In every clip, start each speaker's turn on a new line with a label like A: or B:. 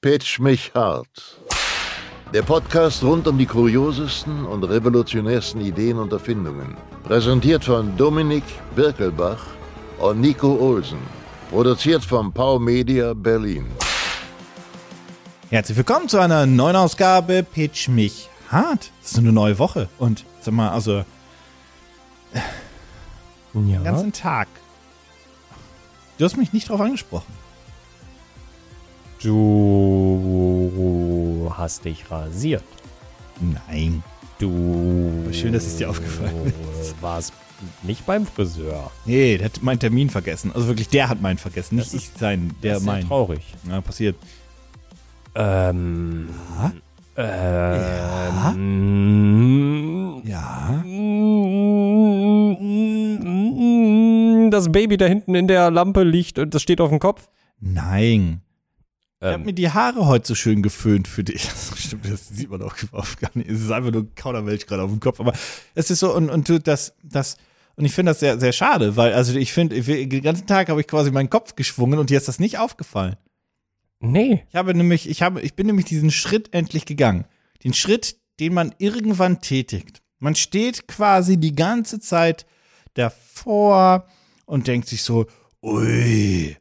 A: Pitch mich hart. Der Podcast rund um die kuriosesten und revolutionärsten Ideen und Erfindungen. Präsentiert von Dominik Birkelbach und Nico Olsen. Produziert von Pau Media Berlin.
B: Herzlich willkommen zu einer neuen Ausgabe Pitch mich hart. Es ist eine neue Woche und sag mal, also den
C: Ja.
B: ganzen Tag. Du hast mich nicht drauf angesprochen.
C: Du hast dich rasiert.
B: Nein.
C: Du.
B: Schön, dass es dir aufgefallen
C: ist. Warst nicht beim Friseur.
B: Nee, der hat meinen Termin vergessen. Also wirklich, der hat meinen vergessen, nicht
C: Das
B: ich sein, der
C: das ist ja
B: meinen.
C: traurig.
B: Ja, passiert.
C: Ähm.
B: Ja.
C: Ähm.
B: Ja.
C: ähm, Das Baby da hinten in der Lampe liegt und das steht auf dem Kopf.
B: Nein. Ich habe
C: Ähm,
B: mir die Haare heute so schön geföhnt für dich. Das stimmt, das sieht man auch überhaupt gar nicht. Es ist einfach nur Kauderwelsch gerade auf dem Kopf. Aber es ist so, und, und du, das, das, und ich finde das sehr, sehr schade, weil, also ich finde, ich- den ganzen Tag habe ich quasi meinen Kopf geschwungen und dir ist das nicht aufgefallen.
C: nee.
B: Ich habe nämlich, ich habe, ich bin nämlich diesen Schritt endlich gegangen. Den Schritt, den man irgendwann tätigt. Man steht quasi die ganze Zeit davor und denkt sich so, ui,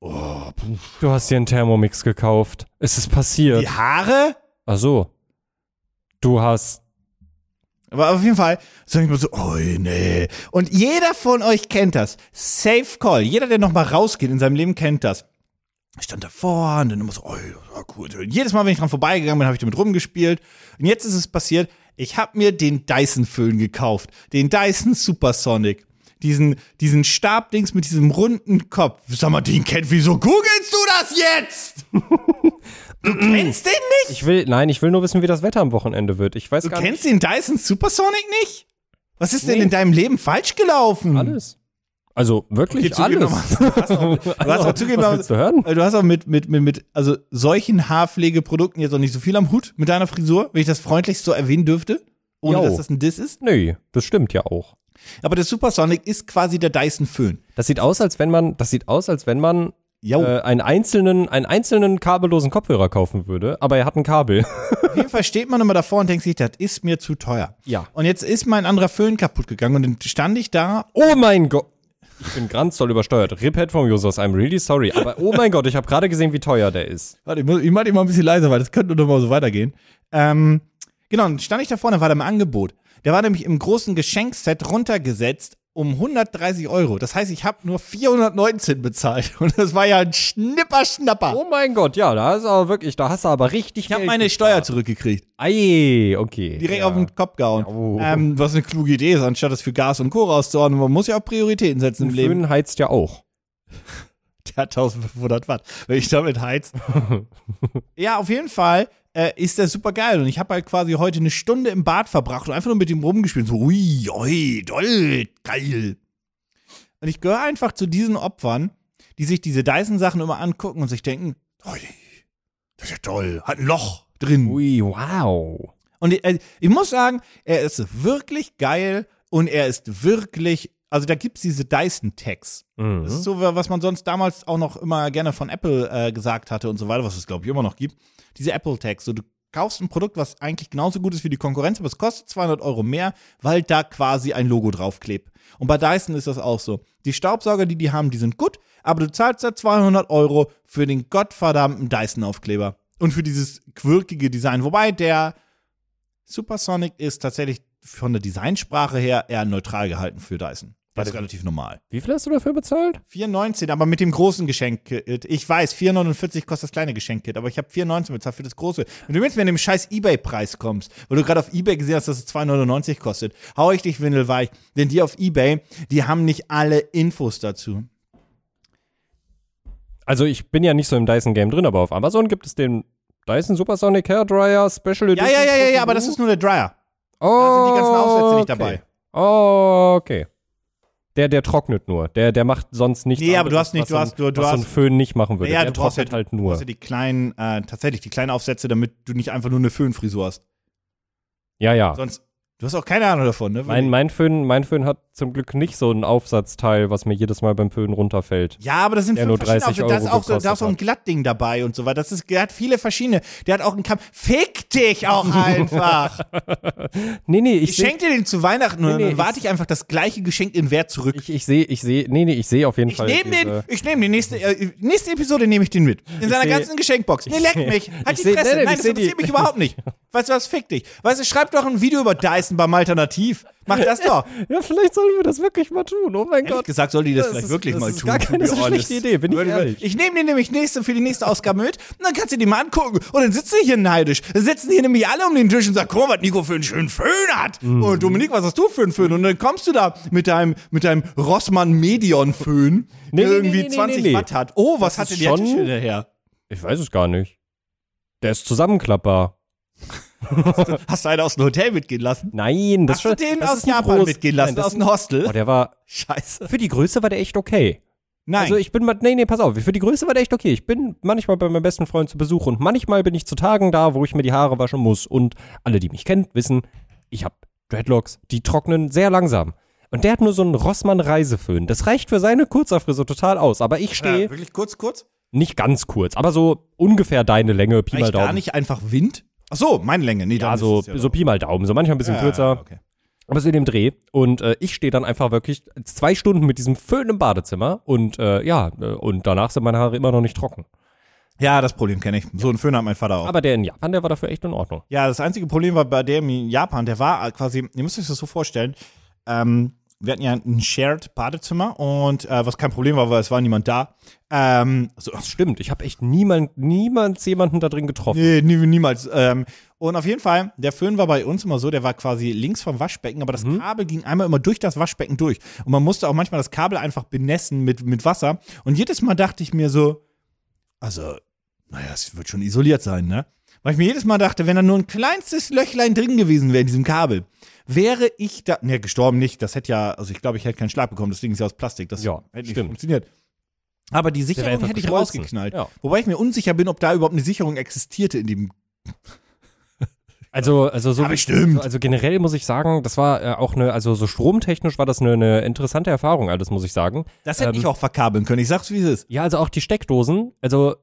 B: oh, puh.
C: Du hast dir einen Thermomix gekauft. Es ist passiert.
B: die Haare?
C: Ach so. Du hast.
B: Aber auf jeden Fall sage ich mal so, oh nee. Und jeder von euch kennt das. Safe Call. Jeder, der nochmal rausgeht in seinem Leben, kennt das. Ich stand davor und dann immer so, oh, das war gut. Und jedes Mal, wenn ich dran vorbeigegangen bin, habe ich damit rumgespielt. Und jetzt ist es passiert, ich habe mir den Dyson-Föhn gekauft. Den Dyson Supersonic. Diesen, diesen Stabdings mit diesem runden Kopf. Sag mal, den kennt, wieso googelst du das jetzt? du kennst den nicht?
C: Ich will. Nein, ich will nur wissen, wie das Wetter am Wochenende wird. Ich weiß
B: Du
C: gar
B: kennst den Dyson Supersonic nicht? Was ist denn
C: Nee.
B: in deinem Leben falsch gelaufen?
C: nicht alles. Also wirklich
B: Okay, zugeben,
C: alles.
B: aber- Du hast auch, du hast auch zugeben,
C: was
B: aber-
C: willst du hören?
B: weil du hast auch mit, mit, mit, mit also solchen Haarpflegeprodukten jetzt auch nicht so viel am Hut mit deiner Frisur, wenn ich das freundlich so erwähnen dürfte. Ohne
C: Jo.
B: dass das ein Diss ist.
C: Nö, das stimmt ja auch.
B: Aber der Supersonic ist quasi der Dyson Föhn.
C: Das sieht aus, als wenn man, das sieht aus, als wenn man
B: Jo.
C: äh, einen einzelnen, einen einzelnen kabellosen Kopfhörer kaufen würde, aber er hat ein Kabel.
B: Auf jeden Fall steht man immer davor und denkt sich, das ist mir zu teuer.
C: Ja.
B: Und jetzt ist mein anderer Föhn kaputt gegangen und dann stand ich da
C: Oh mein Gott. Ich bin ganz doll übersteuert. Rip Headphone Users, I'm really sorry. Aber oh mein Gott, ich habe gerade gesehen, wie teuer der ist.
B: Warte, ich, muss, ich mach die mal ein bisschen leiser, weil das könnte doch mal so weitergehen. Ähm, genau, dann stand ich da vorne, war da im Angebot. Der war nämlich im großen Geschenkset runtergesetzt um 130 Euro. Das heißt, ich habe nur 419 bezahlt. Und das war ja ein Schnipper-Schnapper.
C: Oh mein Gott, ja, da ist aber wirklich, da hast du aber richtig
B: ich habe meine Steuer zurückgekriegt.
C: Ei, okay.
B: Direkt
C: ja.
B: auf den Kopf gehauen.
C: Oh.
B: Ähm, was eine kluge Idee ist, anstatt das für Gas und Co. rauszuhauen. Man muss ja auch Prioritäten setzen im
C: Ein
B: Leben.
C: Föhn heizt ja auch.
B: Der hat 1500 Watt, wenn ich damit heiz. ja, auf jeden Fall äh, ist der super geil. Und ich habe halt quasi heute eine Stunde im Bad verbracht und einfach nur mit ihm rumgespielt. So, ui, ui, doll, geil. Und ich gehöre einfach zu diesen Opfern, die sich diese Dyson-Sachen immer angucken und sich denken, ui, das ist ja toll, hat ein Loch drin.
C: Ui, wow.
B: Und äh, ich muss sagen, er ist wirklich geil und er ist wirklich, also da gibt es diese Dyson-Tags. Das
C: Mhm.
B: ist so, was man sonst damals auch noch immer gerne von Apple äh, gesagt hatte und so weiter, was es, glaube ich, immer noch gibt. Diese Apple-Tags. So, du kaufst ein Produkt, was eigentlich genauso gut ist wie die Konkurrenz, aber es kostet 200 Euro mehr, weil da quasi ein Logo draufklebt. Und bei Dyson ist das auch so. Die Staubsauger, die die haben, die sind gut, aber du zahlst da 200 Euro für den gottverdammten Dyson-Aufkleber. Und für dieses quirkige Design. Wobei der Supersonic ist tatsächlich von der Designsprache her eher neutral gehalten für Dyson. Das ist relativ normal.
C: Wie viel hast du dafür bezahlt?
B: 4,19, aber mit dem großen Geschenkkit. Ich weiß, 4,49 kostet das kleine Geschenkkit, aber ich habe 4,19 bezahlt für das große. Wenn du jetzt mit dem scheiß Ebay-Preis kommst, weil du gerade auf Ebay gesehen hast, dass es 2,99 kostet, hau ich dich windelweich. Denn die auf Ebay, die haben nicht alle Infos dazu.
C: Also ich bin ja nicht so im Dyson Game drin, aber auf Amazon gibt es den Dyson Supersonic Hairdryer Special
B: Ja,
C: Edition.
B: ja, ja, ja,
C: Blue.
B: ja, aber das ist nur der Dryer.
C: oh,
B: da sind die ganzen Aufsätze nicht
C: okay.
B: dabei.
C: Oh, okay. Der, der trocknet nur. Der, der macht sonst nichts.
B: Nee, aber du
C: anderes,
B: hast nicht-
C: was
B: du
C: so
B: hast- du-
C: ein,
B: du
C: was so ein
B: hast-
C: Föhn nicht machen würde.
B: Ja,
C: der
B: du brauchst
C: trocknet
B: ja-
C: halt
B: Du
C: nur.
B: hast ja die kleinen, äh, tatsächlich die kleinen Aufsätze, damit du nicht einfach nur eine Föhnfrisur hast.
C: Ja, ja.
B: Sonst Du hast auch keine Ahnung davon, ne?
C: Mein, mein, Föhn, mein Föhn hat zum Glück nicht so einen Aufsatzteil, was mir jedes Mal beim Föhn runterfällt.
B: ja, aber das sind
C: der
B: fünf
C: nur 30
B: verschiedene. Aufsätze. Da ist
C: Euro
B: auch, so- da ist auch ein
C: gekostet
B: Glattding dabei und so weiter. Das ist, der hat viele verschiedene. Der hat auch einen Kampf. Fick dich auch einfach.
C: Nee, nee, ich,
B: ich
C: seh-
B: schenke dir den zu Weihnachten und
C: Nee, nee,
B: dann warte ich einfach das gleiche Geschenk in Wert zurück.
C: Ich, ich sehe, ich sehe, nee, nee, ich sehe auf jeden
B: Ich
C: Fall.
B: nehme den,
C: diese-
B: ich nehme den nächste, äh, nächste Episode nehme ich den mit. In seiner
C: seh-
B: ganzen Geschenkbox. Nee, leck mich. Halt
C: ich
B: die
C: seh-
B: Fresse.
C: nee,
B: Nein,
C: nee, ich
B: das
C: seh
B: interessiert
C: die-
B: mich überhaupt nicht. Weißt du was, fick dich. Weißt du, schreib doch ein Video über Dyson beim Alternativ. Mach das doch.
C: Ja, vielleicht sollen wir das wirklich mal tun. Oh mein
B: Ehrlich
C: Gott.
B: gesagt, soll die das,
C: Das
B: vielleicht
C: ist-
B: wirklich
C: das
B: mal
C: ist
B: tun.
C: gar
B: to
C: keine
B: be
C: so schlechte
B: honest.
C: Idee, bin ich
B: Würde-
C: ehrlich.
B: Ich nehme den nämlich nächste, für die nächste Ausgabe mit und dann kannst du dir mal angucken. Und dann sitzen die hier neidisch. Dann sitzen hier nämlich alle um den Tisch und sagen, guck mal, was Nico für einen schönen Föhn hat.
C: Mhm.
B: Und Dominik, was hast du für einen Föhn? Und dann kommst du da mit deinem, mit deinem Rossmann Medion Föhn,
C: Nee,
B: der
C: nee,
B: irgendwie
C: nee, nee,
B: 20
C: nee, nee.
B: Watt hat. Oh, was
C: Das
B: hatte
C: ist
B: der
C: schon-
B: Tisch hinterher?
C: Ich weiß es gar nicht. Der ist zusammenklappbar.
B: Hast du einen aus dem Hotel mitgehen lassen?
C: Nein,
B: hast
C: das ist
B: du
C: schon-
B: den
C: das
B: aus
C: ist ein
B: Japan
C: Groß-
B: mitgehen
C: Nein,
B: lassen?
C: das
B: aus
C: ist ein-
B: dem Hostel?
C: Oh, der war
B: Scheiße.
C: für die Größe war der echt okay.
B: Nein.
C: Also ich bin mal, nee, nee, pass auf, für die Größe war der echt okay. Ich bin manchmal bei meinem besten Freund zu Besuch und manchmal bin ich zu Tagen da, wo ich mir die Haare waschen muss. Und alle, die mich kennen, wissen, ich habe Dreadlocks, die trocknen sehr langsam. Und der hat nur so einen Rossmann-Reiseföhn. Das reicht für seine Kurzhaarfrisur total aus. Aber ich stehe
B: ja, wirklich kurz, kurz?
C: nicht ganz kurz, aber so ungefähr deine Länge, Pi mal
B: Reicht gar
C: Daumen.
B: nicht einfach Wind? Ach so, meine Länge. Nee, dann
C: Ja, so,
B: ist es ja
C: so Pi mal Daumen, so manchmal ein bisschen
B: Ja,
C: kürzer.
B: okay.
C: Aber so in dem Dreh. Und äh, ich stehe dann einfach wirklich zwei Stunden mit diesem Föhn im Badezimmer und äh, ja, äh, und danach sind meine Haare immer noch nicht trocken.
B: Ja, das Problem kenne ich. So einen Föhn hat mein Vater auch.
C: Aber der in Japan, der war dafür echt in Ordnung.
B: ja, das einzige Problem war bei dem in Japan, der war halt quasi, ihr müsst euch das so vorstellen, ähm, wir hatten ja ein Shared Badezimmer und äh, was kein Problem war, weil es war niemand da. Ähm, so,
C: Das stimmt, ich habe echt niemand, niemals jemanden da drin getroffen.
B: Nee, nie, niemals. Ähm, und auf jeden Fall, der Föhn war bei uns immer so, der war quasi links vom Waschbecken, aber das
C: Mhm.
B: Kabel ging einmal immer durch das Waschbecken durch. Und man musste auch manchmal das Kabel einfach benessen mit, mit Wasser. Und jedes Mal dachte ich mir so, also, naja, es wird schon isoliert sein, ne? Weil ich mir jedes Mal dachte, wenn da nur ein kleinstes Löchlein drin gewesen wäre in diesem Kabel, wäre ich da. Ne, gestorben nicht. Das hätte ja, also ich glaube, ich hätte keinen Schlag bekommen, das Ding ist ja aus Plastik. Das
C: Ja,
B: hätte nicht
C: stimmt.
B: funktioniert. Aber die
C: wäre
B: Sicherung
C: einfach
B: hätte ich
C: geschmolzen.
B: rausgeknallt.
C: Ja.
B: Wobei ich mir unsicher bin, ob da überhaupt eine Sicherung existierte in dem
C: Also, also so.
B: Aber stimmt.
C: Also generell muss ich sagen, das war äh, auch eine, also so stromtechnisch war das eine, eine interessante Erfahrung, alles muss ich sagen.
B: Das hätte
C: Ähm,
B: ich auch verkabeln können. Ich sag's, wie es ist.
C: Ja, also auch die Steckdosen, also.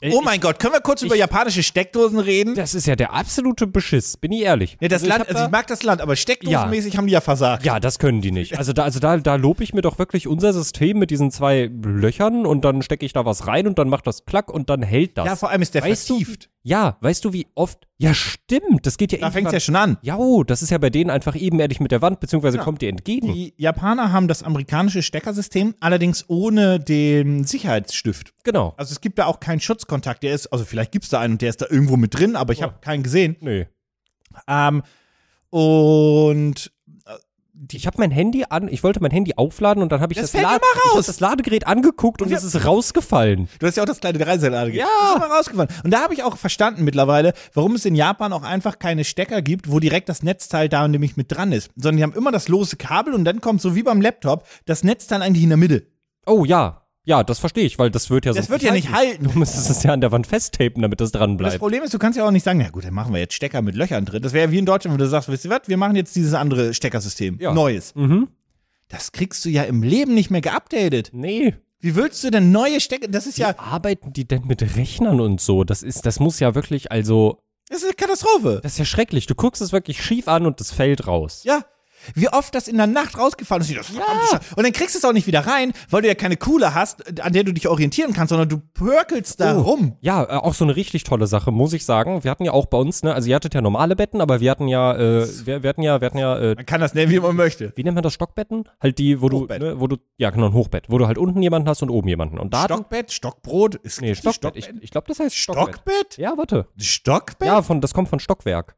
C: äh,
B: Oh mein Gott, können wir kurz über
C: ich-
B: japanische Steckdosen reden?
C: Das ist ja der absolute Beschiss, bin ich ehrlich.
B: Ja, das
C: ich
B: Land,
C: hab
B: also
C: da-
B: ich mag das Land, aber steckdosenmäßig haben die ja versagt.
C: Ja, das können die nicht. Also da, also da, da lobe ich mir doch wirklich unser System mit diesen zwei Löchern und dann stecke ich da was rein und dann macht das Klack und dann hält das.
B: Ja, vor allem ist der
C: Weißt du,
B: vertieft.
C: Ja, weißt du, wie oft? Ja, stimmt. Das geht ja
B: Da fängt's ja
C: irgendwann-
B: schon an.
C: Jau, das ist ja bei denen einfach ebenerdig mit der Wand, beziehungsweise
B: Ja. Mhm.
C: kommt dir entgegen.
B: Die Japaner haben das amerikanische Steckersystem, allerdings ohne den Sicherheitsstift.
C: Genau.
B: Also es gibt da auch keinen Schutzkontakt. Der ist, also vielleicht gibt's da einen und der ist da irgendwo mit drin, aber ich habe keinen gesehen.
C: Nö.
B: Ähm, und
C: Ich habe mein Handy an, ich wollte mein Handy aufladen und dann habe ich
B: Das
C: das,
B: fällt
C: Lad-
B: immer
C: ich hab
B: raus.
C: das Ladegerät angeguckt und,
B: wir-
C: es ist rausgefallen.
B: Du hast ja auch das kleine Dreiseilade Ja. Das ist immer rausgefallen. Und da habe ich auch verstanden mittlerweile, warum es in Japan auch einfach keine Stecker gibt, wo direkt das Netzteil da nämlich mit dran ist. Sondern die haben immer das lose Kabel und dann kommt, so wie beim Laptop, das Netzteil eigentlich in der Mitte.
C: Oh ja. Ja, das verstehe ich, weil das wird ja so.
B: Das wird ja nicht halten.
C: Du müsstest es ja an der Wand festtapen, damit das dran
B: Das
C: bleibt.
B: Problem ist, du kannst ja auch nicht sagen, na gut, dann machen wir jetzt Stecker mit Löchern drin. Das wäre ja wie in Deutschland, wenn du sagst, wisst ihr was, wir machen jetzt dieses andere Steckersystem.
C: Ja.
B: Neues.
C: Mhm.
B: Das kriegst du ja im Leben nicht mehr geupdatet.
C: Nee.
B: Wie willst du denn neue Stecker? Das ist ja,
C: Arbeiten die denn mit Rechnern und so? Das ist, das muss ja wirklich, also,
B: das ist eine Katastrophe.
C: das ist ja schrecklich. Du guckst es wirklich schief an und das fällt raus.
B: Ja. Wie oft das in der Nacht rausgefahren ist. Das verdammte Sche- Und dann kriegst du es auch nicht wieder rein, weil du ja keine Kuhle hast, an der du dich orientieren kannst, sondern du pörkelst da
C: Oh.
B: rum.
C: Ja, äh, auch so eine richtig tolle Sache, muss ich sagen. Wir hatten ja auch bei uns, ne, also ihr hattet ja normale Betten, aber wir hatten ja, äh, wir, wir hatten ja, wir hatten ja, äh,
B: Man kann das nennen, wie man möchte.
C: wie nennt man das Stockbetten? Halt die, wo
B: Hochbett.
C: du, ne, wo du, ja genau, ein Hochbett, wo du halt unten jemanden hast und oben jemanden. Und da hatten-
B: Stockbett, Stockbrot. Ist
C: nee,
B: ist
C: Stockbett.
B: Stockbett.
C: Ich, ich glaube, das heißt Stockbett.
B: Stockbett?
C: Ja, warte.
B: Stockbett?
C: Ja, von, das kommt von Stockwerk.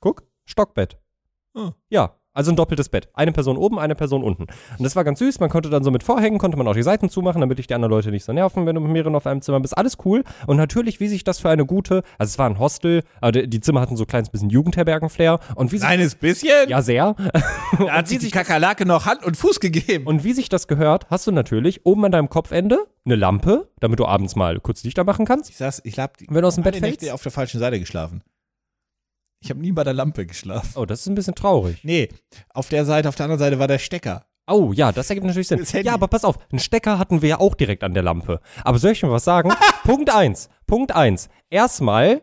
C: Guck, Stockbett.
B: Ah.
C: Ja, also ein doppeltes Bett. Eine Person oben, eine Person unten. Und das war ganz süß. Man konnte dann so mit Vorhängen, konnte man auch die Seiten zumachen, damit dich die anderen Leute nicht so nerven, wenn du mit mehreren auf einem Zimmer bist. Alles cool. Und natürlich, wie sich das für eine gute, also es war ein Hostel, aber die- die Zimmer hatten so ein kleines bisschen Jugendherbergen-Flair. Und wie sich,
B: Kleines bisschen.
C: ja sehr.
B: da hat sich die Kakerlake noch Hand und Fuß gegeben.
C: Und wie sich das gehört, hast du natürlich oben an deinem Kopfende eine Lampe, damit du abends mal kurz dichter machen kannst.
B: ich saß, ich hab die
C: Wenn du aus dem Bett
B: alle Nächte
C: fällst?
B: auf der falschen Seite geschlafen. Ich habe nie bei der Lampe geschlafen.
C: Oh, das ist ein bisschen traurig.
B: Nee, auf der Seite, auf der anderen Seite war der Stecker.
C: Oh, ja, das ergibt natürlich Sinn.
B: Das Handy.
C: Ja, aber pass auf, einen Stecker hatten wir ja auch direkt an der Lampe. Aber soll ich mir was sagen? Punkt eins. Punkt eins. Erstmal,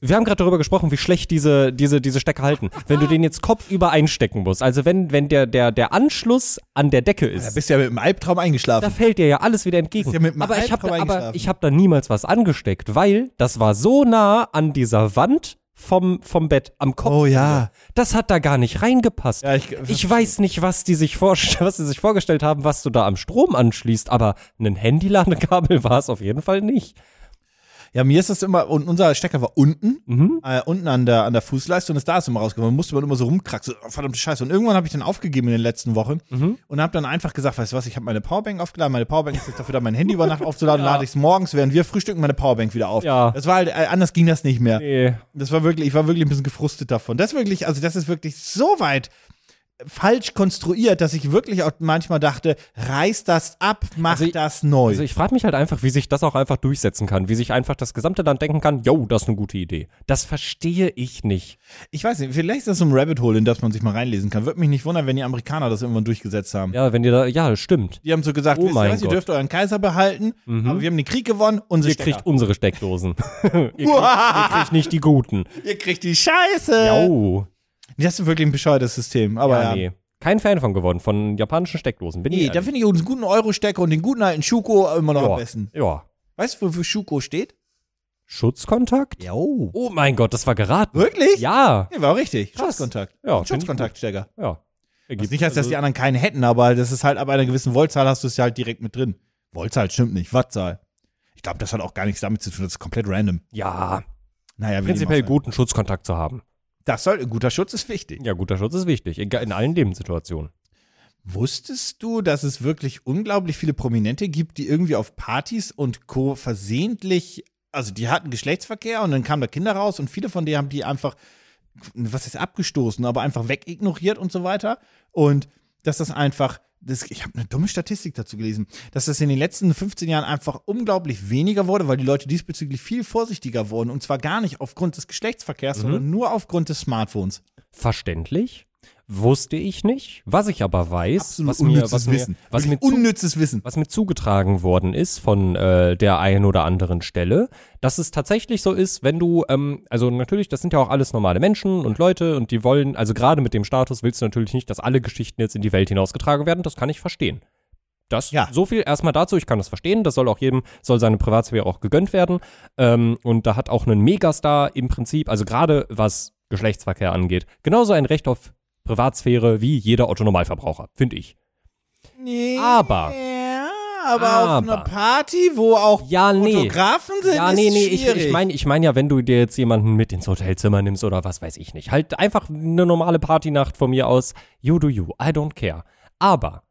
C: wir haben gerade darüber gesprochen, wie schlecht diese, diese, diese Stecker halten. Wenn du den jetzt kopfüber einstecken musst, also wenn, wenn der, der, der Anschluss an der Decke
B: Da
C: ist,
B: bist du ja mit dem Albtraum
C: da
B: eingeschlafen.
C: fällt dir ja alles wieder entgegen.
B: Ist ja mit einem
C: aber ich habe
B: Albtraum
C: aber
B: eingeschlafen.
C: ich hab da niemals was angesteckt, weil das war so nah an dieser Wand vom, vom Bett am Kopf.
B: Oh ja.
C: Das hat da gar nicht reingepasst.
B: Ja, ich-
C: ich weiß nicht, was die sich vorst- was sie sich vorgestellt haben, was du da am Strom anschließt, aber ein Handyladekabel war es auf jeden Fall nicht.
B: Ja, mir ist das immer, und unser Stecker war unten,
C: Mhm.
B: äh, unten an der, an der Fußleiste und ist da ist immer rausgekommen. Man musste man immer so rumkraxeln, oh, verdammte Scheiße. Und irgendwann habe ich dann aufgegeben in den letzten Wochen
C: Mhm.
B: und habe dann einfach gesagt, weißt du was, ich habe meine Powerbank aufgeladen, meine Powerbank ist jetzt dafür da, mein Handy über Nacht aufzuladen, lade ich es morgens, während wir frühstücken, meine Powerbank wieder auf.
C: Ja.
B: Das war halt, äh, anders ging das nicht mehr.
C: Nee.
B: Das war wirklich, ich war wirklich ein bisschen gefrustet davon. Das ist wirklich, also das ist wirklich so weit falsch konstruiert, dass ich wirklich auch manchmal dachte, reiß das ab, mach
C: Also ich-
B: das neu.
C: Also ich frage mich halt einfach, wie sich das auch einfach durchsetzen kann, wie sich einfach das gesamte Land denken kann, yo, das ist eine gute Idee. Das verstehe ich nicht.
B: Ich weiß nicht, vielleicht ist das so ein Rabbit Hole, in das man sich mal reinlesen kann. Würde mich nicht wundern, wenn die Amerikaner das irgendwann durchgesetzt haben.
C: Ja, wenn dir da, ja, stimmt.
B: Die haben so gesagt,
C: Oh
B: wisst ihr
C: mein
B: was, ihr
C: Gott. Mhm.
B: dürft euren Kaiser behalten, aber wir haben den Krieg gewonnen, unsere
C: Ihr
B: Stecker.
C: kriegt unsere Steckdosen. ihr, kriegt, ihr kriegt nicht die guten.
B: ihr kriegt die Scheiße.
C: Jau.
B: Das ist wirklich ein bescheuertes System, aber ja.
C: Ja, nee. Kein Fan von geworden, von japanischen Steckdosen. Bin
B: Nee,
C: ich
B: da finde ich uns guten Euro-Stecker und den guten alten Schuko immer noch
C: ja.
B: am besten.
C: Ja.
B: Weißt du, wofür Schuko steht?
C: Schutzkontakt?
B: Jo.
C: Oh mein Gott, das war geraten.
B: Wirklich?
C: Ja.
B: Nee, war richtig.
C: Krass.
B: Schutzkontakt.
C: Ja, find ich
B: Schutzkontaktstecker.
C: gut. Ja.
B: Was Also nicht heißt, dass die anderen keinen hätten, aber das ist halt ab einer gewissen Voltzahl hast du es ja halt direkt mit drin. Voltzahl stimmt nicht, Wattzahl. Ich glaube, das hat auch gar nichts damit zu tun, das ist komplett random.
C: Ja,
B: Naja, wie dem auch
C: prinzipiell
B: sei.
C: guten Schutzkontakt zu haben.
B: Das soll, guter Schutz ist wichtig.
C: Ja, guter Schutz ist wichtig. Egal, in allen Lebenssituationen.
B: Wusstest du, dass es wirklich unglaublich viele Prominente gibt, die irgendwie auf Partys und Co. versehentlich, also die hatten Geschlechtsverkehr und dann kamen da Kinder raus und viele von denen haben die einfach, was ist abgestoßen, aber einfach wegignoriert und so weiter. Und dass das einfach, das, ich habe eine dumme Statistik dazu gelesen, dass das in den letzten 15 Jahren einfach unglaublich weniger wurde, weil die Leute diesbezüglich viel vorsichtiger wurden. Und zwar gar nicht aufgrund des Geschlechtsverkehrs,
C: Mhm.
B: sondern nur aufgrund des Smartphones.
C: Verständlich. Wusste ich nicht. Was ich aber weiß, was mir,
B: unnützes
C: was mir,
B: Wissen.
C: was mir
B: Wirklich
C: zu,
B: unnützes Wissen.
C: was mir zugetragen worden ist von äh, der einen oder anderen Stelle, dass es tatsächlich so ist, wenn du, ähm, also natürlich, das sind ja auch alles normale Menschen und Leute und die wollen, also gerade mit dem Status willst du natürlich nicht, dass alle Geschichten jetzt in die Welt hinausgetragen werden, das kann ich verstehen. Das,
B: Ja.
C: so viel erstmal dazu, ich kann das verstehen, das soll auch jedem, soll seine Privatsphäre auch gegönnt werden. Ähm, und da hat auch ein Megastar im Prinzip, also gerade was Geschlechtsverkehr angeht, genauso ein Recht auf Privatsphäre wie jeder Otto-Normalverbraucher, finde ich.
B: Nee.
C: Aber.
B: Ja, aber, auf
C: Aber.
B: einer Party, wo auch
C: Ja, nee.
B: Fotografen sind,
C: Ja,
B: ist
C: nee, nee, ich,
B: schwierig.
C: ich meine ich mein ja, wenn du dir jetzt jemanden mit ins Hotelzimmer nimmst oder was weiß ich nicht. Halt einfach eine normale Partynacht von mir aus. You do you, I don't care. Aber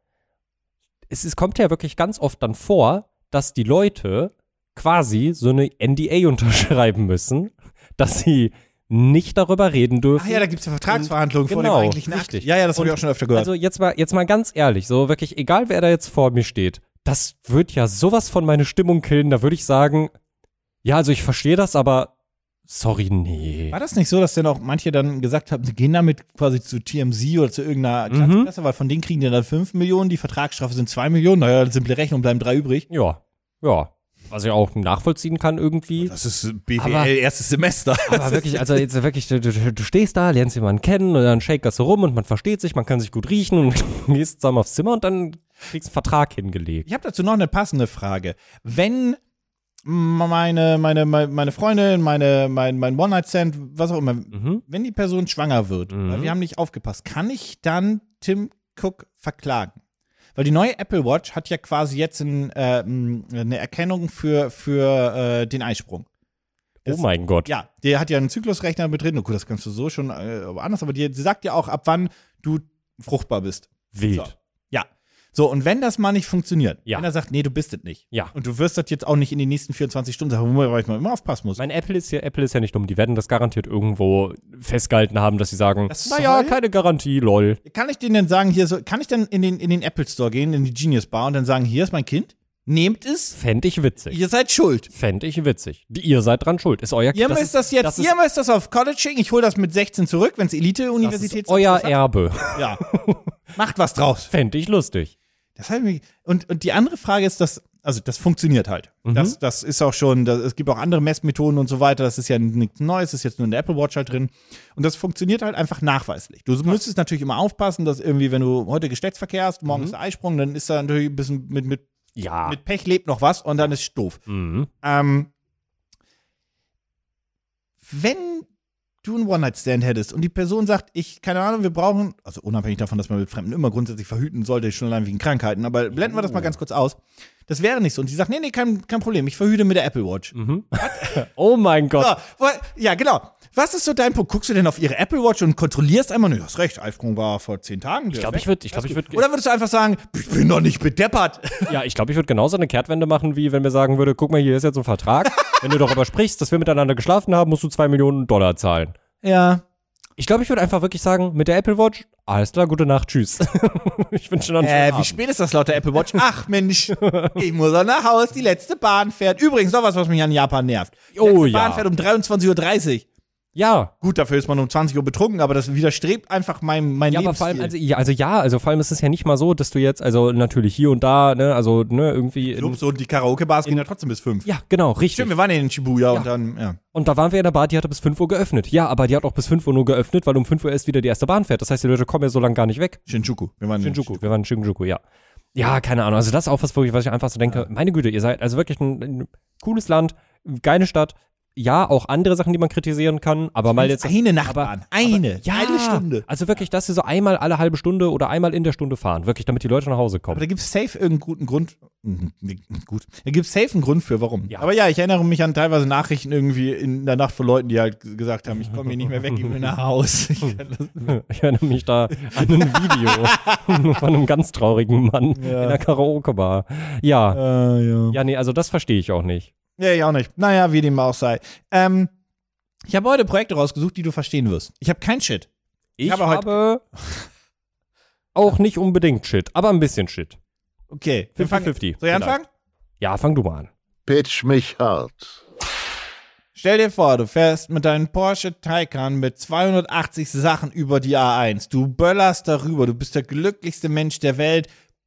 C: es, es kommt ja wirklich ganz oft dann vor, dass die Leute quasi so eine NDA unterschreiben müssen, dass sie nicht darüber reden dürfen.
B: Ach ja, da gibt es ja Vertragsverhandlungen vor dem
C: Genau,
B: eigentlichen
C: richtig.
B: Akt. Ja, ja, das habe ich
C: Und-
B: auch schon öfter gehört.
C: Also jetzt mal, jetzt mal ganz ehrlich, so wirklich, egal wer da jetzt vor mir steht, das wird ja sowas von meine Stimmung killen. Da würde ich sagen, ja, also ich verstehe das, aber sorry, nee.
B: war das nicht so, dass denn auch manche dann gesagt haben, sie gehen damit quasi zu TMZ oder zu
C: Mhm.
B: irgendeiner Klatschpresse, weil von denen kriegen die dann 5 Millionen, die Vertragsstrafe sind 2 Millionen, naja, simple Rechnung, bleiben drei übrig.
C: Ja, ja. Was ich auch nachvollziehen kann irgendwie.
B: Das ist BWL,
C: Aber-
B: erstes Semester.
C: Aber wirklich, also jetzt wirklich, du, du, du stehst da, lernst jemanden kennen und dann shake das so rum und man versteht sich, man kann sich gut riechen und gehst zusammen aufs Zimmer und dann kriegst du einen Vertrag hingelegt.
B: Ich habe dazu noch eine passende Frage. Wenn meine, meine, meine meine Freundin, meine, mein, mein One-Night-Stand, was auch immer,
C: Mhm.
B: wenn die Person schwanger wird,
C: Mhm.
B: weil wir haben nicht aufgepasst, kann ich dann Tim Cook verklagen? Weil die neue Apple Watch hat ja quasi jetzt ein, äh, m, eine Erkennung für, für äh, den Eisprung.
C: Oh
B: Das-
C: mein Gott.
B: Ja, der hat ja einen Zyklusrechner mit drin. Gut, das kannst du so schon äh, aber anders, aber die, sie sagt ja auch, ab wann du fruchtbar bist.
C: Wild.
B: So. Ja. So, und wenn das mal nicht funktioniert,
C: Ja.
B: wenn er sagt, nee, du bist es nicht.
C: Ja.
B: Und du wirst das jetzt auch nicht in den nächsten 24 Stunden sagen, wobei ich mal immer aufpassen muss.
C: Mein Apple ist ja, Apple ist ja nicht dumm. Die werden das garantiert irgendwo festgehalten haben, dass sie sagen,
B: Das
C: naja,
B: soll-
C: keine Garantie, lol.
B: Kann ich denen denn sagen, hier so, kann ich dann in den, in den Apple Store gehen, in die Genius Bar und dann sagen, hier ist mein Kind? Nehmt es,
C: Fänd ich witzig.
B: ihr seid schuld.
C: Fänd ich witzig. Die, ihr seid dran schuld. Ist euer
B: Ihr
C: das
B: müsst das jetzt,
C: das
B: ihr
C: ist,
B: müsst das auf College schicken. Ich hole das mit 16 zurück, wenn es
C: das ist
B: Elite-Universität
C: euer Erbe.
B: Ja. Macht was draus.
C: Fänd ich lustig.
B: Das hat mich, und, und die andere Frage ist, dass, also das funktioniert halt. Das, das ist auch schon, das, es gibt auch andere Messmethoden und so weiter. Das ist ja nichts Neues, ist jetzt nur in der Apple Watch halt drin. Und das funktioniert halt einfach nachweislich. Du müsstest natürlich immer aufpassen, dass irgendwie, wenn du heute Geschlechtsverkehr hast, morgen ist der Eisprung, dann ist da natürlich ein bisschen mit, mit,
C: Ja.
B: mit Pech lebt noch was und dann ist doof.
C: mhm.
B: Ähm, wenn du einen One-Night-Stand hättest und die Person sagt, ich, keine Ahnung, wir brauchen, also unabhängig davon, dass man mit Fremden immer grundsätzlich verhüten sollte, schon allein wegen Krankheiten, aber blenden wir das
C: Oh.
B: mal ganz kurz aus. Das wäre nicht so. Und die sagt, nee, nee, kein, kein Problem, ich verhüte mit der Apple Watch.
C: Mhm. Oh mein Gott.
B: So, wo- ja, genau. Was ist so dein Punkt? Guckst du denn auf ihre Apple Watch und kontrollierst einmal, nee, du hast recht, Eisprung war vor zehn Tagen.
C: Ich glaube, ich würde, ich glaube, ich würde,
B: Oder würdest du einfach sagen, ich bin doch nicht bedeppert?
C: ja, ich glaube, ich würde genauso eine Kehrtwende machen, wie wenn mir sagen würde, guck mal, hier ist jetzt so ein Vertrag. wenn du darüber sprichst, dass wir miteinander geschlafen haben, musst du zwei Millionen Dollar zahlen.
B: ja.
C: Ich glaube, ich würde einfach wirklich sagen, mit der Apple Watch, alles klar, gute Nacht, tschüss. ich wünsche dir noch einen
B: Äh,
C: schönen
B: wie
C: Abend.
B: spät ist das laut der Apple Watch? Ach Mensch, ich muss auch nach Haus, die letzte Bahn fährt. Übrigens noch was, was mich an Japan nervt. Die
C: Oh,
B: letzte
C: ja.
B: Bahn fährt um 23.30 Uhr.
C: Ja,
B: Gut, dafür ist man um 20 Uhr betrunken, aber das widerstrebt einfach mein, mein
C: ja, aber vor
B: Lebensstil.
C: allem, also ja, also ja, also vor allem ist es ja nicht mal so, dass du jetzt, also natürlich hier und da, ne, also ne, irgendwie. In,
B: Clubs und die Karaoke-Bars gehen ja trotzdem bis 5.
C: ja, genau, richtig.
B: Stimmt, wir waren ja in Shibuya und dann, ja.
C: Und da waren wir in der Bar, die hatte bis 5 Uhr geöffnet. Ja, aber die hat auch bis 5 Uhr nur geöffnet, weil um 5 Uhr erst wieder die erste Bahn fährt. Das heißt, die Leute kommen ja so lange gar nicht weg.
B: Shinjuku. Wir waren in
C: Shinjuku, wir waren in Shinjuku, ja. Ja, keine Ahnung. Also das ist auch was, wo ich- was ich einfach so denke, meine Güte, ihr seid also wirklich ein, ein cooles Land, geile Stadt. Ja, auch andere Sachen, die man kritisieren kann, aber mal jetzt.
B: Eine Nachbarn. eine.
C: Ja,
B: Eine Stunde.
C: Also wirklich, dass sie so einmal alle halbe Stunde oder einmal in der Stunde fahren, wirklich, damit die Leute nach Hause
B: Aber
C: kommen.
B: da gibt es safe irgendeinen guten Grund. Mhm, nee, Gut. Da gibt es safe einen Grund für, warum.
C: Ja.
B: Aber ja, ich erinnere mich an teilweise Nachrichten irgendwie in der Nacht von Leuten, die halt g- gesagt haben, ich komme hier nicht mehr weg, ich will nach Haus. Ich kann das-
C: Ich erinnere mich da an ein Video von einem ganz traurigen Mann in der Karaoke-Bar. Ja.
B: äh, ja.
C: Ja, nee, also das verstehe ich auch nicht.
B: ja, ich auch nicht. Naja, wie dem auch sei. Ähm, ich habe heute Projekte rausgesucht, die du verstehen wirst. Ich habe kein Shit.
C: Ich
B: habe heute-
C: habe auch nicht unbedingt Shit, aber ein bisschen Shit.
B: Okay. wir fangen-
C: 50-50.
B: Soll ich anfangen?
C: Ja, fang du mal an.
A: Pitch mich hart.
B: Stell dir vor, du fährst mit deinem Porsche Taycan mit 280 Sachen über die A1. Du böllerst darüber. Du bist der glücklichste Mensch der Welt.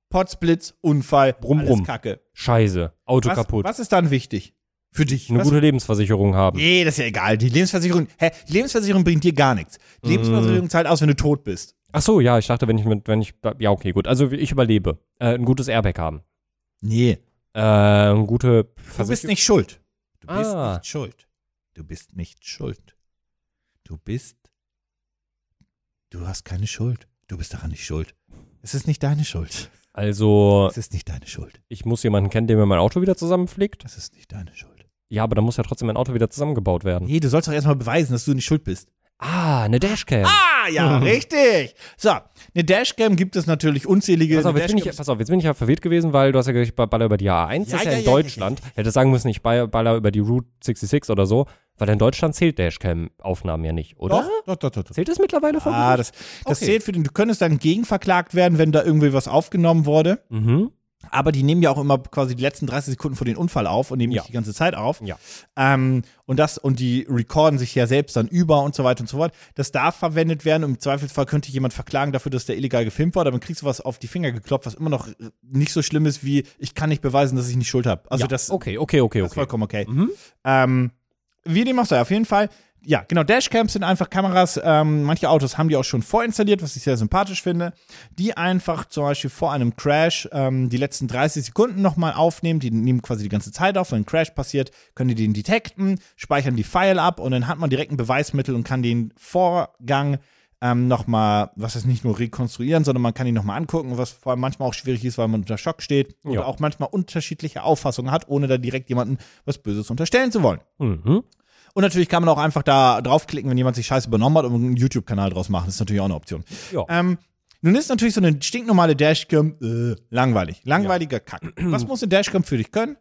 B: Potzblitz, Unfall,
C: Brumm,
B: alles
C: brumm.
B: Kacke.
C: Scheiße, Auto
B: Was,
C: kaputt.
B: was ist dann wichtig? Für dich.
C: Eine
B: was? Eh.
C: gute Lebensversicherung haben.
B: Nee, das ist ja egal. Die Lebensversicherung, hä? Die Lebensversicherung bringt dir gar nichts. Die
C: Mm.
B: Lebensversicherung zahlt aus, wenn du tot bist.
C: Ach so, ja, ich dachte, wenn ich mit, wenn ich, ja, okay, gut. Also ich überlebe. Äh, ein gutes Airbag haben.
B: Nee.
C: Äh, eine gute
B: Du bist
C: Versicherung.
B: nicht schuld. Du bist
C: Ah.
B: nicht schuld. Du bist nicht schuld. Du bist. Du hast keine Schuld. Du bist daran nicht schuld. Es ist nicht deine Schuld.
C: Also
B: Es ist nicht deine Schuld.
C: ich muss jemanden kennen, der mir mein Auto wieder zusammenflickt.
B: Das ist nicht deine Schuld.
C: Ja, aber dann muss ja trotzdem mein Auto wieder zusammengebaut werden.
B: Nee, du sollst doch erstmal beweisen, dass du nicht schuld bist.
C: Ah, eine
B: Ah,
C: Dashcam.
B: ja, richtig. So, eine Dashcam gibt es natürlich unzählige.
C: Pass auf,
B: eine
C: jetzt bin ich,
B: Dashcam
C: pass auf, jetzt bin ich ja verwirrt gewesen, weil du hast ja gesagt, ich baller über die A1,
B: Ja,
C: das ist ja,
B: ja, ja, ja,
C: in Deutschland. Hätte sagen müssen, ich baller baller über die Route 66 oder so, weil in Deutschland zählt Dashcam-Aufnahmen ja nicht, oder?
B: doch, doch, doch, doch, doch.
C: Zählt das mittlerweile von?
B: Ah, das, das
C: Okay.
B: zählt für den. Du könntest dann gegenverklagt werden, wenn da irgendwie was aufgenommen wurde.
C: mhm.
B: Aber die nehmen ja auch immer quasi die letzten 30 Sekunden vor den Unfall auf und nehmen
C: Ja.
B: nicht die ganze Zeit auf.
C: Ja.
B: Ähm, und das, und die recorden sich ja selbst dann über und so weiter und so fort. Das darf verwendet werden. Im Zweifelsfall könnte jemand verklagen dafür, dass der illegal gefilmt war. Dann kriegst du was auf die Finger geklopft, was immer noch äh, nicht so schlimm ist wie, ich kann nicht beweisen, dass ich nicht schuld habe. Also
C: ja.
B: das,
C: okay, Mhm. okay, okay,
B: das ist
C: okay.
B: vollkommen okay. Ähm, wie dem auch sei, auf jeden Fall. Ja, genau, Dashcams sind einfach Kameras. Ähm, manche Autos haben die auch schon vorinstalliert, was ich sehr sympathisch finde. Die einfach zum Beispiel vor einem Crash ähm, die letzten 30 Sekunden nochmal aufnehmen. Die nehmen quasi die ganze Zeit auf. Wenn ein Crash passiert, können die den detekten, speichern die File ab und dann hat man direkt ein Beweismittel und kann den Vorgang ähm, nochmal, was heißt nicht nur rekonstruieren, sondern man kann ihn nochmal angucken, was vor allem manchmal auch schwierig ist, weil man unter Schock steht oder
C: Ja.
B: auch manchmal unterschiedliche Auffassungen hat, ohne da direkt jemandem was Böses unterstellen zu wollen.
C: Mhm.
B: Und natürlich kann man auch einfach da draufklicken, wenn jemand sich scheiße übernommen hat und einen YouTube-Kanal draus machen. Das ist natürlich auch eine Option.
C: Ja.
B: Ähm, nun ist natürlich so eine stinknormale Dashcam äh, langweilig. Langweiliger Kack. Was muss eine Dashcam für dich können?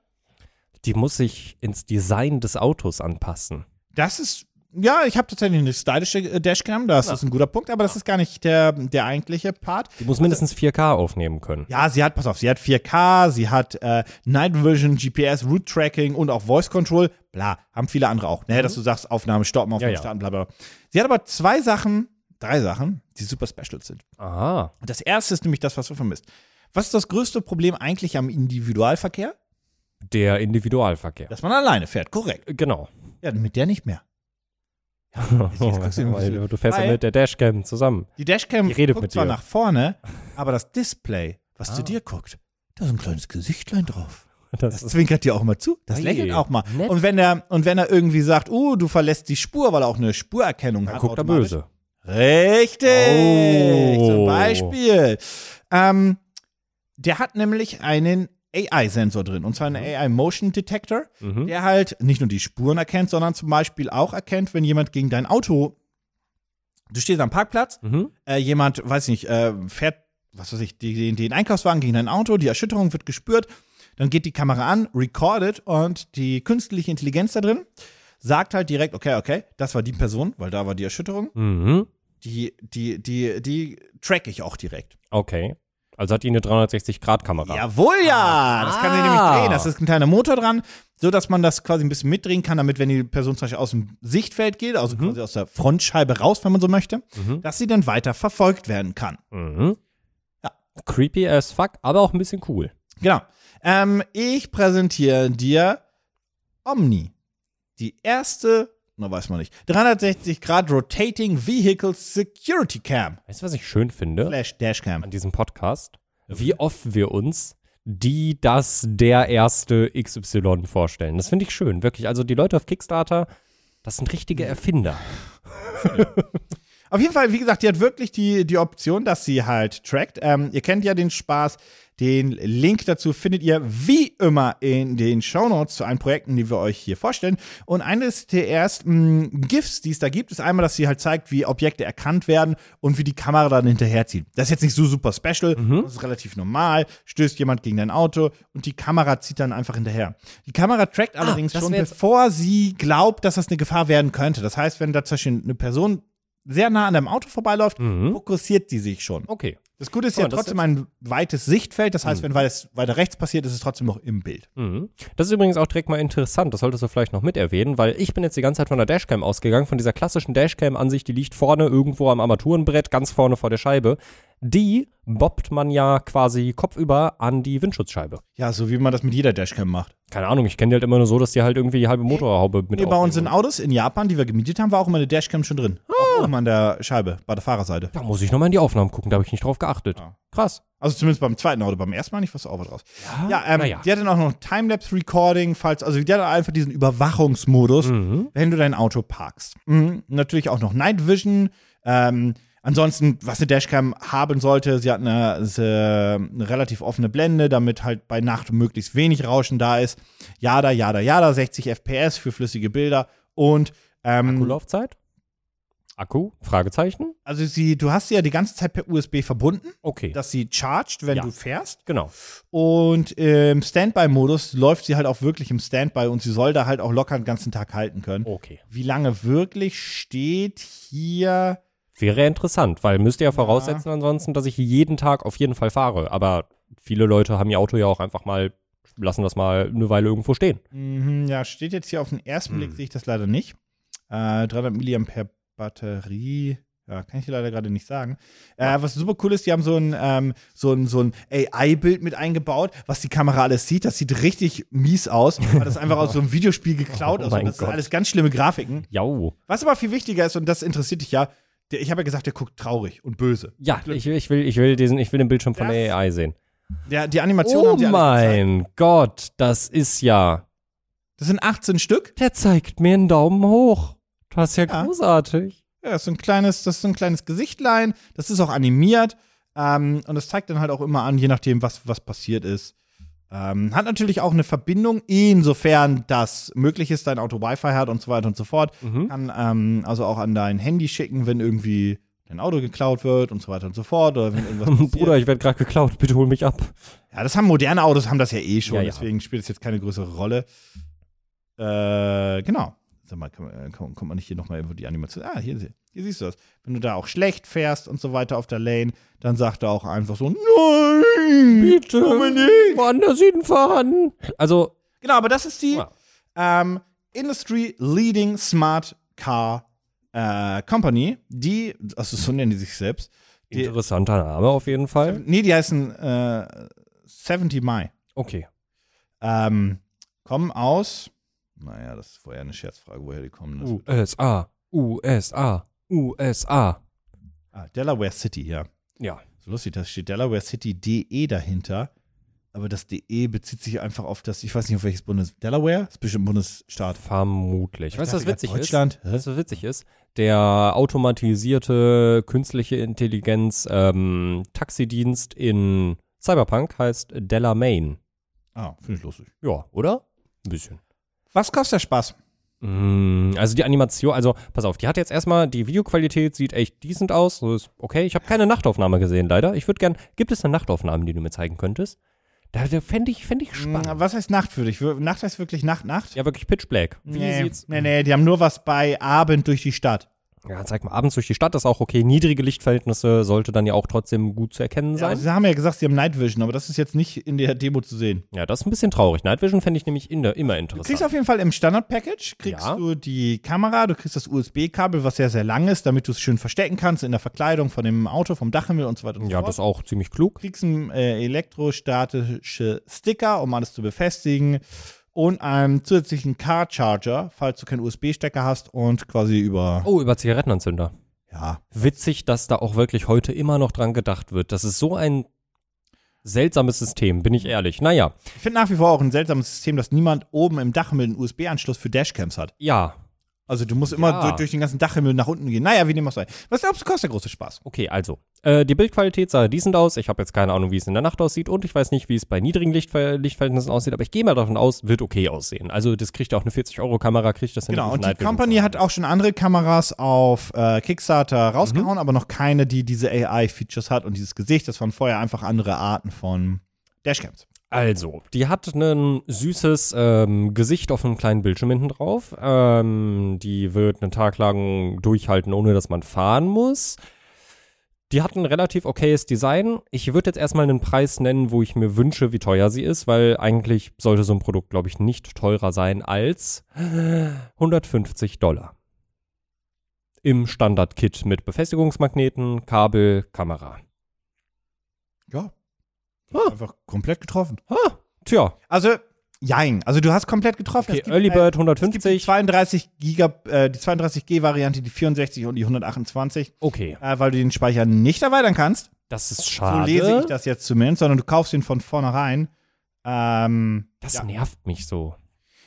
C: Die muss sich ins Design des Autos anpassen.
B: Das ist Ja, ich habe tatsächlich eine stylische äh, Dashcam, das ist ein guter Punkt, aber das ist gar nicht der, der eigentliche Part.
C: Die muss mindestens 4K aufnehmen können.
B: Ja, sie hat, pass auf, sie hat 4K, sie hat äh, Night Vision, GPS, Route Tracking und auch Voice Control. Bla, haben viele andere auch. Ne, dass du sagst, Aufnahme stoppen, Aufnahme
C: Mhm. Ja, ja.
B: starten, bla bla. bla. Sie hat aber zwei Sachen, drei Sachen, die super special sind.
C: Aha.
B: Und das erste ist nämlich das, was du vermisst. Was ist das größte Problem eigentlich am Individualverkehr?
C: Der Individualverkehr.
B: Dass man alleine fährt, korrekt.
C: genau.
B: Ja, mit der nicht mehr. jetzt guckst du irgendwie so-
C: Weil du fährst ja
B: Weil-
C: mit der Dashcam zusammen.
B: Die Dashcam
C: Die redet
B: guckt
C: mit
B: zwar
C: dir. Ah.
B: nach vorne, aber das Display, was zu dir guckt, da ist ein kleines Gesichtlein drauf.
C: Das
B: Das
C: ist
B: zwinkert dir auch mal zu. Das
C: Ei,
B: lächelt auch mal.
C: nett.
B: Und wenn er und wenn er irgendwie sagt, oh, du verlässt die Spur, weil er auch eine Spurerkennung
C: dann
B: hat.
C: guckt er
B: automatisch.
C: böse.
B: Richtig.
C: Oh.
B: Zum Beispiel. Ähm, der hat nämlich einen AI-Sensor drin, und zwar einen AI-Motion-Detector,
C: Mhm.
B: der halt nicht nur die Spuren erkennt, sondern zum Beispiel auch erkennt, wenn jemand gegen dein Auto, du stehst am Parkplatz,
C: Mhm.
B: äh, jemand, weiß nicht, äh, fährt, was weiß ich, die- den, den Einkaufswagen gegen ein Auto, die Erschütterung wird gespürt, dann geht die Kamera an, recordet und die künstliche Intelligenz da drin sagt halt direkt, okay, okay, das war die Person, weil da war die Erschütterung,
C: Mhm.
B: die, die, die, die track ich auch direkt.
C: Okay. Also hat die eine 360-Grad-Kamera.
B: Jawohl, ja! Das kann sie nämlich
C: Ah.
B: drehen. Das ist ein kleiner Motor dran, so dass man das quasi ein bisschen mitdrehen kann, damit, wenn die Person zum Beispiel aus dem Sichtfeld geht, also quasi aus der Frontscheibe raus, wenn man so möchte,
C: Mhm.
B: dass sie dann weiter verfolgt werden kann.
C: Mhm.
B: Ja.
C: Creepy as fuck, aber auch ein bisschen cool.
B: Genau. Ähm, ich präsentiere dir Omni. Die erste, na weiß man nicht, 360 Grad Rotating Vehicle Security Cam.
C: Weißt du, was ich schön finde
B: Flash Dashcam.
C: an diesem Podcast? Wie oft wir uns die, das, der erste XY vorstellen. Das finde ich schön, wirklich. Also die Leute auf Kickstarter, das sind richtige
B: Mhm.
C: Erfinder.
B: Auf jeden Fall, wie gesagt, die hat wirklich die, die Option, dass sie halt trackt. Ähm, ihr kennt ja den Spaß. Den Link dazu findet ihr wie immer in den Shownotes zu allen Projekten, die wir euch hier vorstellen. Und eines der ersten mm, GIFs, die es da gibt, ist einmal, dass sie halt zeigt, wie Objekte erkannt werden und wie die Kamera dann hinterherzieht. Das ist jetzt nicht so super special,
C: Mhm.
B: das ist relativ normal. Stößt jemand gegen dein Auto und die Kamera zieht dann einfach hinterher. Die Kamera trackt allerdings
C: Ah, das
B: schon,
C: wär jetzt-
B: bevor sie glaubt, dass das eine Gefahr werden könnte. Das heißt, wenn da zum Beispiel eine Person sehr nah an deinem Auto vorbeiläuft, fokussiert die sich schon.
C: Okay.
B: Mhm. Oh. Das Gute ist Mhm.
C: Guck
B: ja
C: mal, das
B: trotzdem ein weites Sichtfeld. Das heißt, wenn weiter, weiter rechts passiert, ist es trotzdem noch im Bild.
C: Mhm. Das ist übrigens auch direkt mal interessant, das solltest du vielleicht noch mit erwähnen, weil ich bin jetzt die ganze Zeit von der Dashcam ausgegangen, von dieser klassischen Dashcam-Ansicht, die liegt vorne irgendwo am Armaturenbrett, ganz vorne vor der Scheibe. Die bobbt man ja quasi kopfüber an die Windschutzscheibe.
B: Ja, so wie man das mit jeder Dashcam macht.
C: Keine Ahnung, ich kenne die halt immer nur so, dass die halt irgendwie die halbe Motorhaube mit
B: Nee, bei uns
C: aufnehmen.
B: in Autos in Japan, die wir gemietet haben, war auch immer eine Dashcam schon drin. Auch oben an der Scheibe, bei der Fahrerseite.
C: Da muss ich nochmal in die Aufnahmen gucken, da habe ich nicht drauf geachtet.
B: Ja.
C: Krass.
B: Also zumindest beim zweiten Auto, beim ersten Mal nicht, was auch was draus. Ja, ähm,
C: naja.
B: die hat dann auch noch Timelapse-Recording, falls, also die hat einfach diesen Überwachungsmodus,
C: Mhm.
B: wenn du dein Auto parkst. Mhm. Natürlich auch noch Night Vision. Ähm, ansonsten, was eine Dashcam haben sollte, sie hat eine, sie, eine relativ offene Blende, damit halt bei Nacht möglichst wenig Rauschen da ist. Jada, jada, jada, 60 FPS für flüssige Bilder und ähm,
C: Akkulaufzeit? Akku? Fragezeichen?
B: also sie, du hast sie ja die ganze Zeit per USB verbunden,
C: Okay.
B: dass sie charged, wenn
C: Ja.
B: du fährst.
C: genau.
B: Und im Standby-Modus läuft sie halt auch wirklich im Standby und sie soll da halt auch locker den ganzen Tag halten können.
C: Okay.
B: Wie lange wirklich steht hier?
C: Wäre interessant, weil müsste ja voraussetzen ansonsten, dass ich jeden Tag auf jeden Fall fahre. Aber viele Leute haben ihr Auto ja auch einfach mal, lassen das mal eine Weile irgendwo stehen.
B: Mhm, ja, steht jetzt hier auf den ersten
C: Hm.
B: Blick, sehe ich das leider nicht. Äh, 300 mAh Batterie. Ja, kann ich dir leider gerade nicht sagen. Äh, was super cool ist, die haben so ein, ähm, so ein, so ein AI-Bild mit eingebaut, was die Kamera alles sieht. Das sieht richtig mies aus, weil das einfach aus so einem Videospiel geklaut
C: Oh
B: ist.
C: mein
B: Und das
C: Gott.
B: sind alles ganz schlimme Grafiken.
C: Jau.
B: Was aber viel wichtiger ist, und das interessiert dich ja, der, ich habe ja gesagt, der guckt traurig und böse.
C: Ja, ich, ich, will, ich, will diesen, ich will den Bildschirm von der
B: Das-
C: AI sehen.
B: Der, die Animationen
C: Oh
B: haben sie alle gezeigt.
C: mein Gott, das ist ja.
B: Das sind 18 Stück.
C: Der zeigt mir einen Daumen hoch. Das ist ja,
B: Ja.
C: großartig.
B: Ja, das ist so ein kleines, das ist so ein kleines Gesichtlein. Das ist auch animiert. Ähm, und das zeigt dann halt auch immer an, je nachdem, was, was passiert ist. Ähm, hat natürlich auch eine Verbindung, insofern das möglich ist, dein Auto Wi-Fi hat und so weiter und so fort.
C: Mhm.
B: Kann ähm, also auch an dein Handy schicken, wenn irgendwie dein Auto geklaut wird und so weiter und so fort. Oder wenn irgendwas passiert.
C: Bruder, ich werde gerade geklaut, bitte hol mich ab.
B: Ja, das haben moderne Autos, haben das ja eh schon,
C: Ja, ja.
B: deswegen spielt es jetzt keine größere Rolle. Äh, genau. Sag mal, kann, man- äh, kann, kommt man nicht hier nochmal irgendwo die Animation? Ah, hier, hier siehst du das. Wenn du da auch schlecht fährst und so weiter auf der Lane, dann sagt er auch einfach so, nein!
C: Bitte.
B: Dominik!
C: Woanders hinfahren. Also,
B: Genau, aber das ist die
C: Ja.
B: ähm, Industry Leading Smart Car äh, Company, die, also so nennen die sich selbst. Die-
C: interessanter Name auf jeden Fall.
B: Nee, die heißen äh, 70 Mai.
C: Okay.
B: Ähm, kommen aus, naja, das ist vorher eine Scherzfrage, woher die kommen.
C: Also Oh.
B: Das,
C: USA. USA. USA.
B: ah, Delaware City, ja.
C: Ja.
B: So lustig, da steht Delaware City DE dahinter. Aber das DE bezieht sich einfach auf das, ich weiß nicht, auf welches Bundes. Delaware? Das ist bestimmt ein Bundesstaat.
C: Vermutlich. Weißt du, was
B: dachte
C: witzig
B: gerade
C: ist?
B: Deutschland. Hä?
C: Weißt du, was witzig ist? Der automatisierte künstliche Intelligenz ähm, Taxidienst in Cyberpunk heißt Delamain.
B: Ah, finde ich lustig.
C: Ja, oder? Ein bisschen.
B: Was kostet der Spaß?
C: Mm, Also die Animation, also pass auf, die hat jetzt erstmal, die Videoqualität sieht echt decent aus. So ist okay, ich habe keine Nachtaufnahme gesehen, leider. Ich würde gern, gibt es eine Nachtaufnahme, die du mir zeigen könntest? Da, da fände ich, fänd ich spannend.
B: Hm, Was heißt Nacht für dich? Wir- Nacht heißt wirklich Nacht, Nacht?
C: ja, wirklich Pitch Black. Wie
B: nee,
C: sieht's?
B: nee, nee, die haben nur was bei Abend durch die Stadt.
C: Ja, zeig mal, abends durch die Stadt ist auch okay. Niedrige Lichtverhältnisse sollte dann ja auch trotzdem gut zu erkennen
B: Ja, aber
C: sein.
B: sie haben ja gesagt, sie haben Night Vision, aber das ist jetzt nicht in der Demo zu sehen.
C: Ja, das ist ein bisschen traurig. Night Vision fände ich nämlich in der, immer
B: Du kriegst
C: interessant.
B: auf jeden Fall im Standard-Package, kriegst
C: Ja.
B: du die Kamera, du kriegst das USB-Kabel, was sehr, sehr lang ist, damit du es schön verstecken kannst in der Verkleidung von dem Auto, vom Dachhimmel und so weiter und so
C: Ja,
B: fort.
C: das ist auch ziemlich klug.
B: kriegst einen äh, elektrostatische Sticker, um alles zu befestigen und einen zusätzlichen Car Charger, falls du keinen USB-Stecker hast und quasi über
C: Oh, über Zigarettenanzünder.
B: ja,
C: witzig, dass da auch wirklich heute immer noch dran gedacht wird. Das ist so ein seltsames System, bin ich
B: Mhm.
C: ehrlich. Naja,
B: ich finde nach wie vor auch ein seltsames System, dass niemand oben im Dachhimmel einen USB-Anschluss für Dashcams hat.
C: ja,
B: Also du musst immer
C: Ja.
B: durch, durch den ganzen Dachhimmel nach unten gehen. Naja, wie dem auch sei. Was glaubst du, kostet der große Spaß?
C: okay, also. Äh, die Bildqualität sah decent aus. Ich habe jetzt keine Ahnung, wie es in der Nacht aussieht und ich weiß nicht, wie es bei niedrigen Lichtver Lichtverhältnissen aussieht, aber ich gehe mal davon aus, wird okay aussehen. Also das kriegt auch eine 40-Euro-Kamera, kriegt das hin.
B: Genau,
C: mit
B: und die
C: Night Vision
B: Company
C: zu
B: hat auch schon andere Kameras auf äh,
C: Mhm.
B: Kickstarter rausgehauen, aber noch keine, die diese AI-Features hat und dieses Gesicht. Das waren vorher einfach andere Arten von Dashcams.
C: Also, die hat ein süßes ähm, Gesicht auf einem kleinen Bildschirm hinten drauf. Ähm, die wird einen Tag lang durchhalten, ohne dass man fahren muss. Die hat ein relativ okayes Design. Ich würde jetzt erstmal einen Preis nennen, wo ich mir wünsche, wie teuer sie ist, weil eigentlich sollte so ein Produkt, glaube ich, nicht teurer sein als 150 Dollar. Im Standard-Kit mit Befestigungsmagneten, Kabel, Kamera.
B: Ja.
C: Ah.
B: Einfach komplett getroffen.
C: Tja,
B: Also, jein. Also, du hast komplett getroffen.
C: okay,
B: Es gibt,
C: Early Bird
B: äh, es gibt die
C: 150.
B: 32 Giga, äh, die 32G-Variante, die 64 und die 128,
C: Okay,
B: äh, weil du den Speicher nicht erweitern kannst.
C: das ist schade.
B: So lese ich das jetzt zumindest, sondern du kaufst ihn von vornherein. Ähm,
C: Das
B: ja.
C: nervt mich so.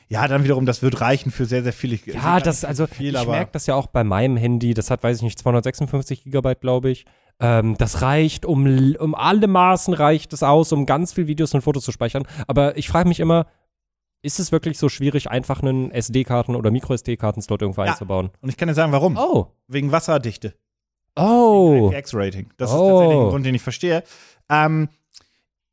B: ja, dann wiederum, das wird reichen für sehr, sehr viele.
C: Ja, das, also,
B: viel,
C: ich
B: aber-
C: merke das ja auch bei meinem Handy. Das hat, weiß ich nicht, 256 Gigabyte, glaube ich. Ähm, das reicht, um, l- um alle Maßen reicht es aus, um ganz viel Videos und Fotos zu speichern. Aber ich frage mich immer, ist es wirklich so schwierig, einfach einen SD-Karten- oder Micro-SD-Karten-Slot irgendwo
B: Ja.
C: einzubauen?
B: Und ich kann dir sagen, warum.
C: Oh.
B: Wegen Wasserdichte.
C: Oh.
B: IPX-Rating. Das ist
C: Oh.
B: tatsächlich ein Grund, den ich verstehe. Ähm,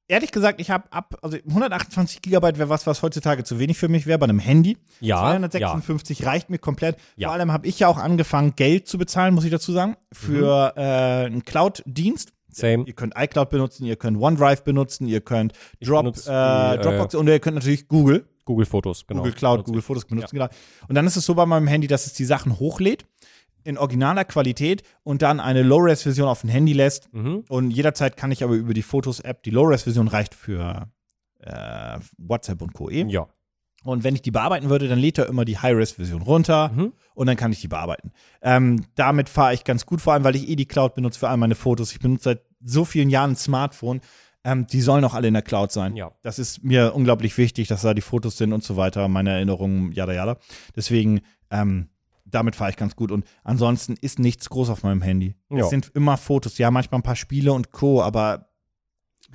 B: ehrlich gesagt, ich habe ab, also 128 Gigabyte wäre was, was heutzutage zu wenig für mich wäre bei einem Handy.
C: Ja. ja.
B: 256 reicht mir komplett.
C: Ja.
B: Vor allem habe ich ja auch angefangen, Geld zu bezahlen, muss ich dazu sagen, für
C: Mhm.
B: äh, einen Cloud-Dienst.
C: Same.
B: Ihr könnt iCloud benutzen, ihr könnt OneDrive benutzen, ihr könnt Drop,
C: benutze
B: äh,
C: die, äh,
B: Dropbox und ihr könnt natürlich Google,
C: Google Fotos, genau.
B: Google Cloud, Google Fotos benutzen. Genau. Und dann ist es so bei meinem Handy, dass es die Sachen hochlädt in originaler Qualität und dann eine Low-Res-Version auf dem Handy lässt.
C: Mhm.
B: Und jederzeit kann ich aber über die Fotos-App, die Low-Res-Version reicht für äh, WhatsApp und Co. eh.
C: Ja.
B: Und wenn ich die bearbeiten würde, dann lädt er immer die High-Res-Version runter
C: Mhm.
B: und dann kann ich die bearbeiten. Ähm, damit fahre ich ganz gut, vor allem, weil ich eh die Cloud benutze für all meine Fotos. Ich benutze seit so vielen Jahren ein Smartphone. Ähm, die sollen auch alle in der Cloud sein.
C: Ja.
B: Das ist mir unglaublich wichtig, dass da die Fotos sind und so weiter, meine Erinnerungen, jada jada. Deswegen, ähm, damit fahre ich ganz gut. Und ansonsten ist nichts groß auf meinem Handy.
C: Ja.
B: Es sind immer Fotos, ja, manchmal ein paar Spiele und Co., aber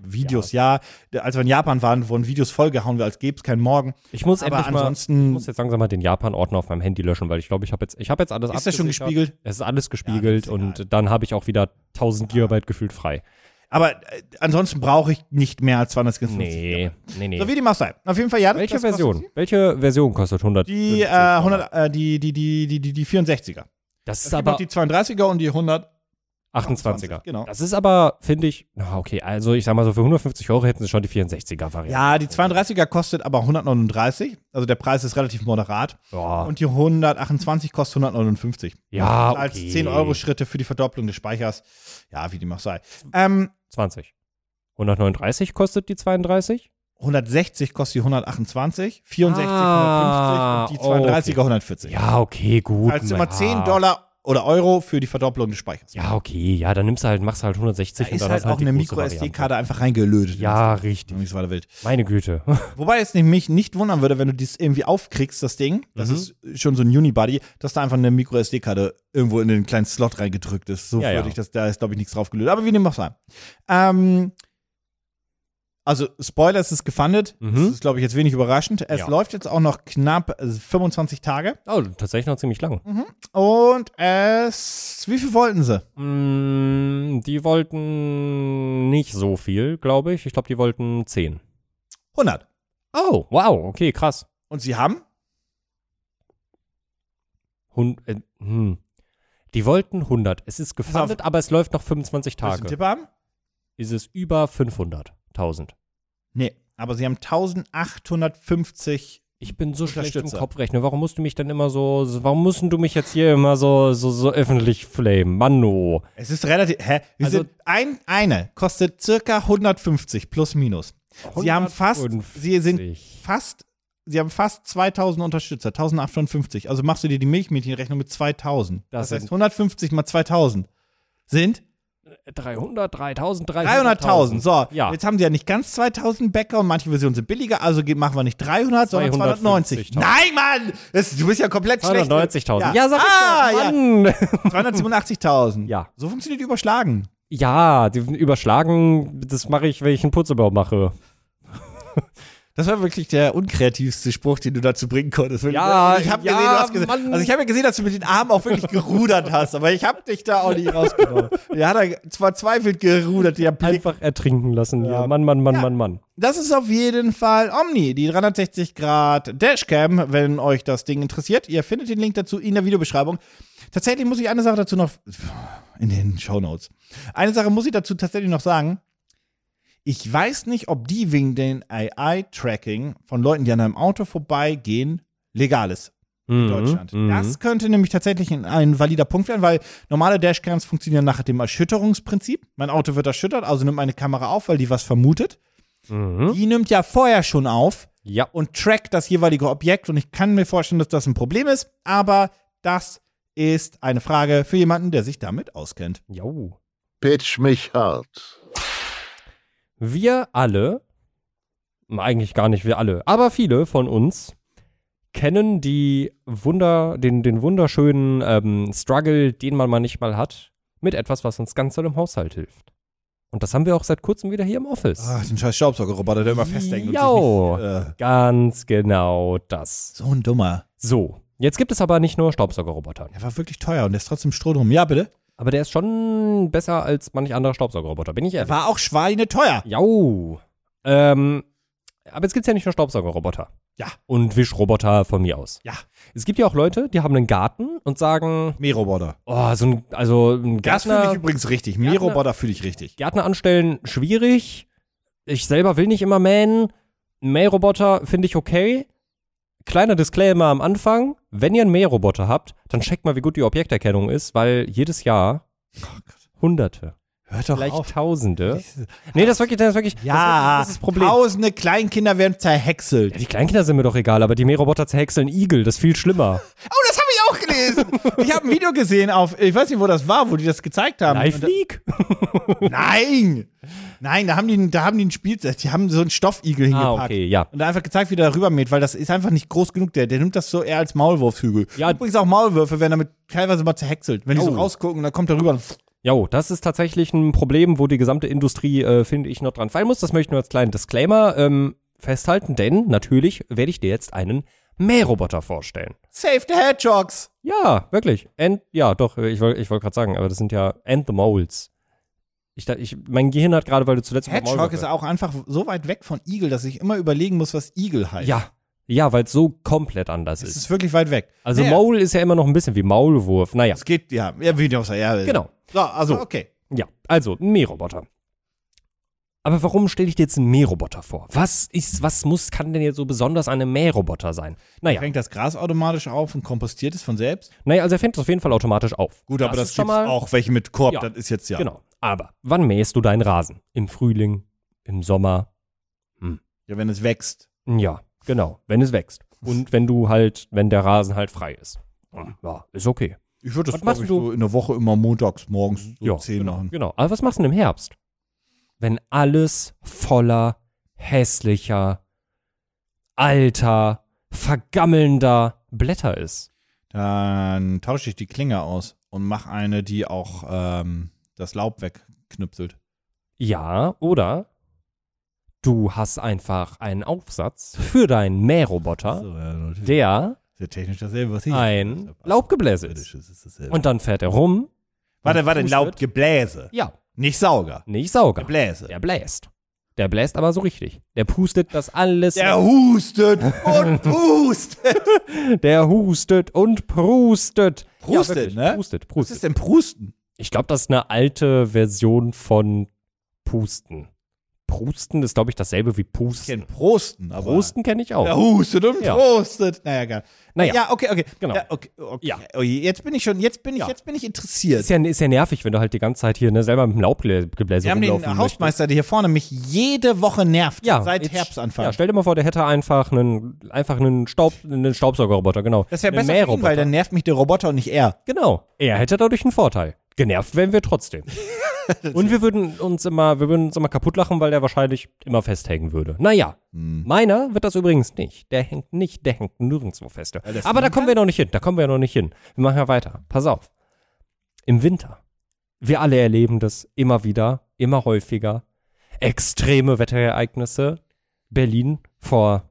B: Videos, ja. Als wir in Japan waren, wurden Videos vollgehauen, als gäbe es keinen Morgen.
C: Ich muss
B: Aber
C: endlich mal. Ich
B: ansonsten
C: muss jetzt langsam mal den Japan-Ordner auf meinem Handy löschen, weil ich glaube, ich habe jetzt, ich habe jetzt alles
B: ist das schon
C: abgesichert.
B: gespiegelt.
C: Es ist alles gespiegelt
B: Ja, das ist
C: und dann habe ich auch wieder 1000 Gigabyte gefühlt frei.
B: Aber äh, ansonsten brauche ich nicht mehr als 250.
C: Nee, nee, nee.
B: So wie die Maus sei. Auf jeden Fall, ja. das-
C: Welche
B: das kostet
C: Version?
B: sie.
C: Welche Version kostet 100?
B: Die, äh, 100, äh, die, die, die, die, die, die 64er.
C: das ist
B: Es gibt noch
C: aber
B: die 32er und die 100.
C: 28er.
B: genau.
C: Das ist aber, finde ich, na okay, also ich sag mal so, für 150 Euro hätten sie schon die 64er-Variante.
B: Ja, die 32er kostet aber 139. Also der Preis ist relativ moderat.
C: Ja.
B: Und halt die 128 kostet 159.
C: Ah. Ja,
B: Als
C: okay.
B: 10-Euro-Schritte für die Verdopplung des Speichers. Ja, wie die auch sei. Ähm,
C: 20. 139 kostet die 32?
B: 160 kostet die 128, 64
C: Ah,
B: 150 und die 32er
C: okay.
B: 140.
C: Ja, okay, gut.
B: also immer
C: na,
B: 10 Dollar oder Euro für die Verdopplung des Speichers.
C: Ja, okay, ja, dann nimmst du halt, machst halt 160
B: Da
C: und
B: ist
C: dann
B: halt
C: hast
B: auch
C: die
B: eine
C: große Variante.
B: Micro-SD-Karte einfach reingelötet.
C: Ja, richtig.
B: Das war da wild.
C: Meine Güte.
B: Wobei es mich nicht wundern würde, wenn du das irgendwie aufkriegst, das Ding, das
C: Mhm.
B: ist schon so ein Unibody, dass da einfach eine Micro-SD-Karte irgendwo in den kleinen Slot reingedrückt ist. So
C: Ja, ja.
B: würde ich das, da ist, glaube ich, nichts drauf gelöst. Aber wie dem auch sei. Ähm, also, Spoiler, es ist gefundet.
C: Mhm.
B: Das ist, glaube ich, jetzt wenig überraschend. Es
C: Ja.
B: läuft jetzt auch noch knapp äh, 25 Tage.
C: Oh, tatsächlich noch ziemlich lang.
B: Und es. Wie viel wollten sie?
C: Mm, die wollten nicht so viel, glaube ich. Ich glaube, die wollten 10.
B: 100.
C: Oh, wow, okay, krass.
B: Und sie haben?
C: Hun äh, hm. Die wollten 100. Es ist gefundet, aber es läuft noch 25
B: Willst du einen
C: Tage.
B: Tipp haben?
C: Ist es über 500.000.
B: Nee. Aber sie haben 1850
C: Ich bin so schlecht im
B: Unterstützer.
C: Kopfrechnen. Warum musst du mich dann immer so, so- warum musst du mich jetzt hier immer so, so, so öffentlich flamen? oh. Manno.
B: Es ist relativ. Hä? Wir
C: Also-
B: sind ein, eine kostet circa 150 plus minus. Sie haben fast. Sie sind
C: 150.
B: fast. Sie haben fast 2000 Unterstützer, 1850. Also machst du dir die Milchmädchenrechnung mit 2000.
C: Das
B: Das, heißt,
C: sind-
B: 150 mal 2000 sind
C: 300, 3000, 300.000.
B: 300.000. So,
C: Ja.
B: jetzt haben sie ja nicht ganz 2000 Bäcker und manche Versionen sind billiger, also ge- machen wir nicht 300, sondern 290.
C: 250.000.
B: Nein, Mann! Das, du bist ja komplett schlecht. ne?
C: 290.000. Ja. sag ich
B: ah,
C: doch,
B: ja.
C: Mann.
B: 287.000.
C: Ja.
B: So funktioniert Überschlagen.
C: Ja, die überschlagen, das mache ich, wenn ich einen Putzebau mache.
B: Das war wirklich der unkreativste Spruch, den du dazu bringen konntest.
C: Ja,
B: ich habe
C: ja,
B: gesehen, du hast gesehen,
C: Mann.
B: also ich habe ja gesehen, dass du mit den Armen auch wirklich gerudert hast, aber ich habe dich da auch nicht rausgenommen. Der hat da verzweifelt gerudert, der Blick.
C: Einfach ertrinken lassen. Ja.
B: Ja.
C: Mann, Mann, Mann, Mann, Mann.
B: Das ist auf jeden Fall Omni, die 360 Grad Dashcam, wenn euch das Ding interessiert. Ihr findet den Link dazu in der Videobeschreibung. Tatsächlich muss ich eine Sache dazu noch in den Shownotes. Eine Sache muss ich dazu tatsächlich noch sagen. Ich weiß nicht, ob die wegen den AI-Tracking von Leuten, die an einem Auto vorbeigehen, legal ist in Deutschland.
C: Mhm.
B: Das könnte nämlich tatsächlich ein, ein valider Punkt werden, weil normale Dashcams funktionieren nach dem Erschütterungsprinzip. Mein Auto wird erschüttert, also nimmt meine Kamera auf, weil die was vermutet.
C: Mhm.
B: Die nimmt ja vorher schon auf
C: Ja.
B: und trackt das jeweilige Objekt. Und ich kann mir vorstellen, dass das ein Problem ist, aber das ist eine Frage für jemanden, der sich damit auskennt.
C: Jo.
A: Pitch mich hart.
C: Wir alle, eigentlich gar nicht wir alle, aber viele von uns kennen die Wunder, den, den wunderschönen ähm, Struggle, den man manchmal hat, mit etwas, was uns ganz doll im Haushalt hilft. Und das haben wir auch seit kurzem wieder hier im Office.
B: Ach, den scheiß Staubsaugerroboter, der immer festhängt.
C: Jo.
B: Und sich nicht, äh,
C: Ganz genau das.
B: so ein dummer.
C: So, jetzt gibt es aber nicht nur Staubsaugerroboter.
B: Der war wirklich teuer und der ist trotzdem Strohdrum. Ja, bitte.
C: Aber der ist schon besser als manch anderer Staubsaugerroboter, bin ich
B: Der
C: ehrlich.
B: war auch schweineteuer.
C: Jau. Ähm, aber jetzt gibt's ja nicht nur Staubsaugerroboter.
B: Ja.
C: Und Wischroboter von mir aus.
B: Ja.
C: Es gibt ja auch Leute, die haben einen Garten und sagen,
B: Mähroboter.
C: oh, so ein, also ein
B: Das fühle
C: Gärtner,
B: ich übrigens richtig. Mähroboter fühle ich richtig.
C: Gärtner anstellen, schwierig. Ich selber will nicht immer mähen. Ein Mähroboter finde ich okay. Kleiner Disclaimer am Anfang. Wenn ihr einen Mähroboter habt, dann checkt mal, wie gut die Objekterkennung ist, weil jedes Jahr
B: Oh
C: Hunderte,
B: Hört doch
C: vielleicht
B: auf.
C: Tausende. Nee, das ist wirklich, das ist wirklich,
B: Ja,
C: das ist das Problem.
B: tausende Kleinkinder werden zerhäckselt.
C: Ja, die Kleinkinder sind mir doch egal, aber die Mähroboter zerhäckseln Igel, das ist viel schlimmer.
B: Oh, das habe ich auch gelesen. Ich habe ein Video gesehen auf, ich weiß nicht, wo das war, wo die das gezeigt haben.
C: Live
B: Und
C: Leak?
B: da, nein! Nein, da haben die, da haben die ein Spiel, die haben so einen Stoffigel
C: Ah,
B: hingepackt.
C: okay, ja.
B: Und da einfach gezeigt, wie der rüber mäht, weil das ist einfach nicht groß genug. Der, der nimmt das so eher als Maulwurfshügel.
C: Ja.
B: Übrigens auch Maulwürfe werden damit teilweise mal zerhäckselt. Wenn die so
C: Oh.
B: rausgucken, dann kommt der rüber. und pff,
C: Jo, das ist tatsächlich ein Problem, wo die gesamte Industrie, äh, finde ich, noch dran fallen muss. Das möchte ich nur als kleinen Disclaimer ähm, festhalten, denn natürlich werde ich dir jetzt einen Mähroboter vorstellen.
B: Save the Hedgehogs!
C: äh, Ja, wirklich. And, ja, doch, ich, woll- ich wollte gerade sagen, aber das sind ja And the Moles. Ich, da- ich, mein Gehirn hat gerade, weil du zuletzt über
B: Hedgehog ist
C: Maulwürfe-
B: auch einfach so weit weg von Igel, dass ich immer überlegen muss, was Igel heißt.
C: Ja, ja, weil es so komplett anders
B: Es
C: ist.
B: ist wirklich weit weg.
C: Also
B: Naja,
C: Maul ist ja immer noch ein bisschen wie Maulwurf. Naja,
B: Es geht, ja, ja, wie auf der Erde.
C: genau.
B: So, also, okay.
C: Ja, also ein Mähroboter. Aber warum stelle ich dir jetzt einen Mähroboter vor? Was ist, was muss, kann denn jetzt so besonders an einem Mähroboter sein? Naja,
B: Fängt das Gras automatisch auf und kompostiert es von selbst?
C: naja, also er fängt es auf jeden Fall automatisch auf.
B: Gut, aber das,
C: ist
B: gibt's auch welche mit Korb,
C: Ja.
B: das ist jetzt ja.
C: Genau. Aber wann mähst du deinen Rasen? Im Frühling, im Sommer?
B: Ja, wenn es wächst.
C: Ja, genau. Wenn es wächst. Und wenn du halt, wenn der Rasen halt frei ist. Hm, Ja, ist okay.
B: Ich würde das,
C: Was machst
B: glaub ich,
C: du?
B: so in der Woche immer montags morgens so
C: ja,
B: um 10
C: genau,
B: machen.
C: genau. Aber was machst du denn im Herbst? Wenn alles voller hässlicher, alter, vergammelnder Blätter ist.
B: Dann tausche ich die Klinge aus und mache eine, die auch ähm, das Laub wegknüpselt.
C: Ja, oder du hast einfach einen Aufsatz für deinen Mähroboter,
B: So, ja, natürlich.
C: der
B: ist ja technisch dasselbe, was ich
C: ein Laubgebläse ist.
B: Britisch ist es dasselbe.
C: Und dann fährt er rum.
B: warte, warte,
C: pustet.
B: Laubgebläse.
C: Ja,
B: Nicht Sauger.
C: nicht Sauger.
B: Gebläse.
C: Der bläst. Der bläst aber so richtig. Der pustet das alles.
B: Der hustet und hustet.
C: Der hustet und prustet.
B: Prustet,
C: wirklich.
B: ne?
C: Prustet,
B: Was
C: prustet.
B: ist denn Prusten?
C: Ich glaube, das ist eine alte Version von Pusten. Prusten ist, glaube ich, dasselbe wie
B: Ich kenn
C: Pusten.
B: Prosten, aber.
C: Prosten kenne ich auch.
B: Der hustet und
C: Ja.
B: prostet. Naja, geil.
C: Naja.
B: Ja, okay, okay.
C: Genau.
B: Ja, okay, okay.
C: Ja.
B: Oh je, jetzt bin ich schon, jetzt bin ich,
C: Ja.
B: jetzt bin ich interessiert.
C: Ist ja, ist ja nervig, wenn du halt die ganze Zeit hier ne, selber mit dem Laubgebläse
B: Wir haben
C: rumlaufen
B: den
C: möchtest.
B: Hausmeister, der hier vorne mich jede Woche nervt.
C: Ja,
B: seit
C: jetzt-
B: Herbstanfang.
C: Ja, stell dir mal vor, der hätte einfach einen, einfach einen, Staub, einen Staubsaugerroboter, genau.
B: das wäre besser
C: Einen
B: für ihn,
C: Mähroboter.
B: weil dann nervt mich der Roboter und nicht er.
C: Genau. Er hätte dadurch einen Vorteil. Genervt wären wir trotzdem. Und wir würden uns immer, wir würden uns immer kaputt lachen, weil der wahrscheinlich immer festhängen würde. Naja,
B: Hm.
C: meiner wird das übrigens nicht. Der hängt nicht, der hängt nirgendwo fest.
B: Weil das
C: Aber da
B: fliegen
C: kommen wir noch nicht hin, da kommen wir noch nicht hin. Wir machen ja weiter. Pass auf. Im Winter. Wir alle erleben das immer wieder, immer häufiger. Extreme Wetterereignisse. Berlin vor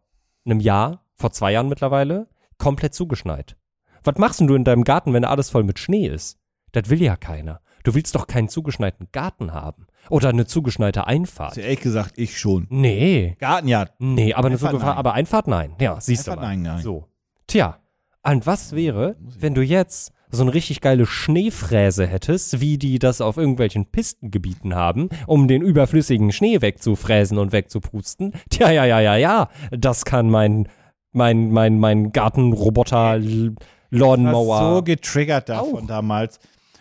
C: einem Jahr, vor zwei Jahren mittlerweile, komplett zugeschneit. Was machst denn du in deinem Garten, wenn alles voll mit Schnee ist? Das will ja keiner. Du willst doch keinen zugeschneiten Garten haben. Oder eine zugeschneite Einfahrt.
B: Also ehrlich gesagt, ich schon.
C: Nee,
B: Garten, ja.
C: nee, aber eine
B: Einfahrt
C: Zugefahr,
B: nein.
C: aber Einfahrt nein. Ja, siehst
B: Einfahrt
C: du mal.
B: nein, nein.
C: So. Tja, an was wäre, wenn du jetzt so eine richtig geile Schneefräse hättest, wie die das auf irgendwelchen Pistengebieten haben, um den überflüssigen Schnee wegzufräsen und wegzuprusten? Tja, ja, ja, ja, ja, das kann mein mein mein mein Gartenroboter L-
B: war so
C: Lawnmower.
B: getriggert davon
C: Auch.
B: damals.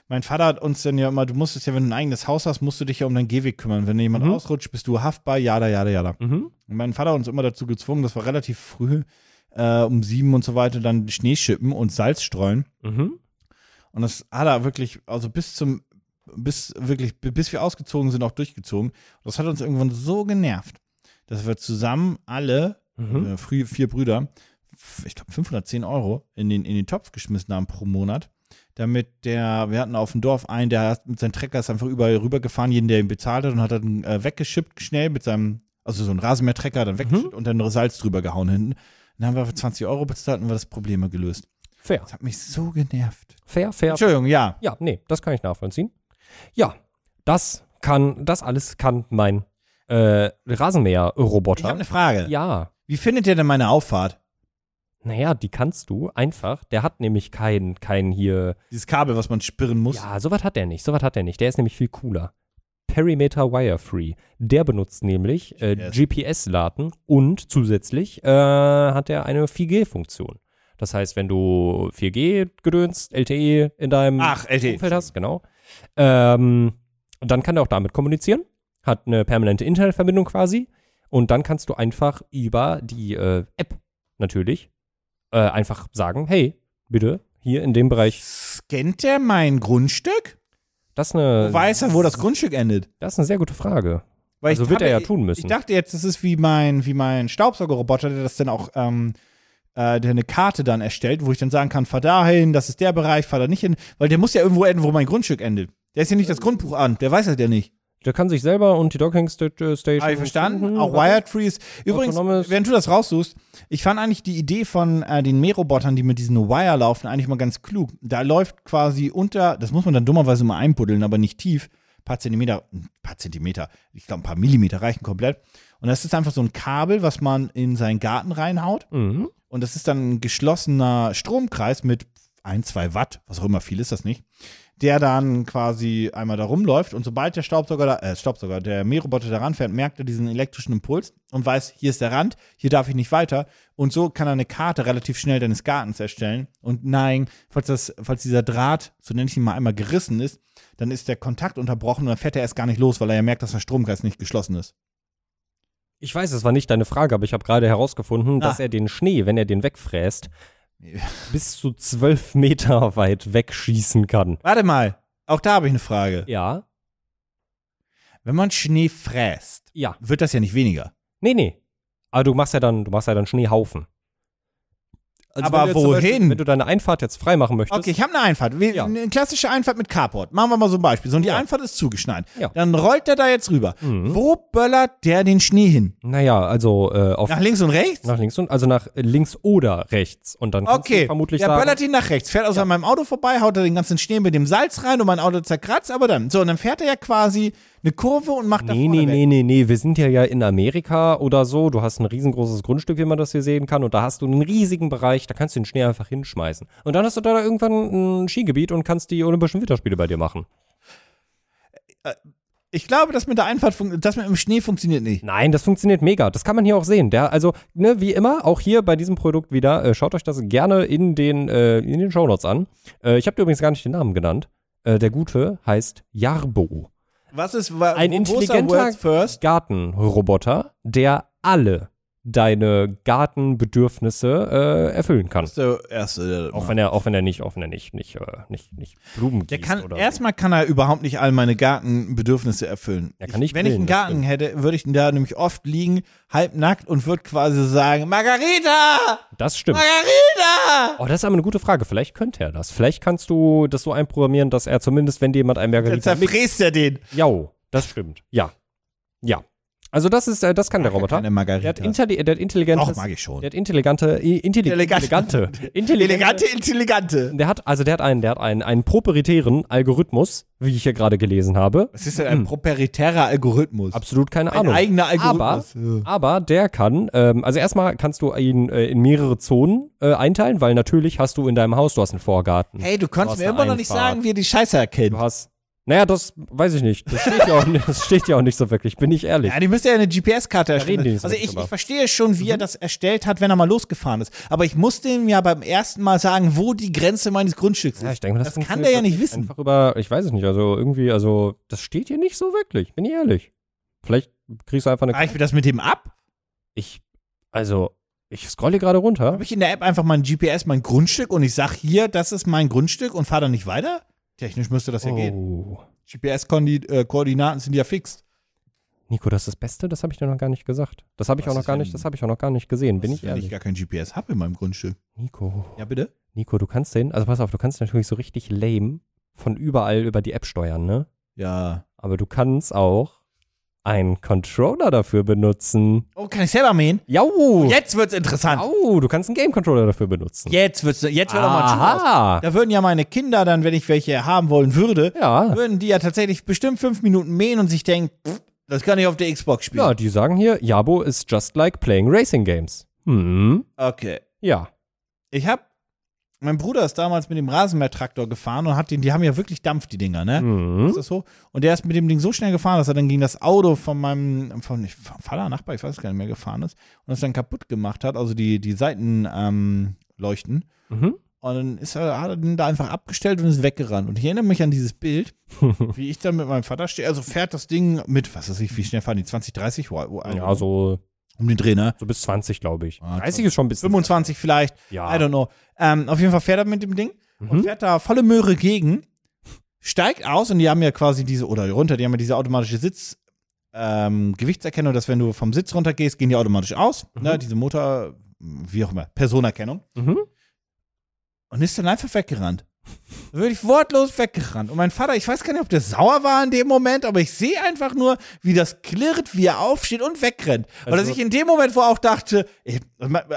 B: Mein Vater hat uns dann ja immer, du musstest ja, wenn du ein eigenes Haus hast, musst du dich ja um deinen Gehweg kümmern. Wenn dir jemand ausrutscht, bist du haftbar, jada, jada, jada.
C: mhm.
B: Und mein Vater hat uns immer dazu gezwungen, das war relativ früh, äh, um sieben und so weiter, dann Schnee schippen und Salz streuen.
C: Mhm.
B: Und das hat er wirklich, also bis zum, bis wirklich, bis wir ausgezogen sind, auch durchgezogen. Und das hat uns irgendwann so genervt, dass wir zusammen alle,
C: Mhm.
B: äh, früh, vier Brüder, f- ich glaube 510 Euro in den, in den Topf geschmissen haben pro Monat. Damit der, wir hatten auf dem Dorf einen, der hat mit seinem Trecker ist einfach überall rübergefahren, jeden, der ihn bezahlt hat, und hat dann äh, weggeschippt schnell mit seinem, also so ein Rasenmähertrecker, dann weggeschippt und dann Salz drüber gehauen hinten. Dann haben wir für 20 Euro bezahlt und wir das Probleme gelöst.
C: Fair,
B: Das hat mich so genervt.
C: fair, fair,
B: Entschuldigung, ja.
C: Ja, nee, das kann ich nachvollziehen. Ja, das kann, das alles kann mein äh,
B: Ich ne habe
C: Rasenmäher-Roboter.
B: eine Frage.
C: Ja,
B: Wie findet ihr denn meine Auffahrt?
C: naja, die kannst du einfach. Der hat nämlich kein, kein hier.
B: Dieses Kabel, was man spirren muss.
C: Ja, sowas hat der nicht. Sowas hat der nicht. Der ist nämlich viel cooler. Perimeter Wire Free. Der benutzt nämlich äh, GPS-Daten und zusätzlich äh, hat er eine 4G-Funktion. Das heißt, wenn du 4G gedönst, LTE in deinem
B: Ach, LTE.
C: Umfeld hast, genau. Ähm, dann kann er auch damit kommunizieren, hat eine permanente Internetverbindung quasi und dann kannst du einfach über die äh, App natürlich äh, einfach sagen, hey, bitte hier in dem Bereich,
B: Scannt der mein Grundstück?
C: das ist eine,
B: Weiß er, wo das Grundstück endet?
C: das ist eine sehr gute Frage.
B: Weil
C: Also
B: ich
C: wird er
B: habe-
C: ja tun müssen.
B: Ich dachte jetzt, das ist wie mein, wie mein Staubsaugerroboter, der das dann auch, ähm, äh, der eine Karte dann erstellt, wo ich dann sagen kann, fahr da hin, das ist der Bereich, fahr da nicht hin. Weil der muss ja irgendwo enden, wo mein Grundstück endet. Der ist ja nicht das Grundbuch an, der weiß das ja nicht.
C: Der kann sich selber und die Docking St äh, Station.
B: Habe ich verstanden.
C: finden.
B: Auch Wired Trees. Übrigens,
C: Autonomes-
B: während du das raussuchst, ich fand eigentlich die Idee von äh, den Mährobotern, die mit diesen Wire laufen, eigentlich mal ganz klug. Da läuft quasi unter, das muss man dann dummerweise mal einbuddeln, aber nicht tief, paar Zentimeter, ein paar Zentimeter, ich glaube ein paar Millimeter reichen komplett. Und das ist einfach so ein Kabel, was man in seinen Garten reinhaut.
C: Mhm.
B: Und das ist dann ein geschlossener Stromkreis mit ein, zwei Watt, was auch immer, viel ist das nicht, der dann quasi einmal da rumläuft und sobald der Staubsauger, da, äh, Staubsauger, der Mähroboter da ranfährt, merkt er diesen elektrischen Impuls und weiß, hier ist der Rand, hier darf ich nicht weiter und so kann er eine Karte relativ schnell deines Gartens erstellen und nein, falls, das, falls dieser Draht, so nenne ich ihn mal einmal, gerissen ist, dann ist der Kontakt unterbrochen und dann fährt er erst gar nicht los, weil er ja merkt, dass der Stromkreis nicht geschlossen ist.
C: Ich weiß, es war nicht deine Frage, aber ich habe gerade herausgefunden,
B: Ah.
C: dass er den Schnee, wenn er den wegfräst, bis zu zwölf Meter weit wegschießen kann.
B: Warte mal, auch da habe ich eine Frage.
C: Ja.
B: Wenn man Schnee fräst,
C: Ja.
B: wird das ja nicht weniger.
C: Nee, nee. Aber du machst ja dann, du machst ja dann Schneehaufen. Also
B: Aber
C: wenn du jetzt zum Beispiel,
B: wohin?
C: wenn du deine Einfahrt jetzt freimachen möchtest.
B: Okay, ich habe eine Einfahrt. Wie,
C: Ja.
B: Eine klassische Einfahrt mit Carport. Machen wir mal so ein Beispiel. So, und die
C: Ja.
B: Einfahrt ist zugeschneit.
C: Ja.
B: Dann rollt der da jetzt rüber.
C: Mhm.
B: Wo böllert der den Schnee hin?
C: Naja, also äh, auf
B: Nach links und rechts?
C: nach links und also nach äh, links oder rechts und dann kannst
B: Okay,
C: du vermutlich
B: der
C: sagen,
B: böllert ihn nach rechts, fährt aus an meinem Auto vorbei, haut da den ganzen Schnee mit dem Salz rein und mein Auto zerkratzt, aber dann. So, und dann fährt er ja quasi eine Kurve und macht da
C: Nee,
B: vorne
C: nee,
B: weg.
C: nee, nee, nee, wir sind ja ja in Amerika oder so. Du hast ein riesengroßes Grundstück, wie man das hier sehen kann, und da hast du einen riesigen Bereich, da kannst du den Schnee einfach hinschmeißen. Und dann hast du da irgendwann ein Skigebiet und kannst die Olympischen Winterspiele bei dir machen.
B: Ich glaube, das mit der Einfahrt, fun- das mit dem Schnee funktioniert nicht.
C: Nein, das funktioniert mega. Das kann man hier auch sehen. Der, also, ne, wie immer, auch hier bei diesem Produkt wieder, äh, schaut euch das gerne in den, äh, in den Shownotes an. Äh, ich habe dir übrigens gar nicht den Namen genannt. Äh, der gute heißt Jarbo.
B: Was ist, wa-
C: Ein
B: Äh, wo ist er
C: intelligenter
B: World First?
C: Gartenroboter, der alle deine Gartenbedürfnisse äh, erfüllen kann.
B: Ist der erste, der
C: Auch wenn er, auch wenn er nicht, auch wenn er nicht, nicht, äh, nicht, nicht Blumen
B: Der
C: gießt
B: kann,
C: oder so.
B: erstmal kann er überhaupt nicht all meine Gartenbedürfnisse erfüllen.
C: Er kann nicht
B: wenn ich einen
C: grillen, das
B: Garten hätte, würde ich da nämlich oft liegen, halbnackt und würde quasi sagen, Margarita!
C: Das stimmt.
B: Margarita!
C: Oh, das ist aber eine gute Frage. Vielleicht könnte er das. Vielleicht kannst du das so einprogrammieren, dass er zumindest, wenn dir jemand ein
B: Dann
C: Margarita mixt,
B: zerfräst er den.
C: ja, das stimmt. Ja. Ja. Also das ist, äh, das kann der Roboter.
B: Keine
C: Der
B: Margarita.
C: hat, intelli der hat
B: Doch,
C: intelligentes,
B: mag
C: der
B: ich schon.
C: hat intelligente, i- intelli
B: Elegante.
C: intelligente, intelligente,
B: Elegante, intelligente.
C: der hat, also der hat einen, der hat einen, einen proprietären Algorithmus, wie ich hier gerade gelesen habe.
B: Was ist denn ein proprietärer Algorithmus?
C: Absolut keine
B: Ein
C: Ahnung.
B: eigener Algorithmus.
C: Aber, aber der kann, ähm, also erstmal kannst du ihn äh, in mehrere Zonen äh, einteilen, weil natürlich hast du in deinem Haus, du hast einen Vorgarten.
B: Hey, du
C: Du
B: konntest
C: hast
B: mir
C: eine
B: immer noch nicht
C: Einfahrt.
B: sagen, wie er die Scheiße erkennt.
C: Du hast, naja, das weiß ich nicht. Das steht ja auch, nicht- das steht ja auch nicht so wirklich, bin ich ehrlich.
B: Ja, die müsste ja eine GPS-Karte
C: reden die
B: erstellen.
C: nicht so
B: Also
C: richtig
B: ich,
C: drüber. Mhm.
B: ich verstehe schon, wie er das erstellt hat, wenn er mal losgefahren ist. Aber ich musste ihm ja beim ersten Mal sagen, wo die Grenze meines Grundstücks ist.
C: Ja, ich denke, das,
B: kann der ja nicht wissen.
C: Einfach über, ich weiß es nicht, also irgendwie, also das steht hier nicht so wirklich, bin ich ehrlich. Vielleicht kriegst du einfach eine.
B: Reicht mir das mit dem ab?
C: Ich, also, ich scrolle gerade runter.
B: Habe ich in der App einfach mein GPS, mein Grundstück und ich sag hier, das ist mein Grundstück und fahre dann nicht weiter? Technisch müsste das ja gehen.
C: Oh.
B: GPS-Koordinaten äh, sind ja fixed.
C: Nico, das ist das Beste, das habe ich dir noch gar nicht gesagt. Das habe ich
B: Was
C: auch noch
B: ist,
C: gar
B: wenn-
C: nicht, das habe ich auch noch gar nicht gesehen, bin
B: Was,
C: ich
B: wenn
C: ehrlich.
B: ich gar kein GPS habe in meinem Grundstück.
C: Nico.
B: Ja, bitte?
C: Nico, du kannst den, also pass auf, du kannst natürlich so richtig lame von überall über die App steuern, ne?
B: Ja.
C: Aber du kannst auch einen Controller dafür benutzen.
B: Oh, kann ich selber mähen?
C: Jau!
B: Oh, Jetzt wird's interessant.
C: Au, du kannst einen Game Controller dafür benutzen.
B: Jetzt wird's, jetzt wird auch mal ein Schuh aus.
C: Aha.
B: Da würden ja meine Kinder dann, wenn ich welche haben wollen würde,
C: Ja.
B: würden die ja tatsächlich bestimmt fünf Minuten mähen und sich denken, pff, das kann ich auf der Xbox spielen.
C: Ja, die sagen hier, Jabo is just like playing racing games. Hm.
B: Okay.
C: Ja.
B: Ich hab, mein Bruder ist damals mit dem Rasenmähertraktor gefahren und hat den, die haben ja wirklich Dampf, die Dinger, ne? Ist
C: Hm.
B: das so? Und der ist mit dem Ding so schnell gefahren, dass er dann gegen das Auto von meinem, von nicht, von Vater, Nachbar, ich weiß gar nicht mehr, gefahren ist und das dann kaputt gemacht hat, also die, die Seiten, ähm, leuchten.
C: Mhm.
B: Und dann ist er, hat er den da einfach abgestellt und ist weggerannt. Und ich erinnere mich an dieses Bild,
C: mhm.
B: wie ich dann mit meinem Vater stehe. Also fährt das Ding mit, was weiß ich, wie schnell fahren die? 20, 30? Wow, wow,
C: Ja, so,
B: um den Dreh, ne?
C: so bis 20, glaube ich.
B: Ah,
C: 30 ist schon ein bisschen.
B: 25 vielleicht, I
C: Ja.
B: don't know. Ähm, auf jeden Fall fährt er mit dem Ding und
C: Mhm.
B: fährt da volle Möhre gegen, steigt aus und die haben ja quasi diese, oder runter, die haben ja diese automatische Sitz, ähm, Gewichtserkennung, dass wenn du vom Sitz runtergehst, gehen die automatisch aus, ne? Diese Motor, wie auch immer, Personerkennung.
C: Mhm.
B: Und ist dann einfach weggerannt. Dann Würde ich wortlos weggerannt. Und mein Vater, ich weiß gar nicht, ob der sauer war in dem Moment, aber ich sehe einfach nur, wie das klirrt, wie er aufsteht und wegrennt. Weil
C: Also-
B: dass ich in dem Moment, wo auch dachte, ich,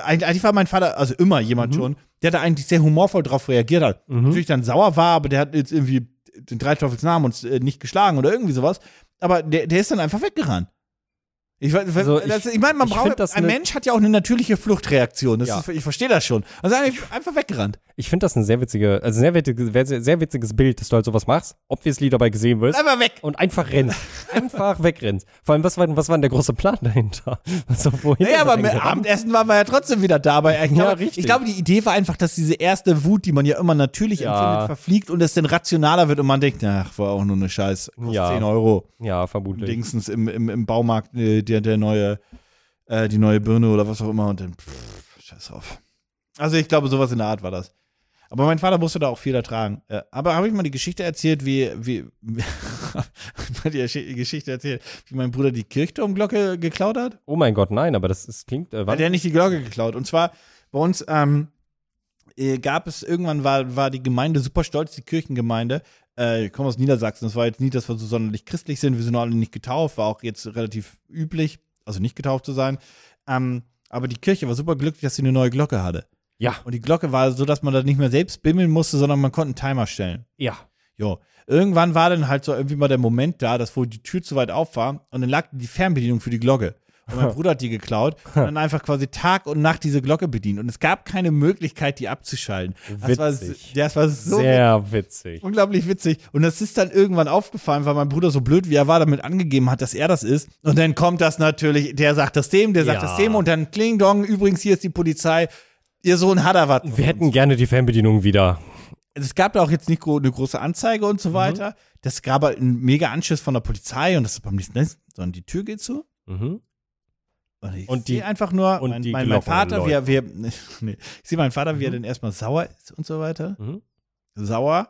B: eigentlich war mein Vater, also
C: Mhm.
B: immer jemand schon, der da eigentlich sehr humorvoll drauf reagiert hat. Natürlich dann sauer war, aber der hat jetzt irgendwie den drei Teufelsnamen und äh, nicht geschlagen oder irgendwie sowas. Aber der, der ist dann einfach weggerannt. Ich, weiß-
C: Also,
B: das-
C: ich-
B: ich meine, man
C: ich
B: braucht,
C: find das
B: ein
C: ne-
B: Mensch hat ja auch eine natürliche Fluchtreaktion. Das
C: Ja.
B: ist, ich verstehe das schon. Also einfach, einfach weggerannt.
C: Ich finde das ein sehr witzige, also sehr witziges, sehr, sehr witziges Bild, dass du halt sowas machst, obviously dabei gesehen wirst.
B: Einfach weg.
C: Und einfach rennt. Einfach wegrennt. Vor allem, was war, denn- was war denn der große Plan dahinter? Also, wohin
B: Naja,
C: ist er
B: aber
C: denn
B: mit
C: gerannt?
B: Abendessen waren wir ja trotzdem wieder dabei. Ich
C: Ja,
B: glaube,
C: richtig.
B: ich glaube, die Idee war einfach, dass diese erste Wut, die man ja immer natürlich
C: Ja.
B: empfindet, verfliegt und es dann rationaler wird und man denkt, ach, war auch nur eine Scheiß, kostet
C: Ja.
B: 10 Euro.
C: Ja, vermutlich.
B: Dingsens im, im, im Baumarkt äh, der, der neue, äh, die neue Birne oder was auch immer und dann, pff, scheiß auf. Also ich glaube, sowas in der Art war das. Aber mein Vater musste da auch viel ertragen. Äh, Aber habe ich mal die Geschichte erzählt, wie, wie mal die Ersch- Geschichte erzählt, wie mein Bruder die Kirchturmglocke geklaut hat?
C: Oh mein Gott, nein, aber das ist, klingt. Äh,
B: Hat
C: wann?
B: er nicht die Glocke geklaut? Und zwar bei uns ähm, äh, gab es irgendwann war, war die Gemeinde super stolz, die Kirchengemeinde. Äh, ich komme aus Niedersachsen. Das war jetzt nicht, dass wir so sonderlich christlich sind. Wir sind noch alle nicht getauft. War auch jetzt relativ üblich, also nicht getauft zu sein. Ähm, aber die Kirche war super glücklich, dass sie eine neue Glocke hatte.
C: Ja,
B: Und die Glocke war so, dass man da nicht mehr selbst bimmeln musste, sondern man konnte einen Timer stellen.
C: ja.
B: Jo, irgendwann war dann halt so irgendwie mal der Moment da, dass wohl die Tür zu weit auf war und dann lag die Fernbedienung für die Glocke. Und mein Bruder hat die geklaut und dann einfach quasi Tag und Nacht diese Glocke bedient. Und es gab keine Möglichkeit, die abzuschalten. Das war,
C: Witzig.
B: das war so
C: Sehr witzig.
B: unglaublich witzig. Und das ist dann irgendwann aufgefallen, weil mein Bruder so blöd wie er war, damit angegeben hat, dass er das ist. Und dann kommt das natürlich, der sagt das dem, der sagt
C: Ja.
B: das dem und dann Kling Dong, übrigens hier ist die Polizei. Ihr Sohn hat da was.
C: Wir hätten gerne die Fernbedienung wieder.
B: es gab da auch jetzt nicht gro eine große Anzeige und
C: Mhm.
B: so weiter. Das gab halt einen mega Anschiss von der Polizei und das ist beim nächsten Mal, sondern die Tür geht zu.
C: Mhm.
B: Und ich
C: Und
B: sehe
C: die-
B: einfach nur,
C: und
B: mein,
C: die Mhm.
B: mein, mein
C: Glocken
B: Vater, wie er, wie er, nee, ich sehe meinen Vater, wie er dann erstmal sauer ist und so weiter.
C: Mhm.
B: Sauer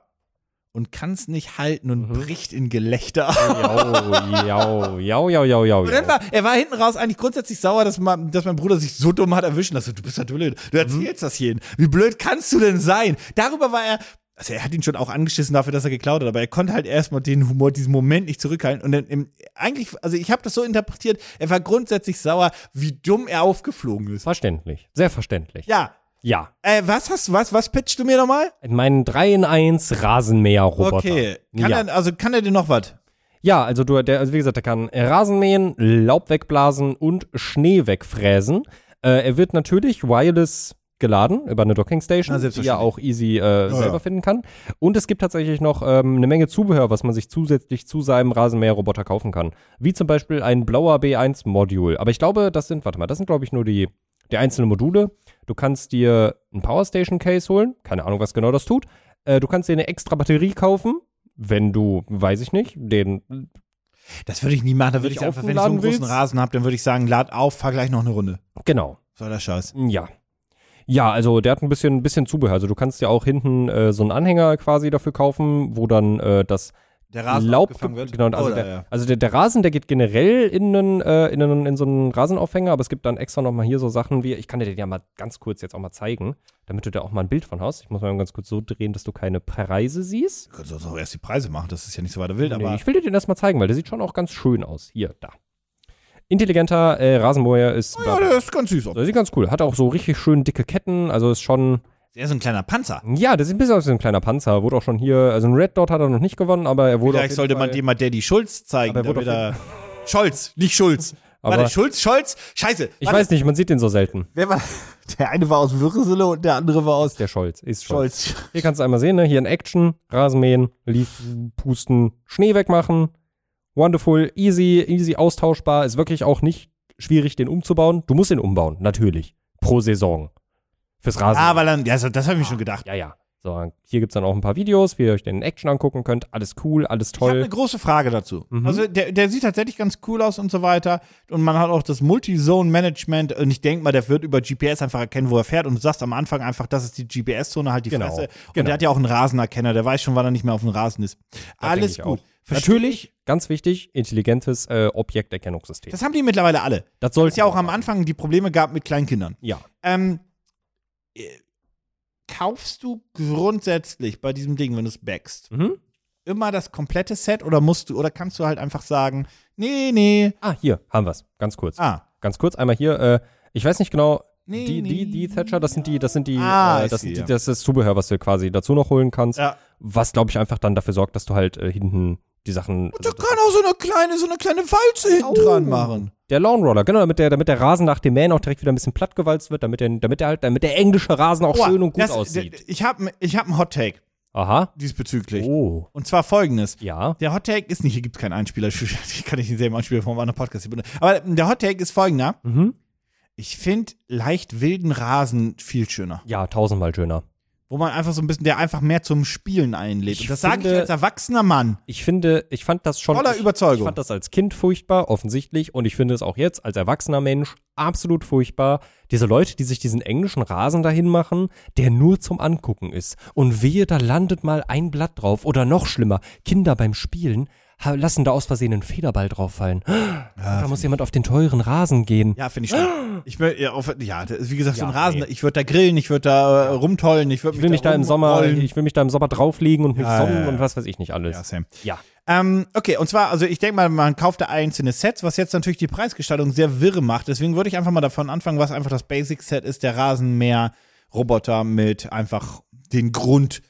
B: und kann es nicht halten und
C: Mhm.
B: bricht in Gelächter aus.
C: Jau, jau, jau, jau, jau, jau.
B: Und dann war, er war hinten raus eigentlich grundsätzlich sauer, dass, man, dass mein Bruder sich so dumm hat erwischen lassen. Du bist ja blöd. Du erzählst das jeden. Wie blöd kannst du denn sein? Darüber war er. Also er hat ihn schon auch angeschissen dafür, dass er geklaut hat, aber er konnte halt erstmal den Humor, diesen Moment nicht zurückhalten. Und dann im, eigentlich, also ich habe das so interpretiert, er war grundsätzlich sauer, wie dumm er aufgeflogen ist.
C: Verständlich. Sehr verständlich.
B: Ja.
C: Ja.
B: Äh, was hast was, was pitchst du mir nochmal?
C: Mein 3 in 1 Rasenmäher-Roboter.
B: Okay. Kann
C: ja.
B: er, also kann er dir noch was?
C: Ja, also du, der, also wie gesagt, der kann äh, Rasen mähen, Laub wegblasen und Schnee wegfräsen. Äh, er wird natürlich wireless geladen über eine Dockingstation,
B: Na,
C: die er
B: selbstverständlich.
C: auch easy äh, selber
B: ja.
C: finden kann. Und es gibt tatsächlich noch ähm, eine Menge Zubehör, was man sich zusätzlich zu seinem Rasenmäherroboter kaufen kann. Wie zum Beispiel ein blauer B1-Modul. Aber ich glaube, das sind, warte mal, das sind glaube ich nur die, die einzelnen Module. Du kannst dir ein Powerstation Case holen, keine Ahnung, was genau das tut. Äh, du kannst dir eine extra Batterie kaufen, wenn du, weiß ich nicht, den
B: Das würde ich nie machen, da würde ich
C: Nicht
B: einfach, wenn ich so
C: aufladen
B: einen großen
C: willst?
B: Rasen habe, dann würde ich sagen, lad auf, fahr gleich noch eine Runde.
C: Genau,
B: Was soll der Scheiß?
C: ja. Ja, also der hat ein bisschen, ein bisschen Zubehör. Also du kannst ja auch hinten äh, so einen Anhänger quasi dafür kaufen, wo dann äh, das
B: Der
C: Laub
B: abgefangen
C: ge- Genau, also,
B: Oder,
C: der,
B: ja.
C: also der, der Rasen, der geht generell in, einen, äh, in, einen, in so einen Rasenaufhänger, aber es gibt dann extra nochmal hier so Sachen wie, ich kann dir den ja mal ganz kurz jetzt auch mal zeigen, damit du da auch mal ein Bild von hast. Ich muss mal ganz kurz so drehen, dass du keine Preise siehst.
B: Du könntest uns auch erst die Preise machen, das ist ja nicht so weiter wild,
C: Nee,
B: aber
C: ich will dir den erst mal zeigen, weil der sieht schon auch ganz schön aus. Hier, da. Intelligenter äh, Rasenmäher ist.
B: Oh, ja, der ist ganz süß.
C: So, der sieht ganz cool. Hat auch so richtig schön dicke Ketten. Also ist schon.
B: Er ist ein kleiner Panzer.
C: Ja, das sieht ein bisschen aus wie ein kleiner Panzer. Wurde auch schon hier. Also ein Red Dot hat er noch nicht gewonnen, aber er wurde. auf
B: Vielleicht
C: jeden
B: sollte
C: Fall,
B: man dem mal Daddy Schulz zeigen.
C: Aber er wurde
B: da wird er- Scholz, nicht Schulz.
C: Aber-
B: warte, Schulz, Scholz, scheiße.
C: Ich
B: warte,
C: weiß nicht, man sieht den so selten.
B: Wer war, der eine war aus Würsele und der andere war aus
C: Der Scholz. Ist Scholz.
B: Scholz.
C: Hier kannst du einmal sehen, ne? Hier in Action. Rasenmähen, Leaf pusten, Schnee wegmachen. Wonderful, easy, easy austauschbar. Ist wirklich auch nicht schwierig, den umzubauen. Du musst den umbauen, natürlich. Pro Saison. Fürs Rasen.
B: Ah, weil dann, ja, so, das habe ich mir schon gedacht.
C: ja, ja. So, hier gibt es dann auch ein paar Videos, wie ihr euch den in Action angucken könnt. Alles cool, alles
B: Ich habe
C: toll.
B: eine große Frage dazu.
C: Mhm.
B: Also der, der sieht tatsächlich ganz cool aus und so weiter. Und man hat auch das Multi-Zone-Management. Und ich denke mal, der wird über GPS einfach erkennen, wo er fährt. Und du sagst am Anfang einfach, das ist die GPS-Zone, halt die
C: Genau.
B: Fresse. Und
C: Genau.
B: der hat ja auch einen Rasenerkenner. Der weiß schon, wann er nicht mehr auf dem Rasen ist.
C: denk
B: Alles
C: ich
B: gut.
C: auch.
B: Versteh ich.
C: Natürlich, ganz wichtig, intelligentes äh, Objekterkennungssystem.
B: Das haben die mittlerweile alle.
C: Das sollte
B: Es ja auch am Anfang die Probleme gab mit Kleinkindern.
C: Ja.
B: Ähm, äh, kaufst du grundsätzlich bei diesem Ding, wenn du es backst,
C: Mhm.
B: immer das komplette Set oder musst du oder kannst du halt einfach sagen, nee, nee,
C: Ah, hier haben wir es. Ganz kurz.
B: ah,
C: Ganz kurz einmal hier. Äh, ich weiß nicht genau,
B: Nee,
C: Die,
B: nee.
C: die, die Thatcher, das sind die, das sind die,
B: Ah,
C: äh,
B: ich
C: das,
B: sehe,
C: sind die
B: ja.
C: das ist das Zubehör, was du quasi dazu noch holen kannst.
B: Ja.
C: Was, glaube ich, einfach dann dafür sorgt, dass du halt äh, hinten die Sachen. also
B: Da kann auch so eine kleine, so eine kleine Walze
C: Oh.
B: hinten dran machen.
C: Der Lawn Roller, genau, damit der, damit der Rasen nach dem Mähen auch direkt wieder ein bisschen plattgewalzt wird, damit der, damit der halt, damit der englische Rasen auch
B: Boah,
C: schön und gut
B: das- äh,
C: aussieht.
B: Ich habe ich hab einen Hot Take
C: Aha.
B: diesbezüglich.
C: Oh.
B: Und zwar folgendes.
C: Ja.
B: Der Hot Take ist nicht, hier gibt keinen Einspieler, ich kann nicht denselben Einspieler vom anderen Podcast hier benutzen. Aber der Hot Take ist folgender.
C: Mhm.
B: Ich finde leicht wilden Rasen viel schöner.
C: Ja, tausendmal schöner.
B: Wo man einfach so ein bisschen, der einfach mehr zum Spielen einlädt.
C: Ich
B: Und das sage ich
C: finde-
B: als erwachsener Mann.
C: Ich finde, ich fand das schon.
B: Voller
C: ich,
B: Überzeugung.
C: Ich fand das als Kind furchtbar, offensichtlich. Und ich finde es auch jetzt als erwachsener Mensch absolut furchtbar. Diese Leute, die sich diesen englischen Rasen dahin machen, der nur zum Angucken ist. Und wehe, da landet mal ein Blatt drauf. Oder noch schlimmer, Kinder beim Spielen ha- lassen da aus Versehen einen Federball drauf fallen. da muss jemand auf den teuren Rasen gehen.
B: Ah, Ja, finde ich schön. Ich will, ja, auf, ja, das ist wie gesagt, so
C: Ja,
B: ein Rasen.
C: nee.
B: Ich würde da grillen, ich würde da äh, rumtollen, ich würde
C: Ich will mich da im Sommer,
B: rumrollen.
C: ich will mich da im Sommer drauflegen und mich
B: Ja,
C: sonnen
B: ja, ja.
C: und was weiß ich nicht
B: Ja,
C: alles.
B: same.
C: Ja.
B: Ähm, okay, und zwar, also ich denke mal, man kauft da einzelne Sets, was jetzt natürlich die Preisgestaltung sehr wirr macht. Deswegen würde ich einfach mal davon anfangen, was einfach das Basic-Set ist, der Rasenmäher-Roboter mit einfach den Grund.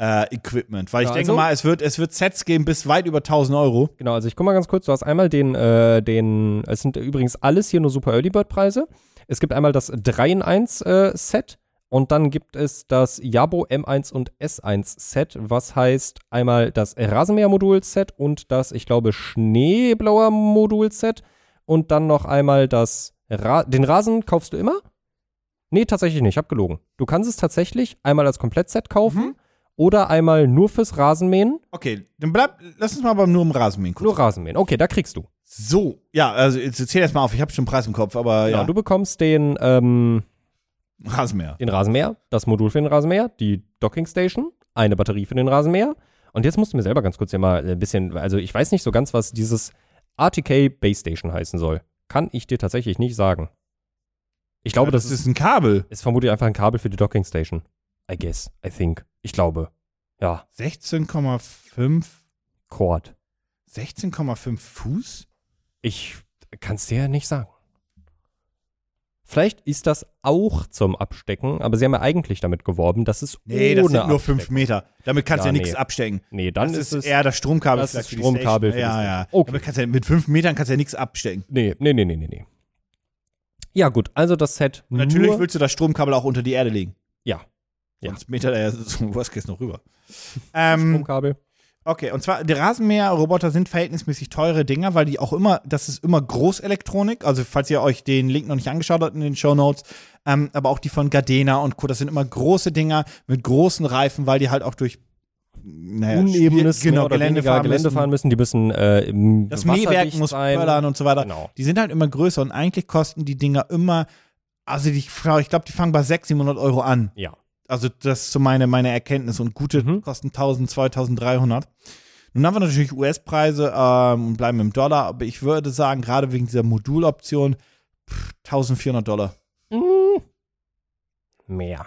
B: Äh, Equipment, weil ich
C: Ja,
B: denke
C: also-
B: mal, es wird, es wird Sets geben bis weit über 1000 Euro.
C: Genau, also ich guck mal ganz kurz, du hast einmal den, äh, den, es sind übrigens alles hier nur Super Early Bird Preise. Es gibt einmal das 3 in 1 äh, Set und dann gibt es das Jabo M1 und S1 Set, was heißt einmal das Rasenmäher-Modul Set und das, ich glaube, Schneeblower-Modul Set und dann noch einmal das, Ra den Rasen kaufst du immer? Nee, tatsächlich nicht, ich hab gelogen. Du kannst es tatsächlich einmal als Komplettset kaufen oder einmal nur fürs Rasenmähen,
B: Okay, dann bleib, lass uns mal beim nur im Rasenmähen gucken.
C: nur Rasenmähen. Okay, da kriegst du.
B: So, ja, also jetzt zähl erst mal auf, ich habe schon einen Preis im Kopf, aber
C: Genau,
B: ja,
C: du bekommst den, ähm,
B: Rasenmäher.
C: den Rasenmäher, das Modul für den Rasenmäher, die Docking Station, eine Batterie für den Rasenmäher. Und jetzt musst du mir selber ganz kurz hier mal ein bisschen, also ich weiß nicht so ganz, was dieses RTK Base Station heißen soll. Kann ich dir tatsächlich nicht sagen. Ich glaube, das, ist,
B: ist ein Kabel.
C: ist vermutlich einfach ein Kabel für die Docking Station. I guess, I think, ich glaube. Ja,
B: 16,5
C: Cord.
B: 16,5 Fuß?
C: Ich kann es dir nicht sagen. Vielleicht ist das auch zum Abstecken, aber sie haben ja eigentlich damit geworben, dass es
B: Nee,
C: ohne
B: das sind nur
C: Abstecken-
B: 5 Meter. Damit kannst du
C: Ja,
B: ja nichts
C: nee.
B: abstecken.
C: Nee, dann
B: das
C: ist, es.
B: eher das Stromkabel.
C: das
B: vielleicht
C: ist
B: für die
C: Stromkabel
B: Station.
C: für
B: ja,
C: die
B: ja.
C: Station. Okay.
B: Damit kannst du ja mit 5 Metern kannst du ja nichts abstecken.
C: nee, nee, nee, nee, nee, nee. Ja, gut, also das Set.
B: Und natürlich
C: nur,
B: willst du das Stromkabel auch unter die Erde legen.
C: Ja. Ja.
B: Sonst meter der ja zum Worst Case noch rüber. ähm,
C: Stromkabel.
B: okay, und zwar, die Rasenmäher-Roboter sind verhältnismäßig teure Dinger, weil die auch immer, das ist immer Großelektronik. Also, falls ihr euch den Link noch nicht angeschaut habt in den Show Notes, ähm, aber auch die von Gardena und Co., das sind immer große Dinger mit großen Reifen, weil die halt auch durch naja,
C: Unebenes
B: Spiel-
C: mehr oder
B: äh, genau, Gelände
C: weniger
B: fahren
C: Gelände
B: müssen.
C: fahren müssen. Die müssen äh, im
B: Das
C: wasserdicht
B: Mähwerk muss
C: sein.
B: fördern und so weiter.
C: Genau.
B: Die sind halt immer größer und eigentlich kosten die Dinger immer, also die, ich glaube, die fangen bei 600, 700 Euro an.
C: Ja.
B: Also das ist so meine, meine Erkenntnis. Und gute
C: Mhm.
B: kosten 1000, 2300. Nun haben wir natürlich US-Preise ähm, und bleiben im Dollar, aber ich würde sagen, gerade wegen dieser Moduloption, pff, 1400 Dollar.
C: Hm. Mehr.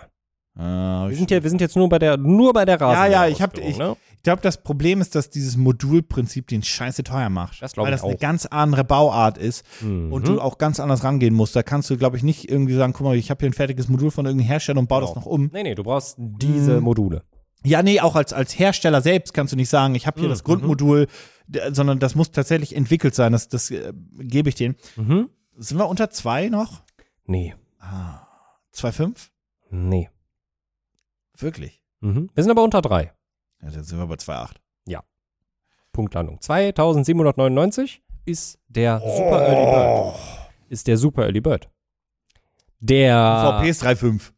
B: Äh,
C: Wir
B: ich
C: sind, hier, wir sind jetzt nur bei der, nur bei der Rasen.
B: ja, ich hab-
C: Ausführung,
B: ich-
C: Ne?
B: glaube, das Problem ist, dass dieses Modulprinzip den Scheiße teuer macht.
C: Das glaub
B: Weil
C: ich
B: das eine
C: auch.
B: ganz andere Bauart ist.
C: Mhm.
B: und du auch ganz anders rangehen musst. Da kannst du, glaube ich, nicht irgendwie sagen, guck mal, ich habe hier ein fertiges Modul von irgendeinem Hersteller und baue
C: Genau.
B: das noch um.
C: Nee, nee, du brauchst diese
B: Mhm.
C: Module.
B: Ja, nee, auch als, als Hersteller selbst kannst du nicht sagen, ich habe hier
C: Mhm.
B: das Grundmodul, d- sondern das muss tatsächlich entwickelt sein. Das, das äh, gebe ich denen.
C: Mhm.
B: Sind wir unter zwei noch?
C: Nee,
B: Ah, zwei, fünf?
C: nee.
B: Wirklich?
C: Mhm. Wir sind aber unter drei.
B: Ja, dann sind wir bei zwei, acht.
C: Punktlandung. 2799 ist der
B: Oh.
C: Super Early Bird. ist der Super Early Bird. Der
B: VP ist Oh. 3,5.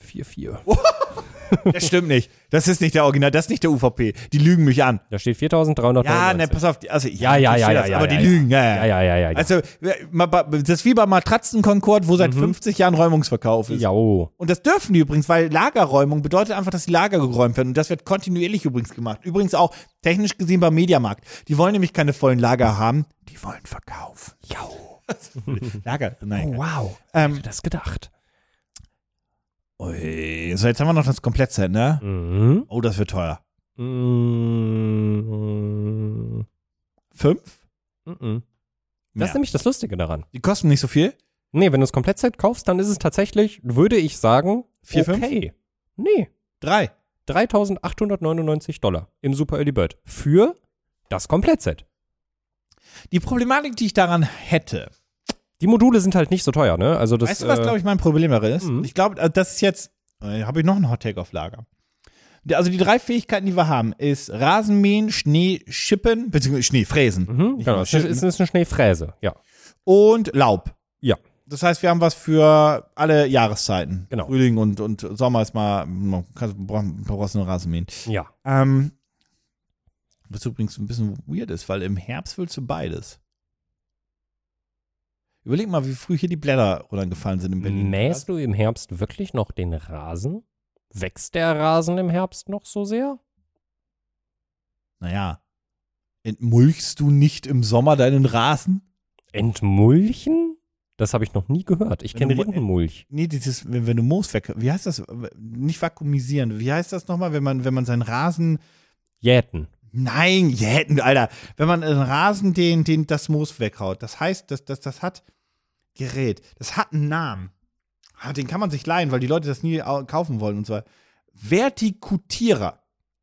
C: 4-4. Ah.
B: Das stimmt nicht. Das ist nicht der Original, das ist nicht der UVP. Die lügen mich an.
C: Da steht 4399.
B: Ja, ne, pass auf. die- Also,
C: Ja, ja,
B: ich
C: ja,
B: verstehe
C: ja,
B: das,
C: ja,
B: Aber
C: ja,
B: die
C: ja.
B: lügen, ja,
C: ja, ja, ja, ja.
B: Also, äh, ma- ba- das ist wie bei Matratzenkonkord, wo seit 50 Jahren Räumungsverkauf ist.
C: Mhm. ja, oh.
B: Und das dürfen die übrigens, weil Lagerräumung bedeutet einfach, dass die Lager geräumt werden. Und das wird kontinuierlich übrigens gemacht. Übrigens auch technisch gesehen beim Mediamarkt. Die wollen nämlich keine vollen Lager haben, die wollen Verkauf.
C: Ja,
B: Lager, nein.
C: Oh, Mhm. wow.
B: Ähm,
C: das gedacht.
B: ui, so, jetzt haben wir noch das Komplettset, ne?
C: Mhm.
B: Oh, das wird teuer.
C: Mhm.
B: Fünf?
C: Mhm. Das ist nämlich das Lustige daran.
B: Die kosten nicht so viel.
C: Nee, wenn du das Komplettset kaufst, dann ist es tatsächlich, würde ich sagen,
B: Vier, fünf?
C: okay. Nee,
B: Drei.
C: 3.899 Dollar im Super Early Bird für das Komplettset.
B: Die Problematik, die ich daran hätte,
C: Die Module sind halt nicht so teuer, ne? Also das,
B: weißt du, was,
C: äh,
B: glaube ich, mein Problem darin ist?
C: Mhm.
B: Ich glaube, also das ist jetzt, äh, habe ich noch einen Hottake auf Lager. Der- Also die drei Fähigkeiten, die wir haben, ist Rasenmähen, Schnee schippen, beziehungsweise Schnee fräsen
C: Mhm,
B: Nicht
C: genau,
B: mal
C: es ist,
B: Schild,
C: es ist eine Schneefräse, ja.
B: und Laub.
C: Ja.
B: Das heißt, wir haben was für alle Jahreszeiten.
C: Genau.
B: Frühling und, und Sommer ist mal, man kann, braucht- brauchst nur Rasenmähen.
C: Ja.
B: Ähm, was übrigens ein bisschen weird ist, weil im Herbst willst du beides. Überleg mal, wie früh hier die Blätter runtergefallen sind in Berlin.
C: Mähst du im Herbst wirklich noch den Rasen? Wächst der Rasen im Herbst noch so sehr?
B: Naja. Entmulchst du nicht im Sommer deinen Rasen?
C: Entmulchen? Das habe ich noch nie gehört. Ich kenne
B: Wenn du die-
C: Rindmulch.
B: Nee, dieses, wenn, wenn du Moos weg. Wie heißt das? Nicht vakuumisieren. Wie heißt das nochmal, wenn man, wenn man seinen Rasen.
C: Jäten.
B: Nein, jäten, Alter. Wenn man den Rasen, den, den, das Moos weghaut. Das heißt, das, das, das hat Gerät. Das hat einen Namen. Ah, Den kann man sich leihen, weil die Leute das nie au- kaufen wollen. Und zwar Vertikutierer.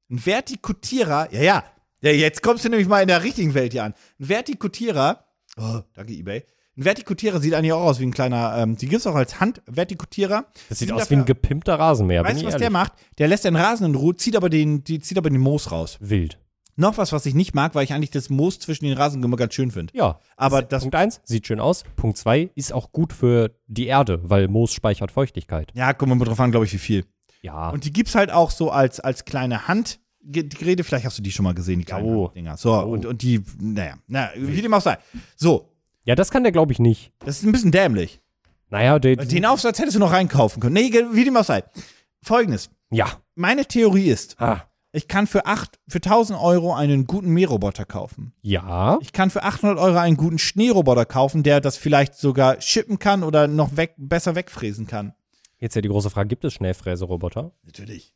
B: Ein Vertikutierer, ja, ja. Ja, jetzt kommst du nämlich mal in der richtigen Welt hier an. Ein Vertikutierer, oh, danke eBay. Ein Vertikutierer sieht eigentlich auch aus wie ein kleiner, ähm, die gibt's auch als Handvertikutierer.
C: Das sieht
B: Sind
C: aus wie ein
B: dafür-
C: gepimpter Rasenmäher.
B: Weißt
C: bin
B: du,
C: ich
B: was der
C: ehrlich.
B: macht? Der lässt den Rasen in Ruhe, zieht aber den, die, zieht aber den Moos raus.
C: Wild.
B: Noch was, was ich nicht mag, weil ich eigentlich das Moos zwischen den Rasen immer ganz schön finde.
C: Ja.
B: Aber das.
C: Punkt 1 sieht schön aus. Punkt 2 ist auch gut für die Erde, weil Moos speichert Feuchtigkeit.
B: Ja, guck mal drauf an, glaube ich, wie viel.
C: Ja.
B: Und die gibt's halt auch so als, als kleine Handgeräte. Vielleicht hast du die schon mal gesehen, die kleinen
C: Oh.
B: Dinger. So, und, und die, naja, na, wie dem auch sei. So,
C: ja, das kann der, glaube ich, nicht.
B: das ist ein bisschen dämlich.
C: Naja, der.
B: Den Aufsatz hättest du noch reinkaufen können. Nee, egal, wie dem auch sei. Folgendes.
C: ja.
B: Meine Theorie ist,
C: Ah.
B: ich kann für acht, für 1000 Euro einen guten Mähroboter kaufen.
C: Ja.
B: Ich kann für 800 Euro einen guten Schneeroboter kaufen, der das vielleicht sogar schippen kann oder noch weg, besser wegfräsen kann.
C: Jetzt ja die große Frage: gibt es Schnellfräseroboter?
B: Natürlich.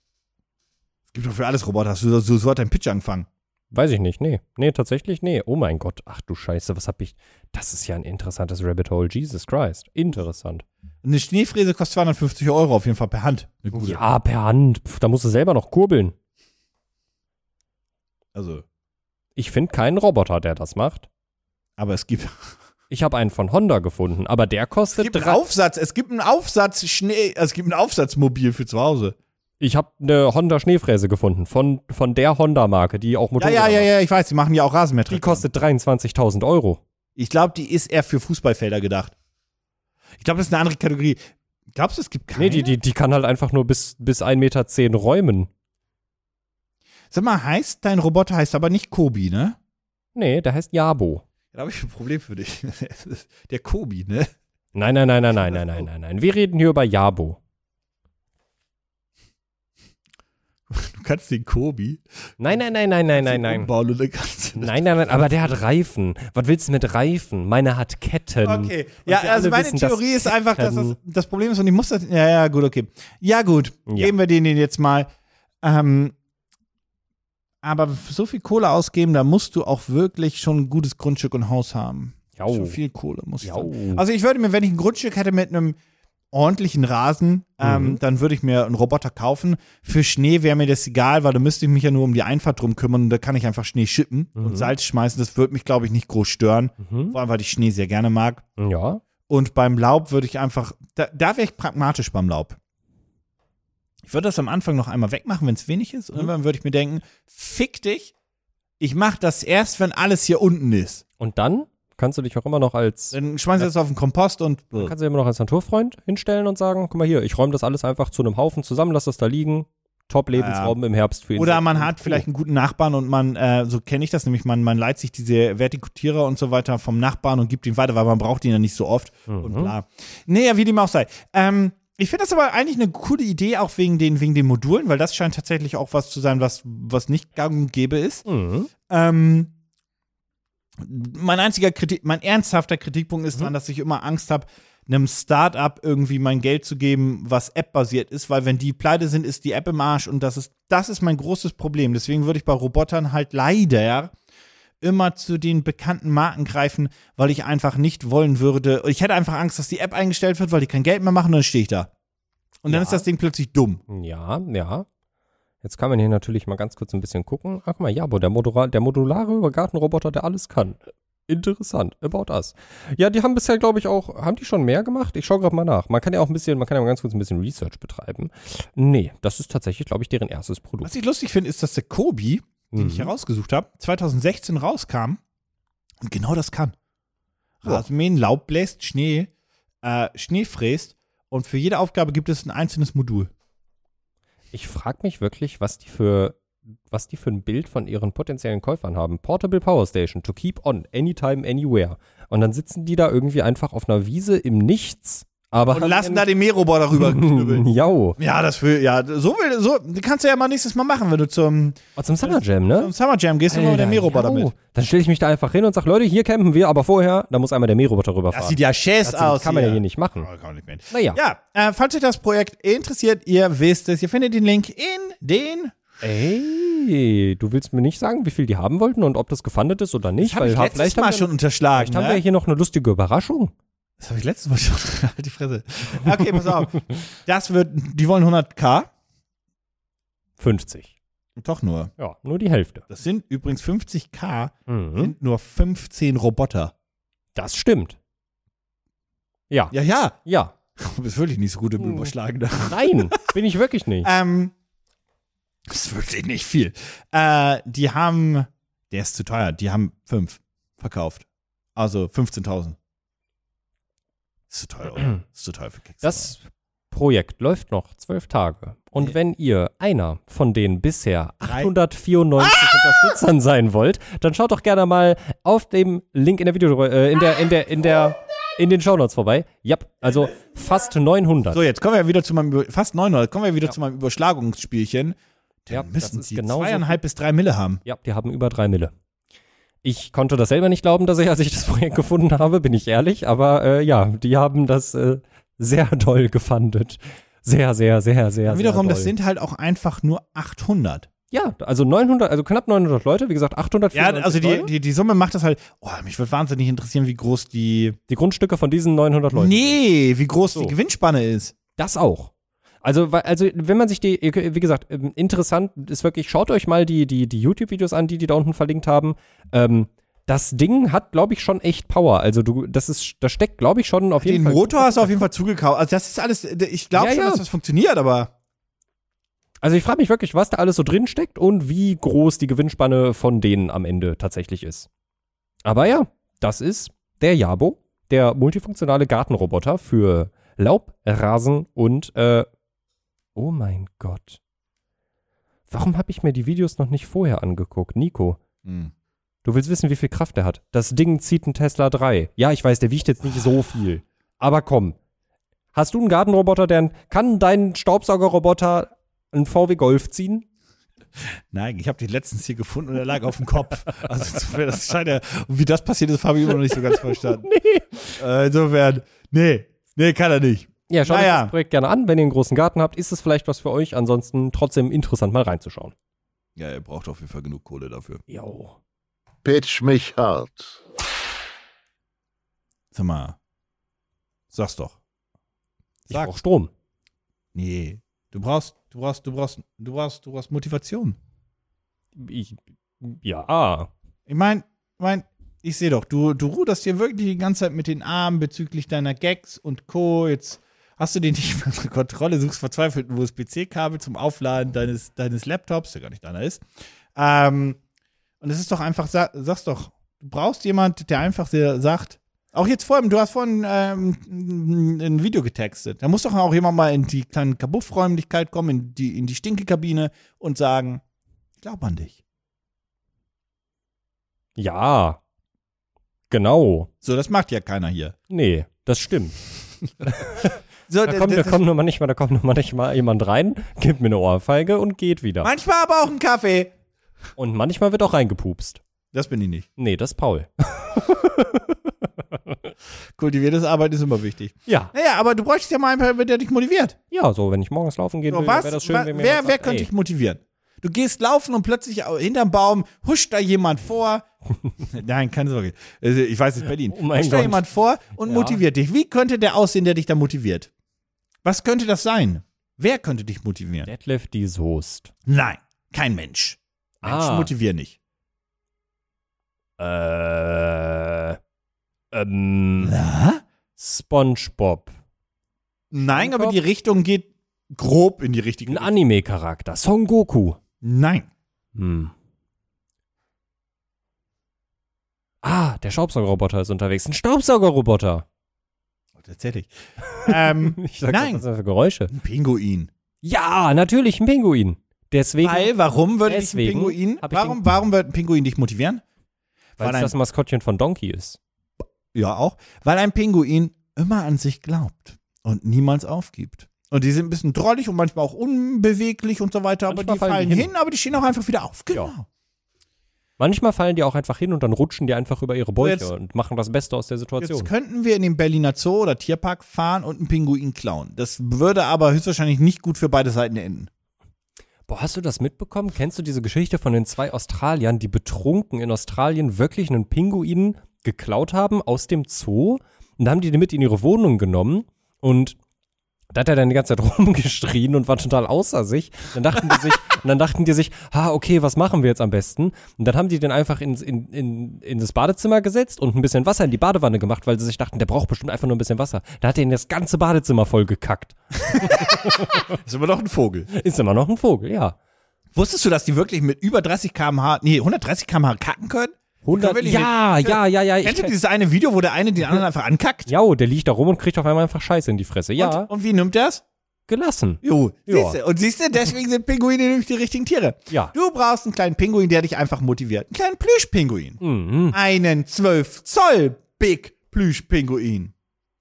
B: Es gibt doch für alles Roboter. Hast du so, so, so hat dein Pitch angefangen.
C: Weiß ich nicht. Nee. Nee, tatsächlich, nee. Oh mein Gott. Ach du Scheiße, was hab ich. Das ist ja ein interessantes Rabbit Hole. Jesus Christ. Interessant.
B: Eine Schneefräse kostet 250 Euro auf jeden Fall per Hand. Eine gute.
C: Ja, per Hand. Pff, da musst du selber noch kurbeln.
B: Also,
C: Ich finde keinen Roboter, der das macht.
B: aber es gibt.
C: Ich habe einen von Honda gefunden, aber der
B: Es
C: kostet
B: gibt einen
C: drei.
B: Aufsatz. Es gibt einen Aufsatz Schnee. also Es gibt einen Aufsatzmobil für zu Hause.
C: Ich habe eine Honda Schneefräse gefunden von, von der Honda Marke, die auch
B: Ja,
C: Motorräder
B: ja, ja,
C: macht.
B: ja. Ich weiß, die machen ja auch Rasenmäher.
C: Die kostet 23.000 Euro.
B: Ich glaube, die ist eher für Fußballfelder gedacht. Ich glaube, das ist eine andere Kategorie. Glaubst du, es gibt keine?
C: Nee, die, die, die kann halt einfach nur bis, bis 1,10 Meter räumen.
B: Sag mal, heißt dein Roboter heißt aber nicht Kobi, ne?
C: Nee, der heißt Jabo.
B: Da habe ich ein Problem für dich. Der Kobi, ne?
C: Nein, nein, nein, nein, nein, nein, nein, nein, nein. Wir reden hier über Jabo.
B: Du kannst den Kobi
C: Nein, nein, nein, nein, nein, nein, nein.
B: umbauen und dann kannst du
C: Nein, nein, nein, aber der hat Reifen. Was willst du mit Reifen? Meine hat Ketten.
B: Okay,
C: Und
B: ja, also
C: wir alle
B: meine
C: wissen, dass
B: Theorie ist einfach, dass das,
C: Ketten-
B: das Problem ist und ich muss das. Ja, ja, gut, okay. Ja, gut,
C: Ja.
B: geben wir denen den jetzt mal. Ähm, aber so viel Kohle ausgeben, da musst du auch wirklich schon ein gutes Grundstück und Haus haben.
C: Jau.
B: Schon viel Kohle, muss ich
C: Jau.
B: sagen. Also ich würde mir, wenn ich ein Grundstück hätte mit einem ordentlichen Rasen, ähm,
C: Mhm.
B: dann würde ich mir einen Roboter kaufen. Für Schnee wäre mir das egal, weil da müsste ich mich ja nur um die Einfahrt drum kümmern und da kann ich einfach Schnee schippen
C: Mhm.
B: und Salz schmeißen. Das würde mich, glaube ich, nicht groß stören. Vor allem, weil ich Schnee sehr gerne mag.
C: Ja.
B: Und beim Laub würde ich einfach, da, da wäre ich pragmatisch beim Laub. Ich würde das am Anfang noch einmal wegmachen, wenn es wenig ist.
C: Mhm.
B: Und dann würde ich mir denken, fick dich, ich mache das erst, wenn alles hier unten ist.
C: Und dann kannst du dich auch immer noch als
B: Dann schmeiß ich das auf den Kompost und
C: kannst du immer noch als Naturfreund hinstellen und sagen, guck mal hier, ich räume das alles einfach zu einem Haufen zusammen, lass das da liegen. Top Lebensraum im Herbst für ihn.
B: Oder man hat vielleicht einen guten Nachbarn und man, äh, so kenne ich das nämlich, man, man leiht sich diese Vertikutierer und so weiter vom Nachbarn und gibt ihn weiter, weil man braucht ihn ja nicht so oft
C: Mhm.
B: und bla. Naja, wie dem auch sei. Ähm, ich finde das aber eigentlich eine coole Idee, auch wegen den, wegen den Modulen, weil das scheint tatsächlich auch was zu sein, was, was nicht gang und gäbe ist.
C: Mhm.
B: Ähm, mein einziger Kritik, mein ernsthafter Kritikpunkt ist daran, dass ich immer Angst habe, einem Start-up irgendwie mein Geld zu geben, was App-basiert ist, weil wenn die pleite sind, ist die App im Arsch und das ist, das ist mein großes Problem. Deswegen würde ich bei Robotern halt leider immer zu den bekannten Marken greifen, weil ich einfach nicht wollen würde. Ich hätte einfach Angst, dass die App eingestellt wird, weil die kein Geld mehr machen und dann stehe ich da. Und dann
C: Ja.
B: ist das Ding plötzlich dumm.
C: Ja, ja. Jetzt kann man hier natürlich mal ganz kurz ein bisschen gucken. Ach mal, ja, aber der, Modula der modulare Gartenroboter, der alles kann. Interessant. About us. Ja, die haben bisher, glaube ich, auch, haben die schon mehr gemacht? Ich schaue gerade mal nach. Man kann ja auch ein bisschen, man kann ja mal ganz kurz ein bisschen Research betreiben. Nee, das ist tatsächlich, glaube ich, deren erstes Produkt.
B: Was ich lustig finde, ist, dass der Kobi, den
C: Mhm.
B: ich herausgesucht habe, 2016 rauskam und genau das kann.
C: Ja.
B: Rasenmähen, Laub bläst, Schnee, äh, Schnee fräst und für jede Aufgabe gibt es ein einzelnes Modul.
C: Ich frage mich wirklich, was die für was die für ein Bild von ihren potenziellen Käufern haben. Portable Power Station to keep on anytime anywhere. Und dann sitzen die da irgendwie einfach auf einer Wiese im Nichts, aber
B: Und lassen da den Mähroboter rüberknüppeln.
C: Jau.
B: Ja, das will, ja, so will, so, kannst du ja mal nächstes Mal machen, wenn du zum,
C: Oh, zum Summer Jam, ne?
B: zum Summer Jam gehst und mal mit dem Mähroboter
C: jau.
B: mit.
C: Dann stelle ich mich da einfach hin und sage, Leute, hier campen wir, aber vorher, da muss einmal der Mähroboter rüberfahren.
B: Das sieht ja schäß
C: Das
B: aus.
C: kann man ja hier nicht machen.
B: Oh, kann man nicht mit.
C: Naja.
B: Ja, äh, falls euch das Projekt interessiert, ihr wisst es, ihr findet den Link in den
C: Ey, du willst mir nicht sagen, wie viel die haben wollten und ob das gefundet ist oder nicht?
B: Das habe ich
C: ha-
B: letztes
C: vielleicht haben
B: Mal
C: wir,
B: schon unterschlagen.
C: Vielleicht haben wir
B: Ne?
C: hier noch eine lustige Überraschung.
B: Das habe ich letztes Mal schon. halt die Fresse. Okay, pass auf. Das wird, die wollen 100k.
C: 50.
B: Doch nur.
C: Ja, nur die Hälfte.
B: Das sind übrigens 50k,
C: Mhm.
B: sind nur 15 Roboter.
C: Das stimmt. Ja, ja.
B: Ja, ja. Du bist wirklich nicht so gut im Überschlagen. Ne?
C: Nein, bin ich wirklich nicht.
B: Ähm, das ist wirklich nicht viel. Äh, die haben, der ist zu teuer, die haben fünf verkauft. Also 15.000. Ist zu teuer, oder? Ist zu teuer für Keks.
C: Das Projekt läuft noch zwölf Tage. Und wenn ihr einer von den bisher
B: Drei- Ah!
C: 894 Unterstützern sein wollt, dann schaut doch gerne mal auf dem Link in der Video, äh, in der, in der, in der, in den Shownotes vorbei. Ja, also fast 900.
B: So, jetzt kommen wir wieder zu meinem, Über- fast 900, kommen wir wieder zu meinem Überschlagungsspielchen. Dann
C: Ja, das
B: müssen
C: ist
B: sie
C: genauso
B: zweieinhalb bis drei Mille haben.
C: Ja, die haben über drei Mille. Ich konnte das selber nicht glauben, dass ich, als ich das Projekt gefunden habe, bin ich ehrlich, aber äh, ja, die haben das äh, sehr doll gefundet. Sehr, sehr, sehr, sehr.
B: Und wiederum,
C: sehr
B: das
C: doll.
B: sind halt auch einfach nur 800.
C: Ja, also 900, also knapp 900 Leute, wie gesagt, 800
B: Ja, also die, die, die Summe macht das halt. Oh, mich würde wahnsinnig interessieren, wie groß die.
C: die Grundstücke von diesen 900 Leuten.
B: Nee, wie groß die
C: So.
B: Gewinnspanne ist.
C: Das auch. Also, weil- also, wenn man sich die, ihr könnt- wie gesagt, ähm, interessant ist wirklich, schaut euch mal die, die, die YouTube-Videos an, die die da unten verlinkt haben. Ähm, das Ding hat, glaube ich, schon echt Power. Also, du, das ist, das steckt, glaube ich, schon auf jeden
B: Den
C: Fall.
B: Motor hast du auf jeden Fall zugekauft. Also, das ist alles. Ich glaube
C: Ja,
B: schon,
C: ja.
B: dass das funktioniert, aber.
C: Also, ich frage mich wirklich, was da alles so drin steckt und wie groß die Gewinnspanne von denen am Ende tatsächlich ist. Aber ja, das ist der Jabo, der multifunktionale Gartenroboter für Laub, Rasen und, äh, oh mein Gott. Warum habe ich mir die Videos noch nicht vorher angeguckt? Nico,
B: Hm.
C: du willst wissen, wie viel Kraft er hat. Das Ding zieht einen Tesla 3. Ja, ich weiß, der wiegt jetzt nicht so viel. Aber komm. Hast du einen Gartenroboter, der kann dein Staubsaugerroboter einen VW Golf ziehen?
B: Nein, ich habe den letztens hier gefunden und er lag auf dem Kopf. Also insofern, das scheint ja. Und wie das passiert ist, habe ich immer noch nicht so ganz verstanden. nee. Äh, insofern, nee, nee, kann er nicht.
C: Ja, schaut
B: Naja.
C: euch das Projekt gerne an. Wenn ihr einen großen Garten habt, ist es vielleicht was für euch. Ansonsten trotzdem interessant, mal reinzuschauen.
B: Ja, er braucht auf jeden Fall genug Kohle dafür.
C: Jo.
A: Pitch mich hart.
B: Sag mal, sag's doch.
C: Ich
B: Sag.
C: brauch Strom.
B: Nee. Du brauchst, du brauchst, du brauchst, du brauchst, du brauchst Motivation.
C: Ich, ja.
B: Ich mein, mein, ich sehe doch, du, du ruderst hier wirklich die ganze Zeit mit den Armen bezüglich deiner Gags und Co. Jetzt hast du den nicht mehr unter Kontrolle, suchst verzweifelt ein USB-C-Kabel zum Aufladen deines, deines Laptops, der gar nicht deiner ist. Ähm, und es ist doch einfach, sa- sag's doch, du brauchst jemand, der einfach dir sagt, auch jetzt vorhin, du hast vorhin ähm, ein Video getextet. Da muss doch auch jemand mal in die kleine Kabuff-Räumlichkeit kommen, in die, in die Stinkekabine und sagen, ich glaube an dich.
C: Ja. Genau.
B: So, das macht ja keiner hier.
C: Nee, das stimmt.
B: So,
C: Da
B: d-
C: kommt,
B: d-
C: da
B: das-
C: kommt nur manchmal, da kommt nur manchmal jemand rein, gibt mir eine Ohrfeige und geht wieder.
B: Manchmal aber auch ein Kaffee.
C: Und manchmal wird auch reingepupst.
B: Das bin ich nicht.
C: Nee, das ist Paul.
B: Kultiviertes Arbeiten ist immer wichtig.
C: Ja.
B: Naja, aber du bräuchtest ja mal einen, der dich motiviert.
C: Ja, so, wenn ich morgens laufen gehen
B: So,
C: will,
B: was?
C: wäre das schön,
B: wa-
C: wenn mir
B: wer
C: jemand
B: wer
C: sagt,
B: könnte
C: ey,
B: dich motivieren? Du gehst laufen und plötzlich hinterm Baum huscht da jemand vor. Nein, keine Sorge. Also, Ich weiß nicht, Berlin.
C: Oh mein
B: huscht da
C: Gott.
B: jemand vor und
C: Ja.
B: motiviert dich. Wie könnte der aussehen, der dich da motiviert? Was könnte das sein? Wer könnte dich motivieren?
C: Detlef die Soest.
B: Nein, kein Mensch. Menschen
C: Ah.
B: motivieren nicht.
C: Äh. Ähm. SpongeBob.
B: Nein, aber
C: Kopf?
B: die Richtung geht grob in die richtige
C: Ein
B: Richtung.
C: Anime-Charakter. Son Goku.
B: Nein.
C: Hm. Ah, der Staubsaugerroboter ist unterwegs. Ein Staubsaugerroboter.
B: Oh, Tatsächlich. ähm,
C: Ich sag,
B: Nein.
C: was sind das für Geräusche?
B: ein Pinguin.
C: Ja, natürlich ein Pinguin. Deswegen,
B: Weil, warum würde dich ein
C: Deswegen
B: Pinguin,
C: hab ich
B: warum,
C: den-
B: warum wird ein Pinguin dich motivieren?
C: weil
B: weil
C: es
B: ein-
C: das Maskottchen von Donkey ist.
B: Ja, auch. Weil ein Pinguin immer an sich glaubt und niemals aufgibt. Und die sind ein bisschen drollig und manchmal auch unbeweglich und so weiter, aber
C: Manchmal
B: die fallen
C: fallen die
B: hin.
C: hin.
B: aber die stehen auch einfach wieder auf. Genau.
C: Manchmal fallen die auch einfach hin und dann rutschen die einfach über ihre Bäuche
B: jetzt-
C: und machen das Beste aus der Situation.
B: Jetzt könnten wir in den Berliner Zoo oder Tierpark fahren und einen Pinguin klauen. Das würde aber höchstwahrscheinlich nicht gut für beide Seiten enden.
C: Boah, hast du das mitbekommen? Kennst du diese Geschichte von den zwei Australiern, die betrunken in Australien wirklich einen Pinguin geklaut haben aus dem Zoo? Und da haben die den mit in ihre Wohnung genommen und da hat er dann die ganze Zeit rumgeschrien und war total außer sich. Dann dachten die sich, und dann dachten die sich, ha, okay, was machen wir jetzt am besten? Und dann haben die den einfach ins, in, in, in das Badezimmer gesetzt und ein bisschen Wasser in die Badewanne gemacht, weil sie sich dachten, der braucht bestimmt einfach nur ein bisschen Wasser. Da hat er in das ganze Badezimmer voll gekackt.
B: Ist aber doch ein Vogel.
C: Ist immer noch ein Vogel, ja.
B: Wusstest du, dass die wirklich mit über 30 km/h, nee, 130 km/h kacken können?
C: 100,
B: Können wir
C: ja,
B: nicht-
C: ja, ja, ja. ich
B: Kennst du
C: kenn-
B: dieses eine Video, wo der eine den anderen einfach ankackt?
C: Ja, oh, der liegt da rum und kriegt auf einmal einfach Scheiße in die Fresse. Ja,
B: Und, und wie nimmt das?
C: gelassen.
B: Jo,
C: Ja.
B: siehst du. Und siehst du, deswegen sind Pinguine nämlich die richtigen Tiere.
C: Ja.
B: Du brauchst einen kleinen Pinguin, der dich einfach motiviert. Einen kleinen Plüschpinguin.
C: Mhm.
B: Einen 12 Zoll Big Plüschpinguin.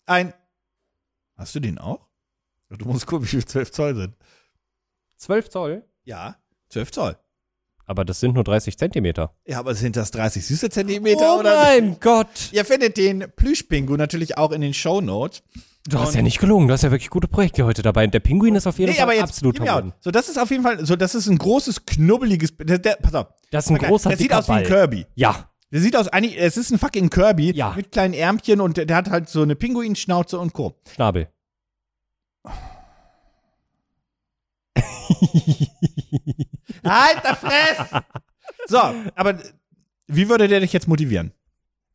B: Ein. Hast du den auch? Du musst gucken, wie viel 12 Zoll sind.
C: 12 Zoll.
B: Ja, 12 Zoll.
C: Aber das sind nur 30 Zentimeter.
B: Ja, aber sind das 30 süße Zentimeter
C: oh
B: oder?
C: mein Gott.
B: Ihr findet den Plüschpingu natürlich auch in den Shownotes.
C: Du hast ja nicht gelungen. Du hast ja wirklich gute Projekte heute dabei. Der Pinguin ist auf jeden
B: Nee,
C: Fall
B: aber jetzt,
C: absolut
B: gib mir
C: verboten.
B: auch. So, das ist auf jeden Fall, so, das ist ein großes, knubbeliges, der, der, pass auf.
C: Das ist ein großer,
B: Der sieht
C: dicker
B: aus wie ein
C: Ball.
B: Kirby.
C: Ja.
B: Der sieht aus, eigentlich, es ist ein fucking Kirby
C: Ja.
B: mit kleinen Ärmchen und der, der hat halt so eine Pinguinschnauze und Co.
C: Schnabel.
B: Halt der Fress! so, aber wie würde der dich jetzt motivieren?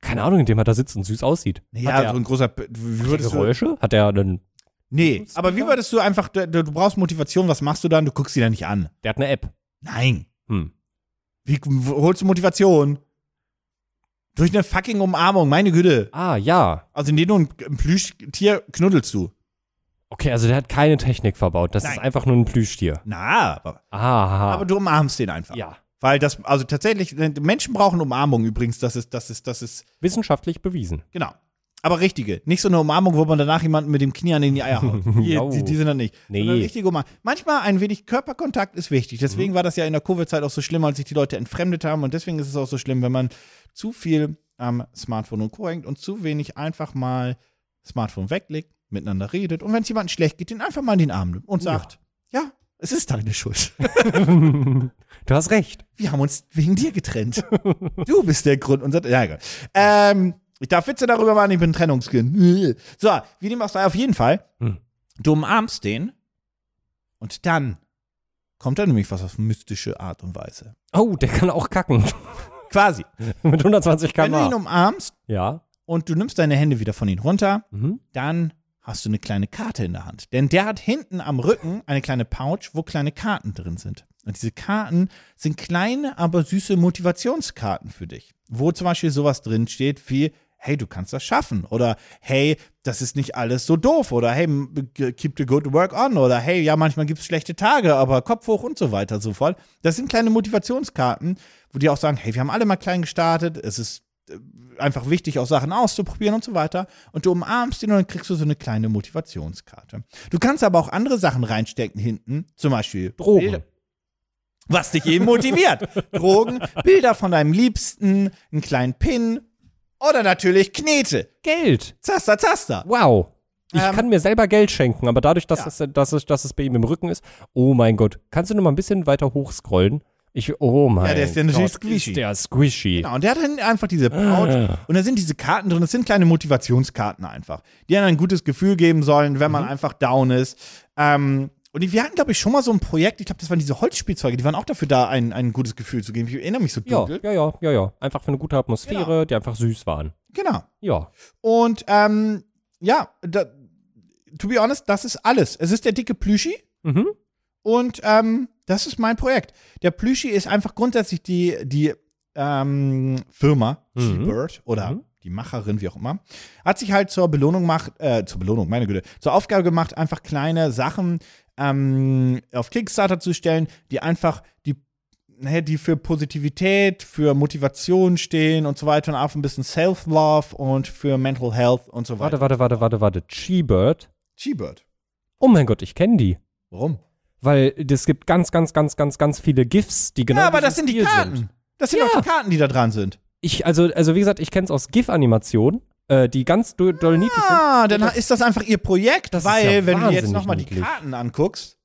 C: Keine Ahnung, indem er da sitzt und süß aussieht.
B: Ja,
C: hat er
B: so ein großer, P- wie
C: hat er
B: würdest du,
C: Geräusche? Hat er einen.
B: nee, aber wie würdest du einfach, du, du brauchst Motivation, was machst du dann? Du guckst sie dann nicht an.
C: Der hat eine App.
B: Nein.
C: Hm.
B: Wie holst du Motivation? Durch eine fucking Umarmung, meine Güte.
C: Ah, ja.
B: Also indem du ein, ein Plüschtier knuddelst du.
C: Okay, also der hat keine Technik verbaut. Das
B: Nein.
C: ist einfach nur ein Plüschtier.
B: Na, aber,
C: Ah,
B: aber du umarmst den einfach.
C: ja.
B: Weil das, also tatsächlich, Menschen brauchen Umarmung übrigens, das ist, das ist, das ist,
C: Wissenschaftlich bewiesen.
B: genau. Aber richtige. Nicht so eine Umarmung, wo man danach jemanden mit dem Knie an in die Eier haut. Die,
C: Jau.
B: die, die sind dann nicht.
C: Nee.
B: Sondern richtige Umarmung. Manchmal ein wenig Körperkontakt ist wichtig.
C: Mhm.
B: Deswegen war das ja in der Covid-Zeit auch so schlimm, als sich die Leute entfremdet haben. Und deswegen ist es auch so schlimm, wenn man zu viel am Smartphone und Co. hängt und zu wenig einfach mal Smartphone weglegt, miteinander redet. Und wenn es jemandem schlecht geht, den einfach mal in den Arm nimmt und
C: Ja.
B: sagt, ja, es ist deine Schuld.
C: du hast recht.
B: wir haben uns wegen dir getrennt. Du bist der Grund unserer. Ja, egal. Ähm, ich darf Witze darüber machen, ich bin Trennungskind. So, wie dem auch sei, auf jeden Fall.
C: Hm.
B: Du umarmst den und dann kommt da nämlich was auf mystische Art und Weise.
C: Oh, der kann auch kacken.
B: Quasi.
C: Mit 120
B: Wenn du ihn
C: km/h.
B: umarmst
C: Ja.
B: und du nimmst deine Hände wieder von ihm runter,
C: Mhm.
B: dann hast du eine kleine Karte in der Hand. Denn der hat hinten am Rücken eine kleine Pouch, wo kleine Karten drin sind. Und diese Karten sind kleine, aber süße Motivationskarten für dich. Wo zum Beispiel sowas drin steht wie, hey, du kannst das schaffen. Oder hey, das ist nicht alles so doof. Oder hey, m- g- keep the good work on. Oder hey, ja, manchmal gibt es schlechte Tage, aber Kopf hoch und so weiter und so fort. Das sind kleine Motivationskarten, wo die auch sagen, hey, wir haben alle mal klein gestartet. Es ist einfach wichtig, auch Sachen auszuprobieren und so weiter. Und du umarmst ihn und dann kriegst du so eine kleine Motivationskarte. Du kannst aber auch andere Sachen reinstecken hinten, zum Beispiel
C: Drogen.
B: Bilder. Was dich eben motiviert. Drogen, Bilder von deinem Liebsten, einen kleinen Pin oder natürlich Knete.
C: Geld.
B: Zaster, zaster.
C: Wow. Ich
B: Ähm.
C: kann mir selber Geld schenken, aber dadurch, dass,
B: Ja.
C: es, dass, es, dass es bei ihm im Rücken ist, oh mein Gott. Kannst du nur mal ein bisschen weiter hochscrollen? Ich, oh mein Gott.
B: der ist ja natürlich squishy.
C: Ist der squishy.
B: Genau, und der hat dann einfach diese Pouch und da sind diese Karten drin, das sind kleine Motivationskarten einfach, die einem ein gutes Gefühl geben sollen, wenn man einfach down ist. Ähm, und wir hatten, glaube ich, schon mal so ein Projekt, ich glaube, das waren diese Holzspielzeuge, die waren auch dafür da, ein, ein gutes Gefühl zu geben. Ich erinnere mich so
C: Ja,
B: dunkel.
C: ja, ja, ja, ja. Einfach für eine gute Atmosphäre,
B: Genau.
C: die einfach süß waren.
B: Genau.
C: Ja.
B: Und ähm, ja, da, to be honest, das ist alles. Es ist der dicke Plüschi
C: Mhm.
B: und ähm, das ist mein Projekt. Der Plüschi ist einfach grundsätzlich die, die ähm, Firma
C: Mhm.
B: G-Bird oder
C: Mhm.
B: die Macherin, wie auch immer, hat sich halt zur Belohnung macht, äh, zur Belohnung, meine Güte, zur Aufgabe gemacht, einfach kleine Sachen ähm, auf Kickstarter zu stellen, die einfach die naja, die für Positivität, für Motivation stehen und so weiter und auch ein bisschen Self-Love und für Mental Health und so weiter.
C: Warte, warte, warte, warte, warte. Cheebird.
B: G-Bird.
C: Oh mein Gott, ich kenne die.
B: Warum?
C: Weil es gibt ganz, ganz, ganz, ganz, ganz viele GIFs, die genau.
B: ja, aber
C: diesem
B: das sind die
C: Stil
B: Karten. Das sind
C: Ja.
B: doch die Karten, die da dran sind.
C: Ich, also, also wie gesagt, ich kenne es aus GIF-Animationen, äh, die ganz do, doll niedlich sind.
B: Ah, dann ist das einfach ihr Projekt,
C: Das ist
B: weil wenn du
C: ja
B: dir jetzt
C: wahnsinnig
B: nochmal die
C: niedlich.
B: Karten anguckst,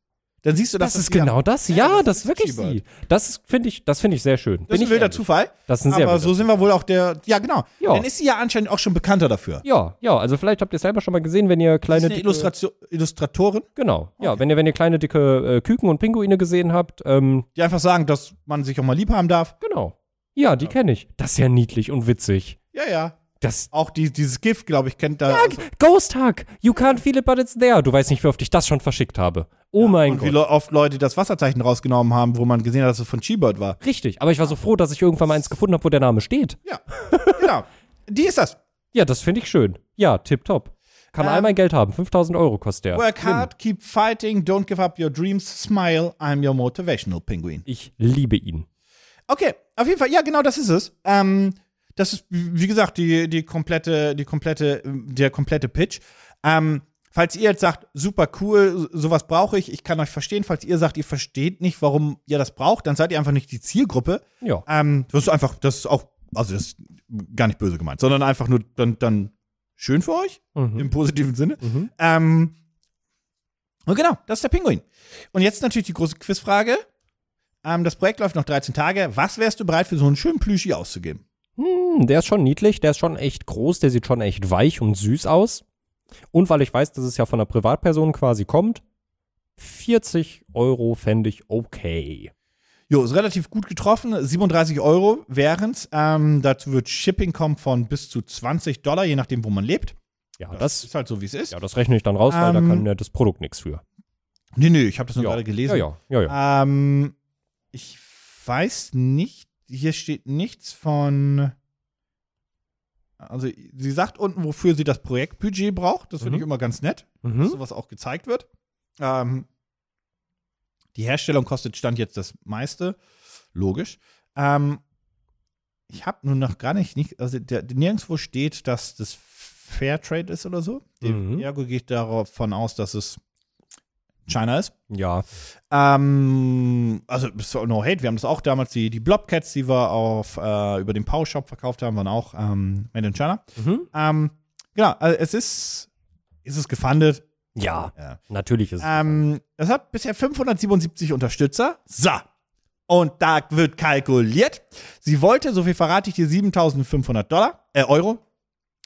B: dann siehst du, dass
C: Das ist
B: wieder-
C: genau das.
B: Ja,
C: Ja,
B: das
C: das
B: ist
C: ist wirklich
B: Cheebird.
C: sie. Das finde ich, das finde ich sehr schön.
B: Das
C: Bin
B: ist
C: ich
B: ein wilder
C: ehrlich.
B: Zufall.
C: Das ist ein sehr
B: aber
C: wilder
B: so sind wir wohl auch der. Ja, genau.
C: Ja.
B: Dann ist sie ja anscheinend auch schon bekannter dafür.
C: Ja, ja, also vielleicht habt ihr es selber schon mal gesehen, wenn ihr
B: Das ist
C: kleine
B: eine
C: dicke,
B: Illustration, Illustratorin,
C: genau, ja, wenn ihr wenn ihr kleine dicke äh, Küken und Pinguine gesehen habt, ähm,
B: die einfach sagen, dass man sich auch mal lieb haben darf.
C: genau, ja, die kenne ich. Das ist ja niedlich und witzig.
B: Ja, ja.
C: Das
B: Auch die, dieses Gift, glaube ich, kennt da. also-
C: Ghost Hug, you can't feel it but it's there. Du weißt nicht, wie oft ich das schon verschickt habe. Oh mein
B: und wie
C: Gott.
B: le oft Leute das Wasserzeichen rausgenommen haben, wo man gesehen hat, dass es von Cheebird war.
C: Richtig, aber ich war so froh, dass ich irgendwann mal eins gefunden habe, wo der Name steht.
B: Ja, genau. Die ist das.
C: Ja, das finde ich schön. Ja, tipptopp. Kann
B: Ähm,
C: all mein Geld haben. 5000 Euro kostet der.
B: Work hard, keep fighting, don't give up your dreams, smile, I'm your motivational penguin.
C: Ich liebe ihn.
B: Okay, auf jeden Fall, ja, genau das ist es. Ähm, das ist, wie gesagt, die, die komplette, die komplette, der komplette Pitch. Ähm, falls ihr jetzt sagt, super cool, so- sowas brauche ich, ich kann euch verstehen. Falls ihr sagt, ihr versteht nicht, warum ihr das braucht, dann seid ihr einfach nicht die Zielgruppe.
C: Ja.
B: Ähm, das ist einfach, das ist auch, also das ist gar nicht böse gemeint, sondern einfach nur dann, dann schön für euch,
C: Mhm.
B: im positiven Sinne.
C: Mhm.
B: Ähm, und genau, das ist der Pinguin. Und jetzt natürlich die große Quizfrage. Ähm, das Projekt läuft noch 13 Tage. Was wärst du bereit für so einen schönen Plüschi auszugeben?
C: Hm, der ist schon niedlich, der ist schon echt groß, der sieht schon echt weich und süß aus. Und weil ich weiß, dass es ja von einer Privatperson quasi kommt, 40 Euro fände ich okay.
B: Jo, ist relativ gut getroffen. 37 Euro wären's. Ähm, dazu wird Shipping kommen von bis zu 20 Dollar, je nachdem, wo man lebt.
C: Ja, das,
B: ist halt so, wie es ist.
C: ja, das rechne ich dann raus, weil da
B: Ähm,
C: kann ja das Produkt nichts für.
B: Nee, nee, ich habe das nur
C: ja.
B: gerade gelesen.
C: Ja, ja, ja, ja.
B: Ähm, ich weiß nicht, hier steht nichts von. Also, sie sagt unten, wofür sie das Projektbudget braucht. Das finde
C: Mhm.
B: ich immer ganz nett, dass
C: Mhm.
B: sowas auch gezeigt wird. Ähm, die Herstellung kostet Stand jetzt das meiste. Logisch. Ähm, ich habe nur noch gar nicht, nicht also der, nirgendwo steht, dass das Fairtrade ist oder so.
C: Mhm.
B: Ergo geht davon aus, dass es China ist.
C: Ja,
B: Ähm, also das war no hate, wir haben das auch damals, die, die Blobcats, die wir auf, äh, über den Power Shop verkauft haben, waren auch ähm, Made in China.
C: mhm.
B: Ähm, genau, also es ist, ist es gefundet.
C: ja,
B: Ja.
C: natürlich ist es.
B: Ähm, es hat bisher 577 Unterstützer. So. Und da wird kalkuliert. Sie wollte, so viel verrate ich dir, 7500 Dollar, äh, Euro.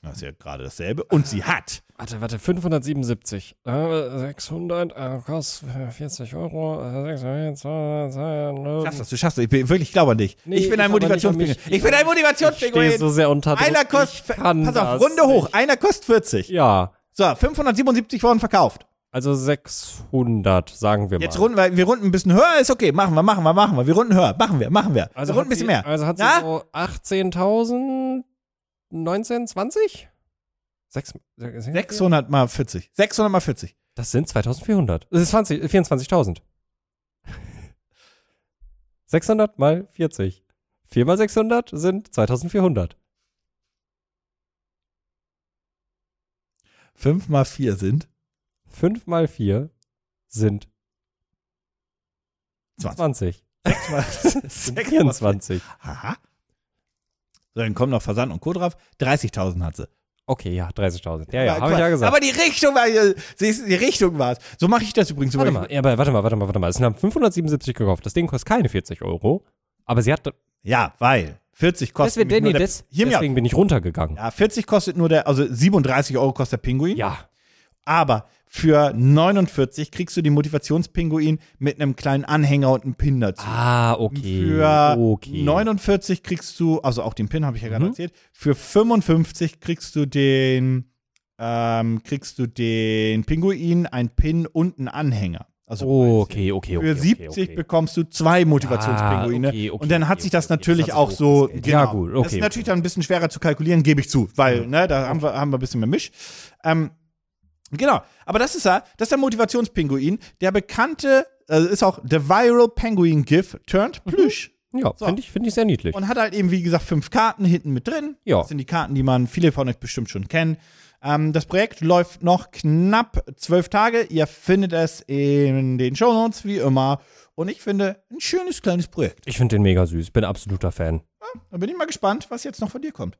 B: Das ist ja gerade dasselbe. Und sie hat.
C: Warte, warte, 577. Äh, 600, äh, kostet 40 Euro. Äh, 600,
B: Du schaffst das, du schaffst das. Ich bin wirklich, ich glaube an dich.
C: Ähm. Nee,
B: ich bin ein
C: ich aber nicht an
B: Motivationspinguin.
C: mich.
B: Ich bin ein
C: Ich
B: Motivationspinguin.
C: stehe so sehr unter Druck.
B: Einer kostet,
C: Ich kann
B: pass auf,
C: das
B: Runde hoch,
C: nicht.
B: einer kostet 40.
C: Ja,
B: So, 577 wurden verkauft.
C: also 600, sagen wir mal.
B: Jetzt runden wir, wir runden ein bisschen höher, ist okay, machen wir, machen wir, machen wir, wir runden höher, machen wir, machen wir. Also
C: also
B: wir
C: hat
B: runden ein bisschen
C: sie,
B: mehr.
C: Also hat sie
B: Na?
C: so 18.000, 19, 20? Sechs- sechs-
B: 600 mal 40. 600 mal 40.
C: Das sind 2400. Das ist 20 24.000. 600 mal 40. 4 mal 600 sind 2400.
B: 5 mal 4 sind
C: 5 mal 4 sind
B: 20.
C: 20.
B: 6 mal 6 mal
C: 24.
B: Aha. So, dann kommt noch Versand und Co. drauf. 30.000 hat sie.
C: Okay, ja, 30.000. Ja, ja,
B: Ja,
C: habe ich ja
B: Quatsch.
C: gesagt.
B: Aber die Richtung war, siehst du, die Richtung war's. So mache ich das übrigens
C: warte
B: immer.
C: mal, ja, aber warte mal, warte mal, warte mal. Es haben 577 gekauft. Das Ding kostet keine 40 Euro. Aber sie hat.
B: Ja, weil 40 kostet
C: Deswegen,
B: nämlich
C: Danny,
B: nur der,
C: des,
B: hier
C: deswegen bin ich runtergegangen.
B: Ja, 40 kostet nur der, also 37 Euro kostet der Pinguin.
C: Ja.
B: Aber für 49 kriegst du den Motivationspinguin mit einem kleinen Anhänger und einem Pin dazu.
C: Ah, okay.
B: Für
C: okay.
B: 49 kriegst du, also auch den Pin habe ich ja gerade
C: Mhm.
B: erzählt, für 55 kriegst du den, ähm, kriegst du den Pinguin, ein Pin und einen Anhänger. Also
C: Oh,
B: beides.
C: okay, okay, okay.
B: Für
C: okay,
B: 70
C: okay.
B: bekommst du zwei Motivationspinguine.
C: Ah, okay, okay,
B: und dann hat
C: okay,
B: sich das
C: okay, okay.
B: natürlich
C: Das hat
B: auch
C: sich
B: so. genau.
C: hochgeskaliert. Ja, gut,
B: Das
C: okay,
B: ist natürlich dann ein bisschen schwerer zu kalkulieren, gebe ich zu, weil, ne, da haben wir, haben wir ein bisschen mehr Misch. Ähm, genau. Aber das ist er, das ist der Motivationspinguin. Der bekannte, äh, ist auch The Viral Penguin GIF turned
C: Mhm.
B: plüsch.
C: Ja,
B: So.
C: finde ich, find ich sehr niedlich.
B: Und hat halt eben, wie gesagt, fünf Karten hinten mit drin.
C: Ja.
B: Das sind die Karten, die man viele von euch bestimmt schon kennen. Ähm, das Projekt läuft noch knapp zwölf Tage. Ihr findet es in den Shownotes, wie immer. Und ich finde, ein schönes kleines Projekt.
C: Ich finde den mega süß. Bin absoluter Fan.
B: Da bin ich mal gespannt, was jetzt noch von dir kommt.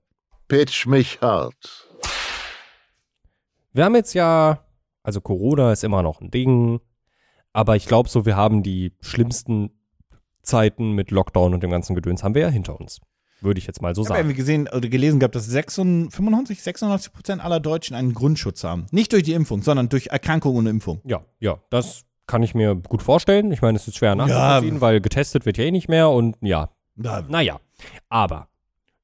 A: Pitch mich hart.
C: Wir haben jetzt ja, also Corona ist immer noch ein Ding, aber ich glaube so, wir haben die schlimmsten Zeiten mit Lockdown und dem ganzen Gedöns haben wir ja hinter uns. Würde ich jetzt mal so
B: Ich habe
C: sagen.
B: irgendwie gesehen oder gelesen gehabt, dass 96, 95, 96 Prozent aller Deutschen einen Grundschutz haben. Nicht durch die Impfung, sondern durch Erkrankung und Impfung.
C: Ja, ja, das kann ich mir gut vorstellen. Ich meine, es ist schwer nachzuvollziehen, weil getestet wird ja eh nicht mehr und ja,
B: Da-
C: naja. Aber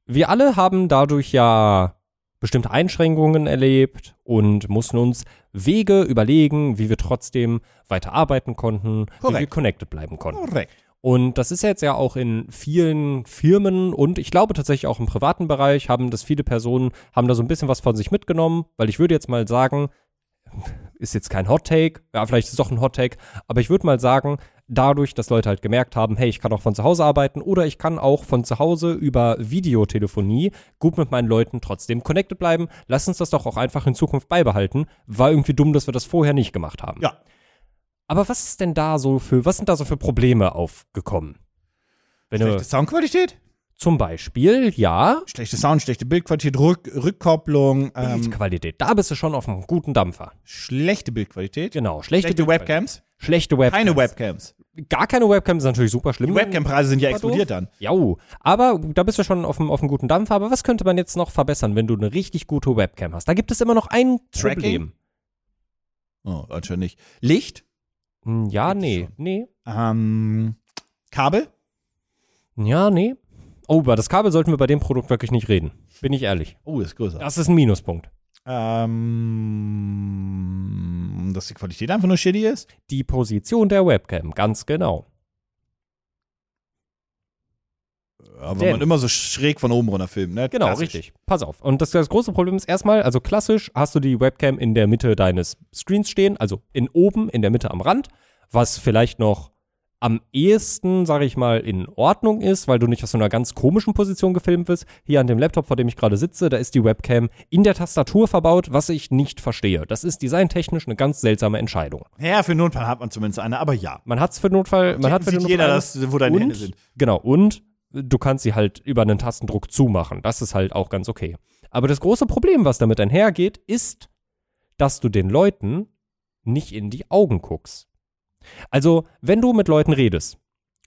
C: wir alle haben dadurch ja bestimmte Einschränkungen erlebt und mussten uns Wege überlegen, wie wir trotzdem weiter arbeiten konnten, wie wir
B: Korrekt.
C: connected bleiben konnten.
B: Korrekt.
C: Und das ist jetzt ja auch in vielen Firmen und ich glaube tatsächlich auch im privaten Bereich haben das viele Personen, haben da so ein bisschen was von sich mitgenommen, weil ich würde jetzt mal sagen, ist jetzt kein Hot Take, ja, vielleicht ist es doch ein Hot Take, aber ich würde mal sagen, dadurch, dass Leute halt gemerkt haben, hey, ich kann auch von zu Hause arbeiten oder ich kann auch von zu Hause über Videotelefonie gut mit meinen Leuten trotzdem connected bleiben, lass uns das doch auch einfach in Zukunft beibehalten. War irgendwie dumm, dass wir das vorher nicht gemacht haben.
B: Ja.
C: Aber was ist denn da so für, was sind da so für Probleme aufgekommen? Wenn du,
B: Schlechte Soundqualität?
C: zum Beispiel, ja,
B: Schlechte Sound, schlechte Bildqualität, Rück Rückkopplung, ähm,
C: Bildqualität, da bist du schon auf einem guten Dampfer.
B: schlechte Bildqualität.
C: Genau, schlechte,
B: Schlechte
C: Bildqualität.
B: Webcams?
C: Schlechte Webcam.
B: Keine Webcams.
C: Gar keine Webcam ist natürlich super schlimm.
B: Die Webcam-Preise sind ja
C: War doof.
B: explodiert dann.
C: Jau, aber da bist du schon auf einem, auf einem guten Dampfer. Aber was könnte man jetzt noch verbessern, wenn du eine richtig gute Webcam hast? Da gibt es immer noch ein
B: Tracking?
C: Problem.
B: Oh, anscheinend nicht. Licht,
C: Hm, Ja,
B: Gibt's
C: nee,
B: schon.
C: nee,
B: ähm, Kabel.
C: ja, nee. Oh, über das Kabel sollten wir bei dem Produkt wirklich nicht reden. Bin ich ehrlich.
B: Oh, ist größer.
C: Das ist ein Minuspunkt.
B: Ähm, dass die Qualität einfach nur shitty ist.
C: Die Position der Webcam, ganz genau.
B: Aber
C: Denn-
B: man immer so schräg von oben runter filmt, ne?
C: Genau,
B: Klassisch.
C: richtig. Pass auf. Und das, das große Problem ist erstmal, also klassisch hast du die Webcam in der Mitte deines Screens stehen, also in oben, in der Mitte am Rand, was vielleicht noch am ehesten, sage ich mal, in Ordnung ist, weil du nicht aus so einer ganz komischen Position gefilmt wirst. Hier an dem Laptop, vor dem ich gerade sitze, da ist die Webcam in der Tastatur verbaut, was ich nicht verstehe. Das ist designtechnisch eine ganz seltsame Entscheidung.
B: Ja, für den Notfall hat man zumindest eine, aber ja.
C: Man hat es für den Notfall, man hat für
B: Sieht
C: den Notfall
B: jeder,
C: eine-
B: das, wo deine
C: und,
B: Hände sind.
C: Genau, und du kannst sie halt über einen Tastendruck zumachen. Das ist halt auch ganz okay. Aber das große Problem, was damit einhergeht, ist, dass du den Leuten nicht in die Augen guckst. Also, wenn du mit Leuten redest,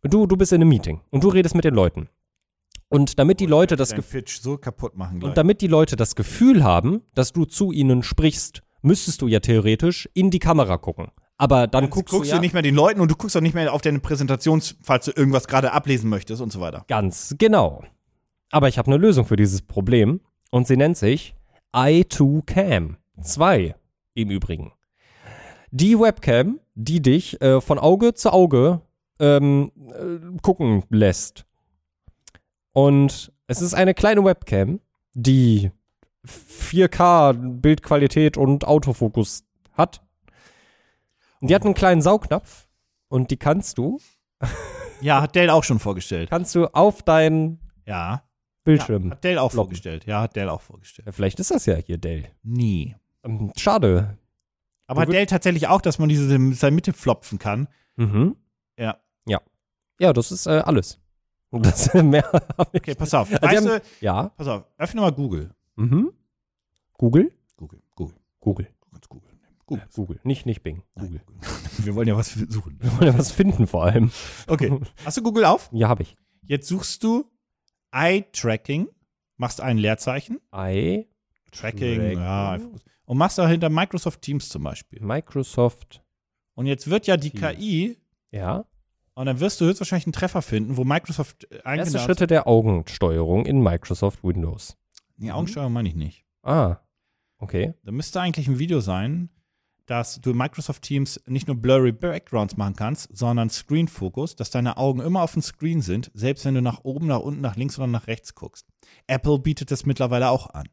C: du, du bist in einem Meeting und du redest mit den Leuten. Und damit die Leute das
B: Dein
C: Gefühl
B: Pitch so kaputt machen gleich.
C: und damit die Leute das Gefühl haben, dass du zu ihnen sprichst, müsstest du ja theoretisch in die Kamera gucken. Aber dann, guckst,
B: guckst
C: du ja
B: nicht mehr den Leuten und du guckst auch nicht mehr auf deine Präsentation, falls du irgendwas gerade ablesen möchtest und so weiter.
C: Ganz genau. Aber ich habe eine Lösung für dieses Problem und sie nennt sich i2Cam 2 im Übrigen. Die Webcam, die dich äh, von Auge zu Auge ähm, äh, gucken lässt. Und es ist eine kleine Webcam, die 4K Bildqualität und Autofokus hat. Und die hat einen kleinen Saugnapf und die kannst du,
B: Ja, hat Dell auch schon vorgestellt.
C: kannst du auf deinen
B: Ja.
C: Bildschirm
B: Ja, hat Dell auch
C: Locken.
B: vorgestellt. Ja, hat Dell auch vorgestellt.
C: Ja, Vielleicht ist das ja hier Dell.
B: Nie.
C: Ähm, Schade.
B: Aber hat
C: Du würd-
B: Dell tatsächlich auch, dass man diese seine Mitte flopfen kann?
C: Mhm.
B: Ja.
C: Ja, das ist äh, alles. Und Das mehr. Also
B: Okay, pass auf.
C: wir
B: Weißt
C: haben-
B: du,
C: ja.
B: pass auf, öffne mal Google.
C: Mhm. Google?
B: Google, Google.
C: Google.
B: Du kannst Google nehmen. Google.
C: Google, nicht, nicht Bing.
B: Google. Wir wollen ja was suchen.
C: Wir wollen ja was finden vor allem.
B: Okay. Hast du Google auf?
C: Ja, habe ich.
B: Jetzt suchst du Eye-Tracking, machst ein Leerzeichen.
C: I,
B: Tracking,
C: Tracking.
B: ja. einfach- Und machst dahinter Microsoft Teams zum Beispiel.
C: Microsoft,
B: Und jetzt wird ja die
C: Teams.
B: KI,
C: ja.
B: und dann wirst du höchstwahrscheinlich einen Treffer finden, wo Microsoft äh,
C: Erste
B: eingeladen
C: Schritte der Augensteuerung in Microsoft Windows.
B: Nee, Augensteuer meine ich nicht.
C: Ah, okay.
B: Da müsste eigentlich ein Video sein, dass du in Microsoft Teams nicht nur blurry Backgrounds machen kannst, sondern Screen Focus, dass deine Augen immer auf dem Screen sind, selbst wenn du nach oben, nach unten, nach links oder nach rechts guckst. Apple bietet das mittlerweile auch an.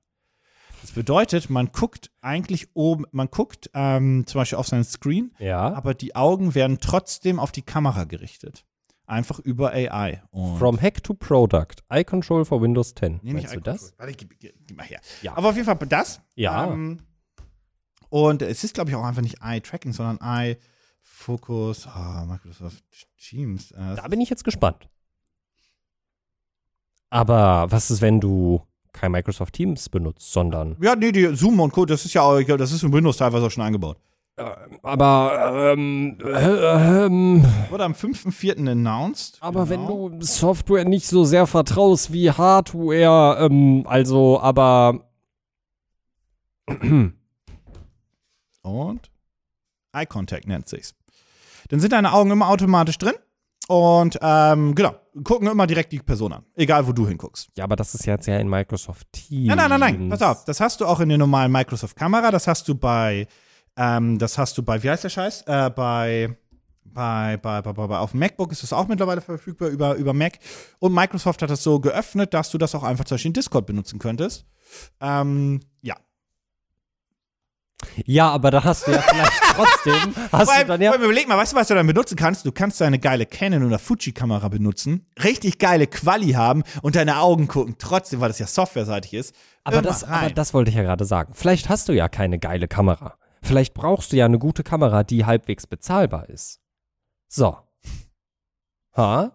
B: Das bedeutet, man guckt eigentlich oben, man guckt ähm, zum Beispiel auf seinen Screen,
C: Ja.
B: aber die Augen werden trotzdem auf die Kamera gerichtet. Einfach über AI. Und
C: From Hack to Product. Eye Control for Windows 10.
B: Nee, nicht
C: Meinst du
B: Eye-Control.
C: das?
B: Warte, gib, gib, gib mal her.
C: Ja.
B: Aber auf jeden Fall das.
C: Ja.
B: Ähm, und es ist, glaube ich, auch einfach nicht Eye-Tracking, sondern Eye-Focus. Ah, Microsoft Teams. Äh,
C: Da bin ich jetzt gespannt. Aber was ist, wenn du kein Microsoft Teams benutzt, sondern.
B: ja, nee, die Zoom und Co., das ist ja auch, ich glaub, das ist in Windows teilweise auch schon eingebaut.
C: Äh, Aber, ähm, äh, ähm,
B: Wurde am 5.4. announced.
C: aber
B: Genau.
C: wenn du Software nicht so sehr vertraust wie Hardware, ähm, also, aber.
B: Und Eye Contact nennt sich's. Dann sind deine Augen immer automatisch drin und ähm, genau, gucken immer direkt die Person an, egal wo du hinguckst.
C: Ja, aber das ist jetzt ja in Microsoft Teams.
B: Nein, nein, nein, nein, pass auf, das hast du auch in der normalen Microsoft Kamera, das hast du bei, ähm, das hast du bei, wie heißt der Scheiß? Äh, bei, bei, bei, bei, bei, bei, auf dem MacBook ist das auch mittlerweile verfügbar über, über Mac und Microsoft hat das so geöffnet, dass du das auch einfach zum Beispiel in Discord benutzen könntest. Ähm, ja.
C: Ja, aber da hast du ja vielleicht trotzdem.
B: Vor
C: Hast du
B: allem,
C: dann ja.
B: vor allem überleg mal, weißt du, was du dann benutzen kannst? Du kannst deine geile Canon oder Fuji-Kamera benutzen, richtig geile Quali haben und deine Augen gucken, trotzdem, weil das ja softwareseitig ist.
C: Aber
B: immer
C: das,
B: rein.
C: aber das wollte ich ja gerade sagen. Vielleicht hast du ja keine geile Kamera. Vielleicht brauchst du ja eine gute Kamera, die halbwegs bezahlbar ist. So. Ha?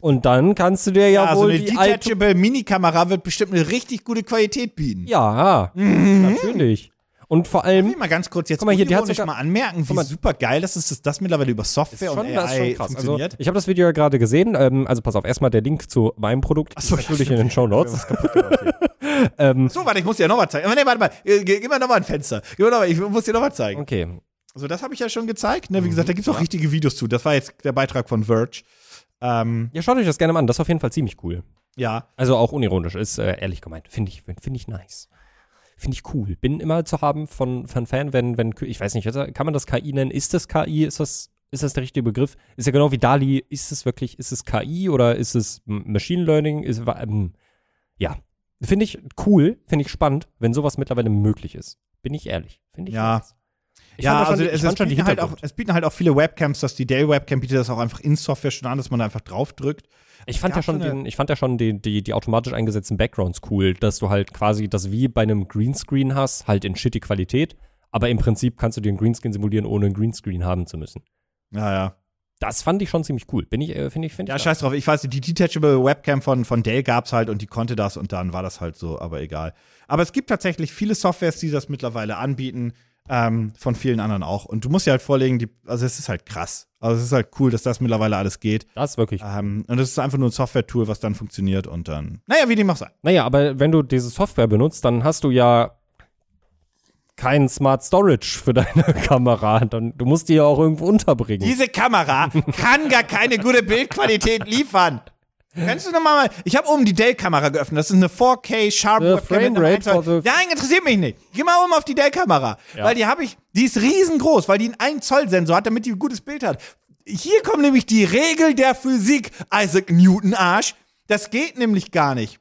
C: Und dann kannst du dir ja,
B: ja, so
C: wohl
B: eine
C: die alte.
B: detachable Mini-Kamera wird bestimmt eine richtig gute Qualität bieten.
C: Ja,
B: Mhm.
C: natürlich. Und vor
B: Ich
C: allem,
B: will mal ganz kurz jetzt
C: Guck mal hier, die hat
B: unironisch
C: sogar-
B: mal anmerken, wie
C: mal.
B: super geil das ist, dass das mittlerweile über
C: ist
B: Software
C: schon,
B: und
C: das ist
B: AI
C: schon krass. Also,
B: funktioniert.
C: ich habe das Video ja gerade gesehen. Ähm, also pass auf, erstmal der Link zu meinem Produkt.
B: Ach so, ja,
C: natürlich in den Show Notes. Ähm,
B: so, warte, ich muss dir noch was zeigen. Aber Nee, warte mal, Äh, geh, geh mal noch mal ein Fenster. Geh mal noch mal, ich muss dir noch was zeigen.
C: Okay.
B: Also das habe ich ja schon gezeigt. Ne? Wie gesagt, da gibt es auch richtige Videos zu. Das war jetzt der Beitrag von Verge. Ähm,
C: Ja, schaut euch das gerne mal an. Das ist auf jeden Fall ziemlich cool.
B: ja,
C: Also auch unironisch, ist äh, ehrlich gemeint. Finde ich, finde ich nice. Finde ich cool. Bin immer zu haben von, von Fan, wenn, wenn, ich weiß nicht, also kann man das KI nennen? Ist das KI? Ist das, ist das der richtige Begriff? Ist ja genau wie Dali, ist es wirklich, ist es KI oder ist es m, Machine Learning? Ist, wa- ähm, ja. Finde ich cool, finde ich spannend, wenn sowas mittlerweile möglich ist. Bin ich ehrlich. Finde ich
B: Ja.
C: nice. Ich
B: ja,
C: fand da
B: also
C: schon, die- ich
B: es, es,
C: fand schon die
B: bieten halt auch,
C: Hintergrund-
B: es bieten halt auch viele Webcams, dass die Dell Webcam bietet das auch einfach in Software schon an, dass man da einfach drauf drückt.
C: Ich fand ja
B: gab
C: schon,
B: so eine-
C: den, ich fand ja schon die, die, die automatisch eingesetzten Backgrounds cool, dass du halt quasi das wie bei einem Greenscreen hast, halt in shitty Qualität, aber im Prinzip kannst du den Greenscreen simulieren, ohne einen Greenscreen haben zu müssen.
B: Ja, ja.
C: Das fand ich schon ziemlich cool. Bin ich, äh, finde ich, finde
B: Ja,
C: ich.
B: scheiß drauf. Ich weiß, die Detachable Webcam von, von Dell gab's halt und die konnte das und dann war das halt so, aber egal. Aber es gibt tatsächlich viele Softwares, die das mittlerweile anbieten, ähm, von vielen anderen auch. Und du musst dir halt vorlegen, die, also es ist halt krass. Also es ist halt cool, dass das mittlerweile alles geht.
C: Das ist wirklich.
B: Ähm, und es ist einfach nur ein Software-Tool, was dann funktioniert und dann, naja, wie dem auch sei.
C: Naja, aber wenn du diese Software benutzt, dann hast du ja kein Smart Storage für deine Kamera. Dann, du musst die ja auch irgendwo unterbringen.
B: Diese Kamera kann gar keine gute Bildqualität liefern. Kannst du nochmal mal. Ich habe oben die Dell-Kamera geöffnet. Das ist eine 4K Sharp
C: The
B: Webcam. mit einem
C: framerate for
B: 1 Zoll.
C: the-
B: Nein, interessiert mich nicht. Geh mal oben auf die Dell-Kamera. Weil die habe ich. Die ist riesengroß, weil die einen 1 Zoll Sensor hat, damit die ein gutes Bild hat. Hier kommt nämlich die Regel der Physik, Isaac Newton Arsch. Das geht nämlich gar nicht.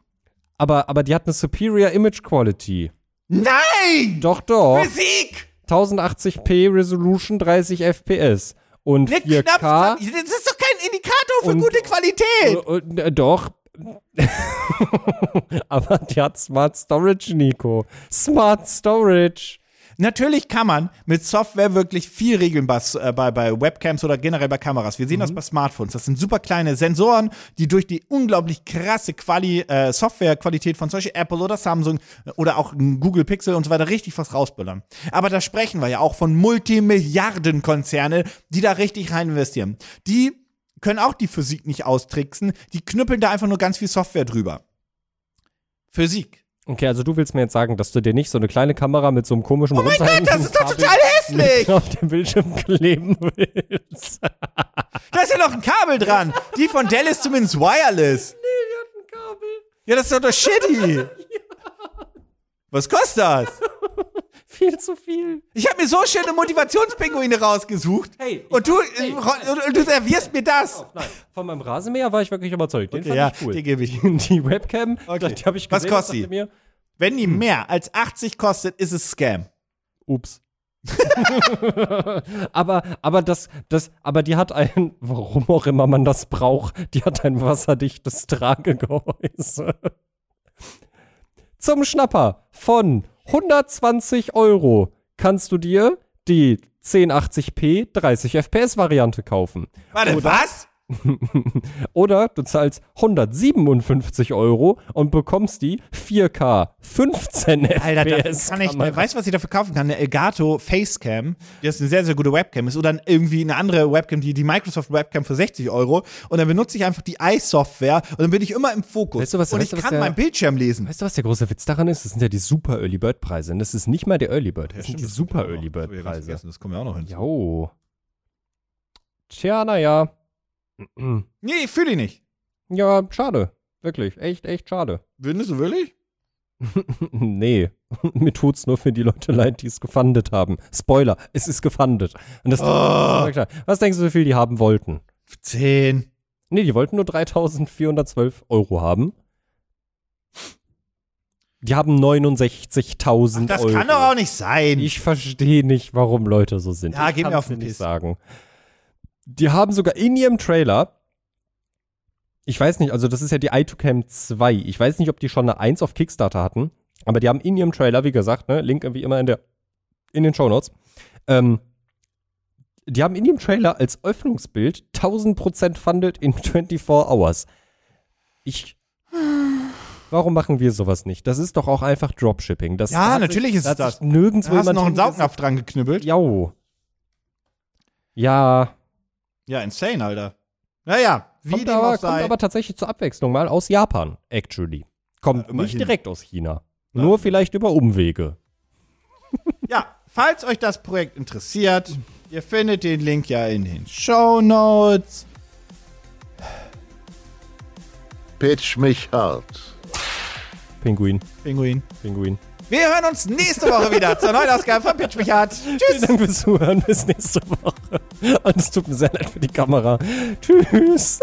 C: aber, aber die hat eine Superior Image Quality.
B: Nein!
C: Doch, doch.
B: Physik!
C: 1080p Resolution 30 FPS und
B: Eine
C: 4K.
B: Knopf- Das ist doch kein Indikator für
C: Und-
B: gute Qualität.
C: Und, äh, doch. Aber die hat Smart Storage, Nico. Smart Storage.
B: Natürlich kann man mit Software wirklich viel regeln bei, äh, bei, bei Webcams oder generell bei Kameras. Wir sehen das bei Smartphones. Das sind super kleine Sensoren, die durch die unglaublich krasse Quali, äh, Softwarequalität von solchen Apple oder Samsung äh, oder auch n Google Pixel und so weiter richtig was rausböllern. Aber da sprechen wir ja auch von Multimilliardenkonzerne, die da richtig rein investieren. Die können auch die Physik nicht austricksen. Die knüppeln da einfach nur ganz viel Software drüber. Physik.
C: Okay, also du willst mir jetzt sagen, dass du dir nicht so eine kleine Kamera mit so einem komischen Oh mein
B: Gott, das ist doch total hässlich!
C: auf dem Bildschirm kleben willst.
B: Da ist ja noch ein Kabel dran. Die von Dell ist zumindest wireless. Ja, das ist doch doch shitty. Was kostet das?
C: Viel zu viel.
B: Ich habe mir so schöne Motivationspinguine rausgesucht.
C: Hey, ich-
B: und du,
C: hey.
B: und, und du servierst mir das.
C: Nein, von meinem Rasenmäher war ich wirklich überzeugt. Den
B: Okay,
C: fand
B: ja,
C: ich cool.
B: die gebe ich.
C: Die Webcam,
B: Okay.
C: die habe ich
B: Was
C: gesehen.
B: kostet
C: und dachte
B: die?
C: Mir,
B: Wenn die mehr als 80 kostet, ist es Scam.
C: ups. aber, aber das, das, aber die hat ein, warum auch immer man das braucht, die hat ein wasserdichtes Tragegehäuse. Zum Schnapper von 120 Euro kannst du dir die 1080p 30 FPS Variante kaufen.
B: Warte, was?
C: Oder du zahlst 157 Euro und bekommst die 4K 15
B: Alter,
C: FPS.
B: das kann ich, äh,
C: Kamera.
B: weißt du, was ich dafür kaufen kann? Eine Elgato Facecam, die ist eine sehr, sehr gute Webcam ist. Oder irgendwie eine andere Webcam, die, die Microsoft Webcam für 60 Euro. Und dann benutze ich einfach die iSoftware und dann bin ich immer im Fokus.
C: Weißt du, was-
B: und ich
C: weißt du, was
B: kann
C: der-
B: meinen Bildschirm lesen.
C: Weißt du, was der große Witz daran ist? Das sind ja die super Early Bird Preise. Und das ist nicht mal der Early Bird, das sind die super Early Bird Preise.
B: Das kommen wir auch noch hin.
C: Jo. Tja, naja.
B: Nee, ich fühle ihn nicht.
C: Ja, schade. Wirklich. Echt, echt schade.
B: Würdest du wirklich?
C: nee. Mir tut's nur für die Leute leid, die es gefundet haben. Spoiler, es ist gefundet. Und das
B: Ah.
C: Was denkst du, wie viel die haben wollten?
B: 10.
C: Nee, die wollten nur 3412 Euro haben. Die haben 69.000
B: Das
C: Euro.
B: kann doch auch nicht sein.
C: Ich verstehe nicht, warum Leute so sind.
B: Ja,
C: ich
B: geht mir
C: kann's
B: auf den
C: dir
B: Piss.
C: nicht sagen. Die haben sogar in ihrem Trailer ich weiß nicht, also das ist ja die iToCam 2. Ich weiß nicht, ob die schon eine 1 auf Kickstarter hatten, aber die haben in ihrem Trailer, wie gesagt, ne, Link wie immer in der in den Shownotes. Ähm die haben in ihrem Trailer als Öffnungsbild 1000% funded in 24 hours. Ich Warum machen wir sowas nicht? Das ist doch auch einfach Dropshipping. Das
B: Ja,
C: da hat
B: natürlich
C: sich,
B: ist
C: da
B: es
C: hat sich
B: das.
C: Nirgendwo
B: da hast du
C: jemand
B: noch einen
C: hingesetzt.
B: Saugnapf dran geknüppelt.
C: Jau. Ja,
B: Ja, insane, Alter. Naja, wie
C: kommt
B: dem
C: aber,
B: auch
C: kommt
B: sei.
C: aber tatsächlich zur Abwechslung mal aus Japan, actually. Kommt
B: Ja, immerhin.
C: nicht direkt aus China. Nur vielleicht über Umwege.
B: Ja, falls euch das Projekt interessiert, ihr findet den Link ja in den Show Notes.
A: Pitch mich hart.
C: Pinguin,
B: Pinguin.
C: Pinguin.
B: Wir hören uns nächste Woche wieder zur neuen Ausgabe von Pitch mich hart. Tschüss.
C: Vielen Dank fürs Zuhören. Bis nächste Woche. Und es tut mir sehr leid für die Kamera. Tschüss.